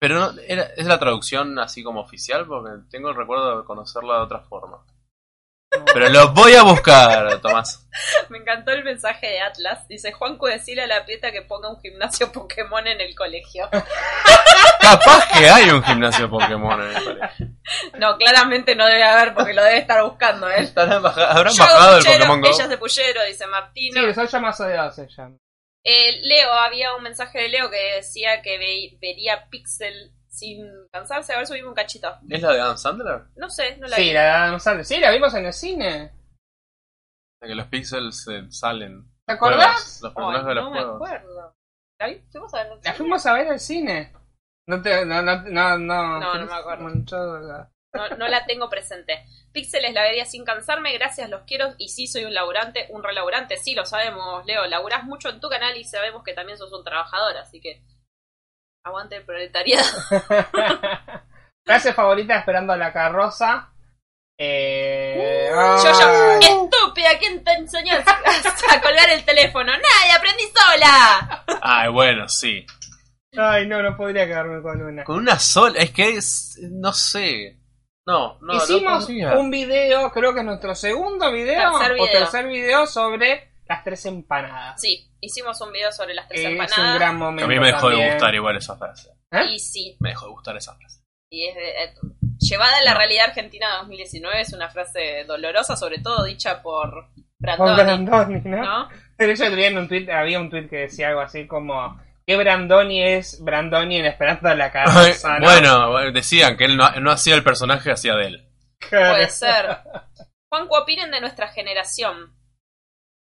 [SPEAKER 3] Pero no, era- es la traducción así como oficial, porque tengo el recuerdo de conocerla de otra forma.
[SPEAKER 1] No,
[SPEAKER 3] Pero lo voy a buscar, Tomás.
[SPEAKER 2] Me encantó el mensaje de Atlas. Dice, Juanco, decile a la Pieta que ponga un gimnasio Pokémon en el colegio.
[SPEAKER 3] Capaz que hay un gimnasio Pokémon en el colegio.
[SPEAKER 2] No, claramente no debe haber porque lo debe estar buscando, ¿eh?
[SPEAKER 3] Estarán baja- Habrán
[SPEAKER 2] Yo hago
[SPEAKER 3] bajado el
[SPEAKER 2] puchero,
[SPEAKER 3] Pokémon Go.
[SPEAKER 2] Ella es de Pullero, dice Martino.
[SPEAKER 1] Sí, son llamazos de dos, se llaman.
[SPEAKER 2] Eh, Leo, había un mensaje de Leo que decía que ve- vería Pixel sin cansarse. A ver, subimos un cachito.
[SPEAKER 3] ¿Es la de Adam Sandler?
[SPEAKER 2] No sé, no la
[SPEAKER 1] Sí,
[SPEAKER 2] vi.
[SPEAKER 1] la de Adam Sandler. Sí, la vimos en el cine.
[SPEAKER 3] La que los pixels eh, salen.
[SPEAKER 1] ¿Te acordás?
[SPEAKER 3] Juegos, Los
[SPEAKER 2] Ay,
[SPEAKER 3] personajes de los
[SPEAKER 2] no me
[SPEAKER 3] juegos.
[SPEAKER 2] acuerdo. ¿La vi? ¿Fuimos a ver?
[SPEAKER 1] La fuimos a ver al cine. No te, no, no, no, no.
[SPEAKER 2] No, no me acuerdo.
[SPEAKER 1] Manchado la-
[SPEAKER 2] No, no la tengo presente. Píxeles la vería sin cansarme, gracias, los quiero. Y sí, soy un laburante, un relaburante, sí, lo sabemos, Leo. Laburás mucho en tu canal y sabemos que también sos un trabajador, así que aguante el proletariado.
[SPEAKER 1] Frase favorita esperando la carroza. Eh, ay.
[SPEAKER 2] Yo, yo, estúpida, ¿quién te enseñó a a colgar el teléfono? ¡Nadie, aprendí sola!
[SPEAKER 3] Ay, bueno, sí.
[SPEAKER 2] Eh.
[SPEAKER 1] Ay, no, no podría quedarme con una.
[SPEAKER 3] Con una sola. Es que es. No sé. No, no, no
[SPEAKER 1] Hicimos
[SPEAKER 3] podría.
[SPEAKER 1] un video, creo que es nuestro segundo video
[SPEAKER 2] Tercer
[SPEAKER 1] o
[SPEAKER 2] video.
[SPEAKER 1] tercer video sobre las tres empanadas.
[SPEAKER 2] Sí, hicimos un video sobre las tres
[SPEAKER 1] Que Es un
[SPEAKER 2] empanadas.
[SPEAKER 1] gran
[SPEAKER 3] Que
[SPEAKER 1] momento.
[SPEAKER 3] A mí me dejó de
[SPEAKER 1] también.
[SPEAKER 3] gustar igual esa frase.
[SPEAKER 1] ¿Eh?
[SPEAKER 2] Y sí,
[SPEAKER 3] Me dejó de gustar esa frase.
[SPEAKER 2] y es de- eh, llevada a la realidad argentina 2019 es una frase dolorosa, sobre todo dicha por
[SPEAKER 1] Con
[SPEAKER 2] Brandoni,
[SPEAKER 1] Brandoni, ¿no?
[SPEAKER 2] ¿no?
[SPEAKER 1] Pero yo tenía en un tweet, había un tweet que decía algo así como ¿Qué Brandoni es Brandoni en Esperanza la Carroza? ¿no?
[SPEAKER 3] Bueno, decían que él no, no hacía el personaje, hacía de él.
[SPEAKER 1] Claro.
[SPEAKER 2] Puede ser. Juanco, opinen de nuestra generación.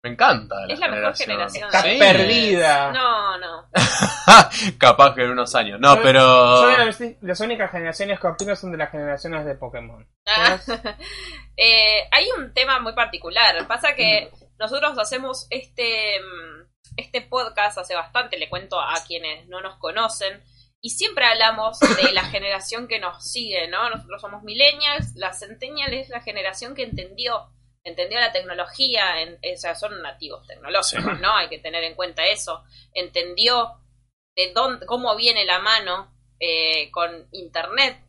[SPEAKER 3] Me encanta.
[SPEAKER 2] Es la mejor generación.
[SPEAKER 1] Estás
[SPEAKER 3] Sí.
[SPEAKER 1] perdida.
[SPEAKER 2] No, no.
[SPEAKER 3] Capaz que en unos años. No,
[SPEAKER 1] Yo-
[SPEAKER 3] pero.
[SPEAKER 1] Yo de las, las únicas generaciones que opino son de las generaciones de Pokémon.
[SPEAKER 2] Ah. Eh, hay un tema muy particular. Pasa que nosotros hacemos este, mm, este podcast hace bastante, le cuento a quienes no nos conocen, y siempre hablamos de la generación que nos sigue, ¿no? Nosotros somos millennials, la centennial es la generación que entendió, entendió la tecnología, en, o sea, son nativos tecnológicos, ¿no? Hay que tener en cuenta eso. Entendió de dónde, cómo viene la mano eh, con Internet,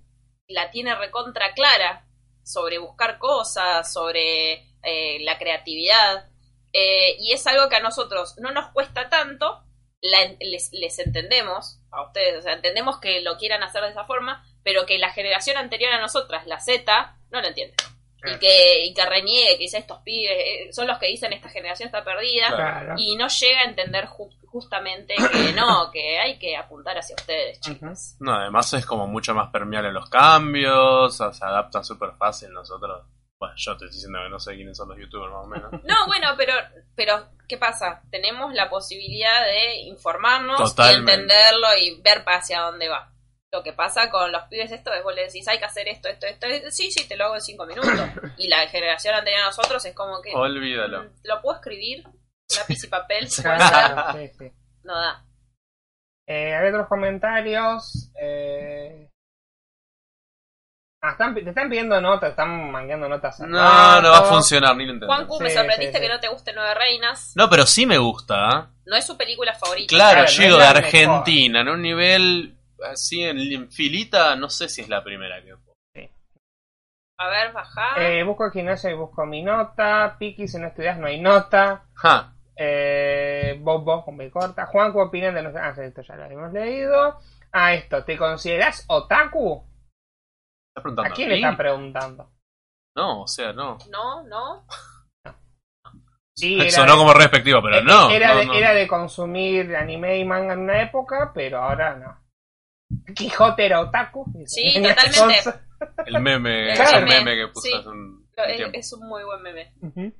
[SPEAKER 2] la tiene recontra clara sobre buscar cosas, sobre eh, la creatividad. eh, y es algo que a nosotros no nos cuesta tanto, la- les, les entendemos, a ustedes, o sea, entendemos que lo quieran hacer de esa forma, pero que la generación anterior a nosotras, la Z, no lo entiende. Y
[SPEAKER 1] Claro.
[SPEAKER 2] que, y que reniegue, que dice estos pibes, eh, son los que dicen esta generación está perdida,
[SPEAKER 1] Claro.
[SPEAKER 2] y no llega a entender ju- justamente que no, que hay que apuntar hacia
[SPEAKER 1] Mm.
[SPEAKER 2] ustedes, chicas.
[SPEAKER 3] No, además es como mucho más permeable a los cambios, o sea, se adaptan súper fácil nosotros. Bueno, yo te estoy diciendo que no sé quiénes son los youtubers más o menos.
[SPEAKER 2] No, bueno, pero, pero ¿qué pasa? Tenemos la posibilidad de informarnos
[SPEAKER 3] Totalmente.
[SPEAKER 2] y entenderlo y ver pa- hacia dónde va. Lo que pasa con los pibes esto es vos le decís, hay que hacer esto, esto, esto, esto". sí, sí, te lo hago en cinco minutos. Y la generación anterior a nosotros es como que,
[SPEAKER 3] Olvídalo.
[SPEAKER 2] "Mm, ¿lo puedo escribir? Lápiz y papel, puede ser,
[SPEAKER 1] Claro, sí, sí.
[SPEAKER 2] no da.
[SPEAKER 1] Eh, hay otros comentarios. Eh... Ah, están, pi- te están pidiendo notas, están mangueando notas. a
[SPEAKER 3] No, no va a
[SPEAKER 1] rato.
[SPEAKER 3] funcionar, ni lo intento.
[SPEAKER 2] Juancu, me
[SPEAKER 1] Sí,
[SPEAKER 2] sorprendiste
[SPEAKER 1] sí, sí.
[SPEAKER 2] que no te guste Nueve Reinas,
[SPEAKER 3] No, pero sí me gusta. ¿eh?
[SPEAKER 2] no es su película favorita.
[SPEAKER 3] Claro,
[SPEAKER 1] Claro, no
[SPEAKER 3] llego
[SPEAKER 1] es
[SPEAKER 3] de
[SPEAKER 1] la
[SPEAKER 3] Argentina en un nivel así en, en filita, no sé si es la primera que
[SPEAKER 2] A ver, bajá.
[SPEAKER 1] Eh, busco el gimnasio y busco mi nota. Piki, si no estudias, no hay nota.
[SPEAKER 3] Ja,
[SPEAKER 1] Eh, Bob Bob con B corta. Juan, ¿qué opinan de los.? Ah, sí, esto ya lo hemos leído. Ah, esto, ¿te consideras otaku? ¿A
[SPEAKER 3] ¿estás preguntando?
[SPEAKER 1] quién
[SPEAKER 3] mí?
[SPEAKER 1] le están preguntando?
[SPEAKER 3] No, o sea, no.
[SPEAKER 2] No, no.
[SPEAKER 1] Sí, era
[SPEAKER 3] Sonó
[SPEAKER 1] de-
[SPEAKER 3] como respectivo, pero
[SPEAKER 1] eh,
[SPEAKER 3] no.
[SPEAKER 1] Era,
[SPEAKER 3] no,
[SPEAKER 1] de,
[SPEAKER 3] no.
[SPEAKER 1] era de consumir anime y manga en una época, pero ahora no. Quijote era otaku. dice.
[SPEAKER 2] Sí, totalmente.
[SPEAKER 1] Entonces-
[SPEAKER 3] El
[SPEAKER 2] El
[SPEAKER 3] meme, ese
[SPEAKER 2] meme,
[SPEAKER 3] meme que puso
[SPEAKER 2] sí.
[SPEAKER 3] hace un
[SPEAKER 2] Lo-
[SPEAKER 3] tiempo.
[SPEAKER 2] Es, es un muy buen meme.
[SPEAKER 1] Ujú.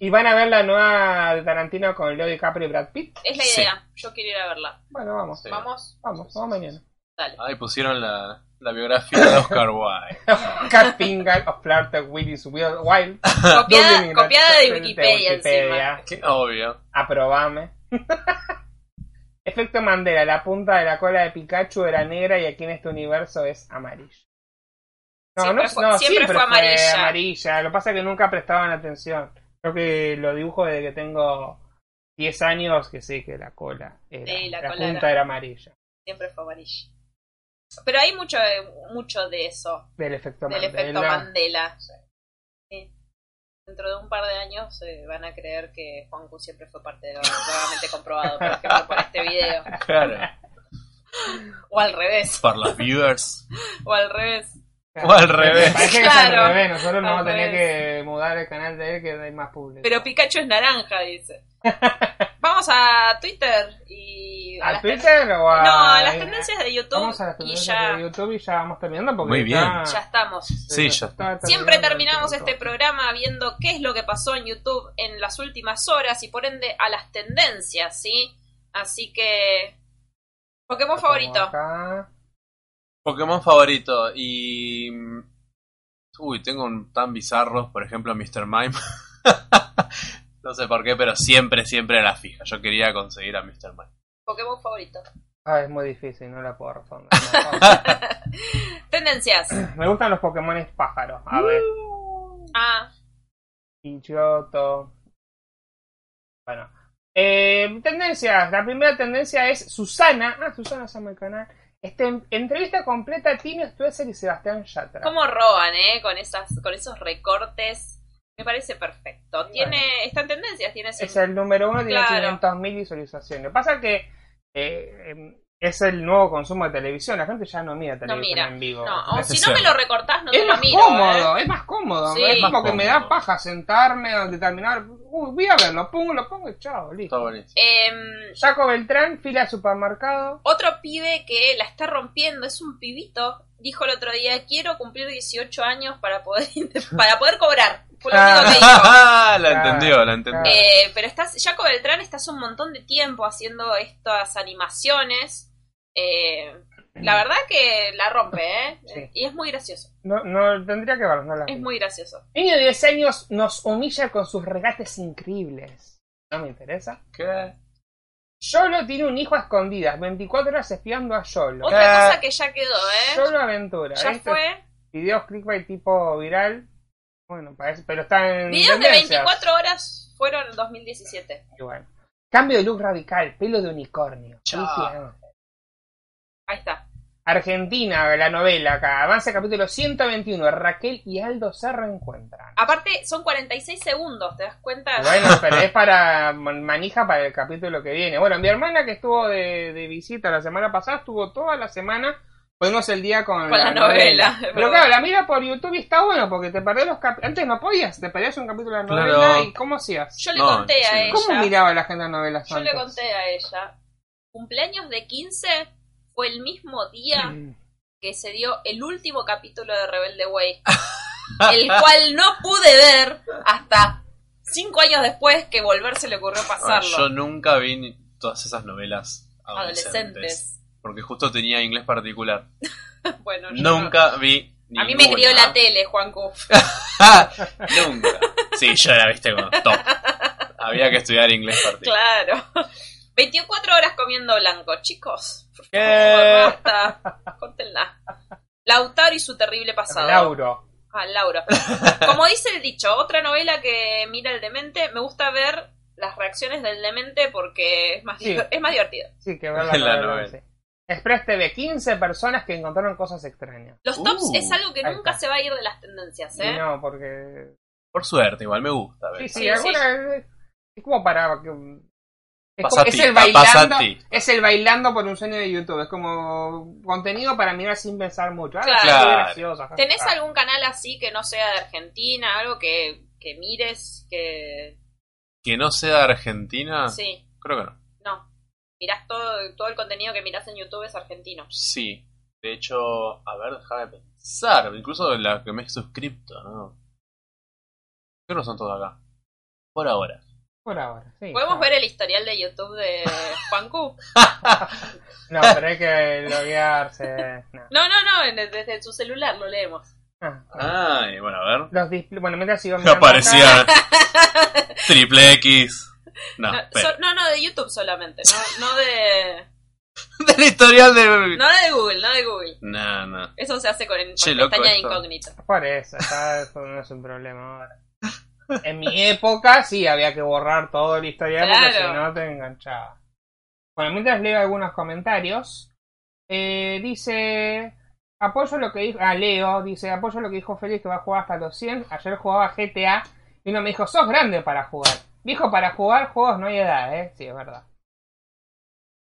[SPEAKER 1] Y van a ver la nueva de Tarantino con Leo DiCaprio y Brad Pitt.
[SPEAKER 2] Es la
[SPEAKER 3] Sí.
[SPEAKER 2] idea, yo quiero ir a verla.
[SPEAKER 1] Bueno, vamos,
[SPEAKER 3] Sí.
[SPEAKER 2] Vamos,
[SPEAKER 1] vamos, vamos mañana.
[SPEAKER 2] dale.
[SPEAKER 3] Ahí pusieron la, la biografía de Oscar Wilde.
[SPEAKER 1] Cat Finger of Flirt with his Wild. wild.
[SPEAKER 2] Copiada,
[SPEAKER 1] Dublin,
[SPEAKER 2] copiada de
[SPEAKER 1] de
[SPEAKER 2] Wikipedia, encima.
[SPEAKER 1] Wikipedia.
[SPEAKER 3] Qué obvio.
[SPEAKER 1] Aprobame. Efecto Mandela, la punta de la cola de Pikachu era negra y aquí en este universo es amarillo. No,
[SPEAKER 2] Siempre
[SPEAKER 1] no,
[SPEAKER 2] fue-
[SPEAKER 1] no,
[SPEAKER 2] siempre fue amarilla.
[SPEAKER 1] amarilla. Lo que pasa es que nunca prestaban atención. Creo que lo dibujo desde que tengo 10 años, que sí, que la cola era,
[SPEAKER 2] Sí, la
[SPEAKER 1] la,
[SPEAKER 2] cola
[SPEAKER 1] punta era, amarilla.
[SPEAKER 2] Siempre fue amarillo. Pero hay mucho, de- mucho de eso,
[SPEAKER 1] Del efecto
[SPEAKER 2] del
[SPEAKER 1] Mandela.
[SPEAKER 2] efecto Mandela. Sí. dentro de un par de años eh, van a creer que Juancu siempre fue parte de lo nuevamente comprobado, por ejemplo, por este video.
[SPEAKER 3] Claro.
[SPEAKER 2] O al revés,
[SPEAKER 3] Para las viewers.
[SPEAKER 2] o al revés.
[SPEAKER 3] O al revés.
[SPEAKER 1] Parece que es al
[SPEAKER 2] Claro.
[SPEAKER 1] revés. Nosotros nos
[SPEAKER 2] Al
[SPEAKER 1] vamos a tener
[SPEAKER 2] revés.
[SPEAKER 1] que mudar el canal de él que hay más público.
[SPEAKER 2] Pero Pikachu es naranja, dice. Vamos a Twitter y...
[SPEAKER 1] ¿A
[SPEAKER 2] las
[SPEAKER 1] Twitter o a.?
[SPEAKER 2] ten- No, a las tendencias de
[SPEAKER 1] Vamos a las
[SPEAKER 2] YouTube y
[SPEAKER 1] tendencias
[SPEAKER 2] ya,
[SPEAKER 1] de YouTube y ya vamos terminando porque
[SPEAKER 3] Muy bien.
[SPEAKER 1] ya-
[SPEAKER 2] ya estamos.
[SPEAKER 3] Sí, ya
[SPEAKER 1] está terminando
[SPEAKER 2] Siempre
[SPEAKER 1] el
[SPEAKER 2] terminamos
[SPEAKER 1] tiempo.
[SPEAKER 2] este programa viendo qué es lo que pasó en YouTube en las últimas horas y por ende a las tendencias, ¿sí? Así que... Pokémon favorito.
[SPEAKER 1] Acá.
[SPEAKER 3] Pokémon favorito y... Uy, tengo un tan bizarro, por ejemplo, Mr. Mime. no sé por qué, pero siempre, siempre era la fija. Yo quería conseguir a Mr. Mime.
[SPEAKER 2] Pokémon favorito.
[SPEAKER 1] Ah, es muy difícil, no la puedo responder. No.
[SPEAKER 2] Tendencias.
[SPEAKER 1] Me gustan los Pokémon pájaros. A ver,
[SPEAKER 2] Mm. Ah,
[SPEAKER 1] Pinchoto. Bueno. Eh, tendencias. La primera tendencia es Susana. Ah, Susana se llama el canal. Este, entrevista completa a Tino Stoessel y Sebastián Yatra.
[SPEAKER 2] cómo roban, ¿eh? Con, esas, con esos recortes. Me parece perfecto. Tiene... Está en tendencias, tiene... ese-
[SPEAKER 1] es el número uno, tiene
[SPEAKER 2] Claro.
[SPEAKER 1] 500.000 visualizaciones. Pasa que eh, eh, es el nuevo consumo de televisión. La gente ya no mira televisión
[SPEAKER 2] mira.
[SPEAKER 1] en vivo.
[SPEAKER 2] No, o
[SPEAKER 3] Ese
[SPEAKER 2] si no me
[SPEAKER 3] cierto.
[SPEAKER 2] lo recortás, no te
[SPEAKER 1] es
[SPEAKER 2] lo
[SPEAKER 1] más
[SPEAKER 2] miro. ¿eh?
[SPEAKER 1] cómodo, es más cómodo.
[SPEAKER 2] Sí.
[SPEAKER 1] Es como
[SPEAKER 3] Más
[SPEAKER 1] que me
[SPEAKER 3] cómodo.
[SPEAKER 1] da paja sentarme o determinar. Uy, voy a verlo, pongo, lo pongo y chao,
[SPEAKER 3] Está
[SPEAKER 1] listo.
[SPEAKER 3] buenísimo.
[SPEAKER 2] Em,
[SPEAKER 1] Jaco Beltrán, fila al supermercado.
[SPEAKER 2] Otro pibe que la está rompiendo, es un pibito, dijo el otro día, quiero cumplir 18 años para poder, para poder cobrar. Fue lo
[SPEAKER 1] Ah.
[SPEAKER 2] único que dijo.
[SPEAKER 3] la
[SPEAKER 1] Claro,
[SPEAKER 3] entendió, la entendió.
[SPEAKER 1] claro.
[SPEAKER 2] Eh, pero estás, Jaco Beltrán está hace un montón de tiempo haciendo estas animaciones. Eh, la verdad que la rompe, ¿eh?
[SPEAKER 1] Sí.
[SPEAKER 2] Y es muy gracioso,
[SPEAKER 1] No, no tendría que verlo, no la vi.
[SPEAKER 2] es muy gracioso.
[SPEAKER 1] Niño de 10 años nos humilla con sus regates increíbles. No me interesa.
[SPEAKER 3] ¿Qué?
[SPEAKER 1] Yolo tiene un hijo a escondidas, 24 horas espiando a Yolo.
[SPEAKER 2] Otra cosa que ya quedó, ¿eh?
[SPEAKER 1] Yolo Aventura.
[SPEAKER 2] Ya
[SPEAKER 1] Estos
[SPEAKER 2] fue.
[SPEAKER 1] Videos clickbait tipo viral. Bueno, parece, pero está en.
[SPEAKER 2] Videos de
[SPEAKER 1] tendencias.
[SPEAKER 2] 24 horas fueron en 2017.
[SPEAKER 1] Y bueno. Cambio de look radical, pelo de unicornio.
[SPEAKER 3] Chao.
[SPEAKER 1] Cristian.
[SPEAKER 2] Ahí está.
[SPEAKER 1] Argentina, la novela acá. Avanza capítulo 121. Raquel y Aldo se reencuentran.
[SPEAKER 2] Aparte, son 46 segundos, ¿te das cuenta?
[SPEAKER 1] Bueno, pero es para man- manija para el capítulo que viene. Bueno, mi hermana que estuvo de, de visita la semana pasada, estuvo toda la semana. Fuimos el día con,
[SPEAKER 2] Con la novela, es
[SPEAKER 1] Pero
[SPEAKER 2] verdad.
[SPEAKER 1] claro, la mira por YouTube y está bueno porque te perdés los capítulos. Antes no podías, te perdías un capítulo de la novela
[SPEAKER 3] Claro.
[SPEAKER 1] y ¿cómo hacías?
[SPEAKER 2] Yo le
[SPEAKER 3] No,
[SPEAKER 2] conté a
[SPEAKER 3] sí.
[SPEAKER 2] ella.
[SPEAKER 1] ¿Cómo miraba la gente de novelas
[SPEAKER 2] Yo le
[SPEAKER 1] antes?
[SPEAKER 2] conté a ella. Cumpleaños de 15 fue el mismo
[SPEAKER 1] Mm.
[SPEAKER 2] día que se dio el último capítulo de Rebelde Way. el cual no pude ver hasta cinco años después que volver se le ocurrió
[SPEAKER 3] Ah,
[SPEAKER 2] pasarlo.
[SPEAKER 3] Yo nunca vi ni- todas esas novelas adolescentes,
[SPEAKER 2] Adolescentes.
[SPEAKER 3] Porque justo tenía inglés particular.
[SPEAKER 2] Bueno, yo no.
[SPEAKER 3] Nunca vi
[SPEAKER 2] A mí me crió
[SPEAKER 3] ninguna. Ah,
[SPEAKER 2] la tele, Juan Cuf.
[SPEAKER 3] Nunca. Sí, yo la viste como top. Había que estudiar inglés particular.
[SPEAKER 2] Claro. 24 horas comiendo blanco, chicos. Por
[SPEAKER 3] ¿Qué?
[SPEAKER 2] favor, basta. Córtenla. Lautaro y su terrible pasado.
[SPEAKER 1] Lauro.
[SPEAKER 2] Ah, Laura. Como dice el dicho, otra novela que mira el demente, me gusta ver las reacciones del demente porque es más,
[SPEAKER 1] Sí.
[SPEAKER 2] diver- es más divertido.
[SPEAKER 1] Sí, que verdad.
[SPEAKER 3] La novela.
[SPEAKER 1] Express TV, 15 personas que encontraron cosas extrañas.
[SPEAKER 2] Los tops
[SPEAKER 3] Uh,
[SPEAKER 2] es algo que
[SPEAKER 1] ahí
[SPEAKER 2] nunca
[SPEAKER 1] está.
[SPEAKER 2] se va a ir de las tendencias,
[SPEAKER 1] Y
[SPEAKER 2] ¿eh?
[SPEAKER 1] no, porque
[SPEAKER 3] Por suerte, igual me gusta. ver.
[SPEAKER 1] Sí, sí,
[SPEAKER 2] Sí,
[SPEAKER 1] alguna es- es como para que es,
[SPEAKER 3] Pasa
[SPEAKER 1] como- es
[SPEAKER 3] tinta,
[SPEAKER 1] el bailando,
[SPEAKER 3] pasa tinta.
[SPEAKER 1] es el bailando por un sueño de YouTube, es como contenido para mirar sin pensar mucho. Ah,
[SPEAKER 2] Claro.
[SPEAKER 1] sí, qué
[SPEAKER 3] Claro.
[SPEAKER 1] gracioso, Ah, jajaja.
[SPEAKER 2] ¿Tenés algún canal así que no sea de Argentina? Algo que, que mires, que...
[SPEAKER 3] Que no sea
[SPEAKER 1] Ah.
[SPEAKER 3] Argentina,
[SPEAKER 2] Sí,
[SPEAKER 3] creo que no.
[SPEAKER 2] no. Mirás todo, todo el contenido que mirás en YouTube es argentino.
[SPEAKER 3] Sí. De hecho, a ver, déjame pensar. Incluso de la que me he suscripto, ¿no? Creo que no son todos acá. Por ahora.
[SPEAKER 1] Por ahora, sí. ah.
[SPEAKER 2] ¿Podemos
[SPEAKER 1] claro.
[SPEAKER 2] ver el historial de YouTube de Juan Cu?
[SPEAKER 1] No, pero hay que loguearse. no.
[SPEAKER 2] No, no, no, en- desde su celular lo leemos.
[SPEAKER 1] Ah,
[SPEAKER 3] Ay, bueno, a ver.
[SPEAKER 1] Los dis- bueno, mientras sigo
[SPEAKER 3] Me
[SPEAKER 1] mirando acá,
[SPEAKER 3] aparecía Triple X. No,
[SPEAKER 1] Ah,
[SPEAKER 2] No,
[SPEAKER 3] espera.
[SPEAKER 2] so- no, no, de YouTube solamente, no, no de...
[SPEAKER 3] Del historial de.
[SPEAKER 2] No de Google, no de Google.
[SPEAKER 3] No, no.
[SPEAKER 2] Eso se hace con, con
[SPEAKER 3] Che, loco,
[SPEAKER 2] pestaña de
[SPEAKER 3] esto.
[SPEAKER 2] incógnito.
[SPEAKER 1] por eso, está, eso no es un problema ahora. En mi época sí había que borrar todo el historial porque
[SPEAKER 2] Claro.
[SPEAKER 1] si no te enganchaba. Bueno, mientras leo algunos comentarios, eh, dice apoyo lo que dijo, ah, Leo dice apoyo lo que dijo Félix que va a jugar hasta los 100. Ayer jugaba GTA Y uno me dijo, sos grande para jugar. Viejo, para jugar juegos no hay edad, ¿eh? Sí, es verdad.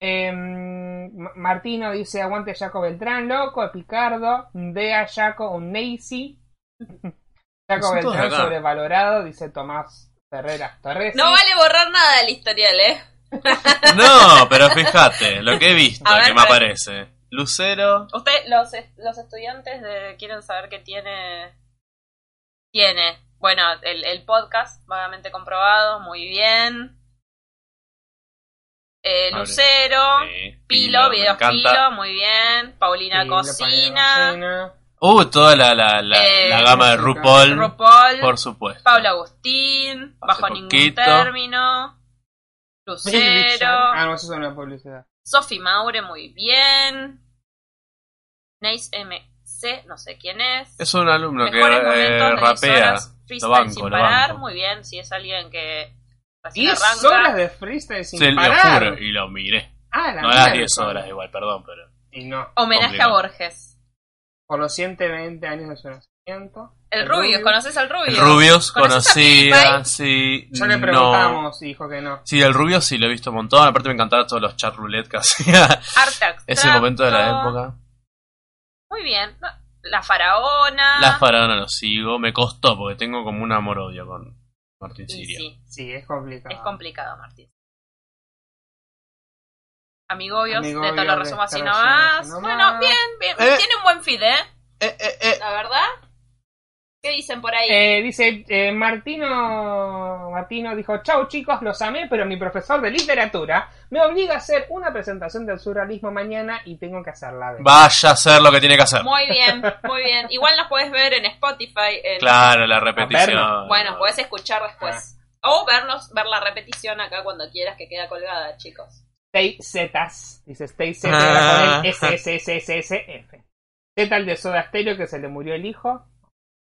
[SPEAKER 1] Em, Ma- Martino dice, aguante Jaco Beltrán, loco, Picardo, Dea Jaco, un Nacy. Jaco
[SPEAKER 3] Son todos
[SPEAKER 1] Beltrán
[SPEAKER 3] acá.
[SPEAKER 1] sobrevalorado, dice Tomás Ferreras Torres.
[SPEAKER 2] No vale borrar nada del historial, ¿eh?
[SPEAKER 3] No, pero fíjate, lo que he visto,
[SPEAKER 2] A ver,
[SPEAKER 3] que me
[SPEAKER 2] a ver.
[SPEAKER 3] aparece. Lucero.
[SPEAKER 2] Usted, los, es- los estudiantes de- quieren saber qué tiene. Tiene. Bueno, el, el podcast, vagamente comprobado, muy bien. Eh,
[SPEAKER 3] Abre.
[SPEAKER 2] Lucero,
[SPEAKER 3] sí,
[SPEAKER 2] Pilo,
[SPEAKER 3] me
[SPEAKER 2] videos
[SPEAKER 3] encanta.
[SPEAKER 2] Pilo, muy bien. Paulina Cocina,
[SPEAKER 3] Uh, toda la, la, la,
[SPEAKER 2] Eh,
[SPEAKER 3] la gama de
[SPEAKER 1] música.
[SPEAKER 3] RuPaul,
[SPEAKER 2] RuPaul,
[SPEAKER 3] por supuesto.
[SPEAKER 2] Pablo Agustín, bajo ningún
[SPEAKER 3] poquito.
[SPEAKER 2] término.
[SPEAKER 1] Ah,
[SPEAKER 2] Lucero,
[SPEAKER 1] no, eso es una publicidad.
[SPEAKER 2] Sofi Maure, muy bien. Nice MC, no sé quién es.
[SPEAKER 3] Es un alumno que
[SPEAKER 2] Mejores
[SPEAKER 3] eh,
[SPEAKER 2] momentos de 10
[SPEAKER 3] rapea.
[SPEAKER 2] horas, freestyle
[SPEAKER 3] banco,
[SPEAKER 2] sin
[SPEAKER 3] lo
[SPEAKER 2] parar,
[SPEAKER 3] banco.
[SPEAKER 2] muy bien, si es alguien que recién
[SPEAKER 1] 10
[SPEAKER 2] arranca.
[SPEAKER 1] horas de freestyle sin
[SPEAKER 3] Se lo
[SPEAKER 1] parar.
[SPEAKER 3] juro y lo miré.
[SPEAKER 1] Ah, la
[SPEAKER 3] No las
[SPEAKER 1] mierda.
[SPEAKER 3] 10 horas igual, perdón, pero.
[SPEAKER 1] Y no.
[SPEAKER 2] Homenaje
[SPEAKER 3] Complicado.
[SPEAKER 2] a Borges.
[SPEAKER 1] Por los 120 años de su nacimiento.
[SPEAKER 2] El, Rubius, ¿conoces al
[SPEAKER 3] El
[SPEAKER 2] Rubius? ¿Conoces
[SPEAKER 3] Rubios
[SPEAKER 2] a
[SPEAKER 3] conocía,
[SPEAKER 2] Felipe?
[SPEAKER 3] sí.
[SPEAKER 1] Ya le
[SPEAKER 3] Mm, no.
[SPEAKER 1] preguntamos y dijo que no.
[SPEAKER 3] Sí, el Rubio sí lo he visto un montón. Aparte me encantaba todos los chat roulette que hacía.
[SPEAKER 2] Arte abstracto.
[SPEAKER 3] Ese momento de la época.
[SPEAKER 2] Muy bien. No, La Faraona.
[SPEAKER 3] Las paradas no lo sigo. Me costó porque tengo como un amor-odio con Martín
[SPEAKER 2] Y
[SPEAKER 3] Siria.
[SPEAKER 2] sí,
[SPEAKER 1] Sí, es complicado.
[SPEAKER 2] es complicado, Martín. Amigobios,
[SPEAKER 1] Amigobios,
[SPEAKER 2] de todo lo resumo así
[SPEAKER 1] de
[SPEAKER 2] nomás.
[SPEAKER 1] todo lo resumo así
[SPEAKER 2] Bueno,
[SPEAKER 1] nomás.
[SPEAKER 2] bien, bien.
[SPEAKER 3] Eh.
[SPEAKER 2] Tiene un buen feed, ¿eh?
[SPEAKER 3] Eh, eh, eh.
[SPEAKER 2] La verdad. ¿Qué dicen por ahí?
[SPEAKER 1] Eh, dice eh, Martino Martino dijo chau chicos los amé pero mi profesor de literatura me obliga a hacer una presentación del surrealismo mañana y tengo que hacerla de
[SPEAKER 3] Vaya a hacer lo que tiene que hacer.
[SPEAKER 2] Muy bien, muy bien. Igual nos puedes ver en Spotify. En...
[SPEAKER 3] Claro, la
[SPEAKER 1] verlo.
[SPEAKER 3] repetición.
[SPEAKER 2] Bueno, pues. podés escuchar después.
[SPEAKER 1] Ah.
[SPEAKER 2] O vernos, ver la repetición acá cuando quieras que queda colgada, chicos.
[SPEAKER 1] Stay Zetas dice Stay Z
[SPEAKER 3] Ah.
[SPEAKER 1] con el S S S S S F Z el de Soda Stereo que se le murió el hijo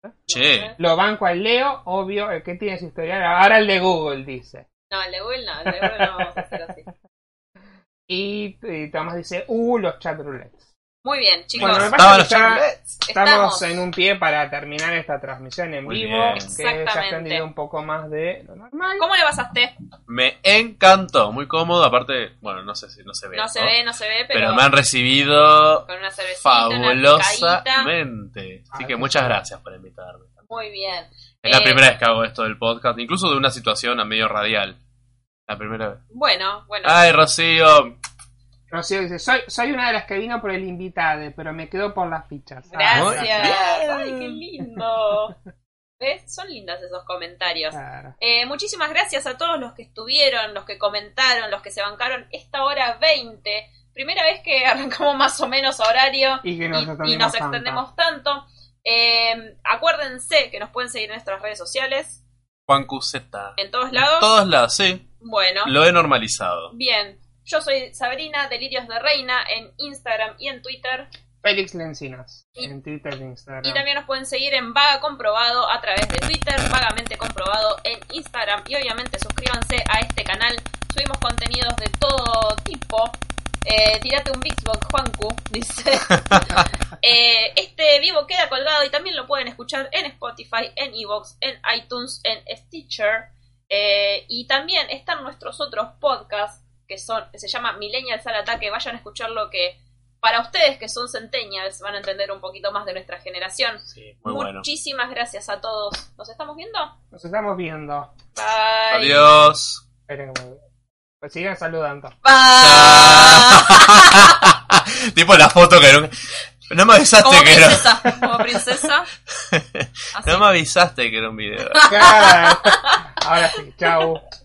[SPEAKER 2] ¿eh?
[SPEAKER 3] Che.
[SPEAKER 1] lo banco al Leo obvio el que tiene su historial ahora el de Google dice
[SPEAKER 2] No, el de Google no, el de Google no vamos a hacer así.
[SPEAKER 1] y, y Tomás dice uh los chat roulettes
[SPEAKER 2] Muy bien, chicos.
[SPEAKER 1] Bueno, me pasa
[SPEAKER 3] Estaban
[SPEAKER 1] que
[SPEAKER 3] los
[SPEAKER 1] ya
[SPEAKER 3] chat roulettes.
[SPEAKER 1] Estamos en un pie para terminar esta transmisión en
[SPEAKER 3] Muy
[SPEAKER 1] vivo,
[SPEAKER 3] bien.
[SPEAKER 1] que ya
[SPEAKER 2] Exactamente.
[SPEAKER 1] ha extendido un poco más de lo normal.
[SPEAKER 2] ¿Cómo le pasaste?
[SPEAKER 3] Me encantó, muy cómodo. Aparte, bueno, no sé si no se ve.
[SPEAKER 2] No se ve, no se ve,
[SPEAKER 3] pero,
[SPEAKER 2] pero,
[SPEAKER 3] me han recibido
[SPEAKER 2] con una cervecita, una picadita.
[SPEAKER 3] fabulosamente. Así
[SPEAKER 1] Ah,
[SPEAKER 3] que
[SPEAKER 1] sí.
[SPEAKER 3] muchas gracias por invitarme.
[SPEAKER 2] Muy bien.
[SPEAKER 3] Es la
[SPEAKER 2] Eh,
[SPEAKER 3] primera vez que hago esto del podcast, incluso de una situación a medio radial. La primera vez.
[SPEAKER 2] Bueno, bueno.
[SPEAKER 3] Ay, Rocío.
[SPEAKER 1] Rocío dice, soy, soy una de las que vino por el invitado, pero me quedo por las fichas. Ah,
[SPEAKER 2] Gracias. Ay, qué lindo. ¿Ves? Son lindas esos comentarios.
[SPEAKER 1] claro.
[SPEAKER 2] Eh, muchísimas gracias a todos los que estuvieron, los que comentaron, los que se bancaron esta hora 20. Primera vez que arrancamos más o menos a horario
[SPEAKER 1] Y que
[SPEAKER 2] y,
[SPEAKER 1] nos
[SPEAKER 2] y
[SPEAKER 1] extendemos
[SPEAKER 2] nos
[SPEAKER 1] tanto.
[SPEAKER 2] extendemos tanto. Eh, acuérdense que nos pueden seguir en nuestras redes sociales,
[SPEAKER 3] Juan Cuseta.
[SPEAKER 2] en todos
[SPEAKER 3] En
[SPEAKER 2] lados.
[SPEAKER 3] todos lados, sí.
[SPEAKER 2] Bueno,
[SPEAKER 3] Lo he normalizado.
[SPEAKER 2] bien. Yo soy Sabrina, Delirios de Reina, en Instagram y en Twitter.
[SPEAKER 1] Félix Lencinas,
[SPEAKER 2] Y-
[SPEAKER 1] en Twitter e Instagram.
[SPEAKER 2] Y también nos pueden seguir en Vaga Comprobado a través de Twitter, Vagamente Comprobado en Instagram. Y obviamente suscríbanse a este canal. Subimos contenidos de todo tipo. Eh, tirate un Bixbox, Juancu, dice. Eh, este vivo queda colgado y también lo pueden escuchar en Spotify, en Evox, en iTunes, en Stitcher. Eh, y también están nuestros otros podcasts que son que se llama Millennials al Ataque. Vayan a escuchar lo que para ustedes que son centennials van a entender un poquito más de nuestra generación.
[SPEAKER 3] Sí, muy bueno.
[SPEAKER 2] Muchísimas gracias a todos. ¿Nos estamos viendo?
[SPEAKER 1] Nos estamos viendo.
[SPEAKER 2] Bye.
[SPEAKER 3] Adiós.
[SPEAKER 1] Esperen que me- Pues sigan saludando.
[SPEAKER 2] Ah.
[SPEAKER 3] tipo la foto que nunca... No me
[SPEAKER 2] Como
[SPEAKER 3] avisaste que era...
[SPEAKER 2] princesa. Como princesa. Así.
[SPEAKER 3] No me avisaste que era un video.
[SPEAKER 1] Claro. Ahora sí, chau.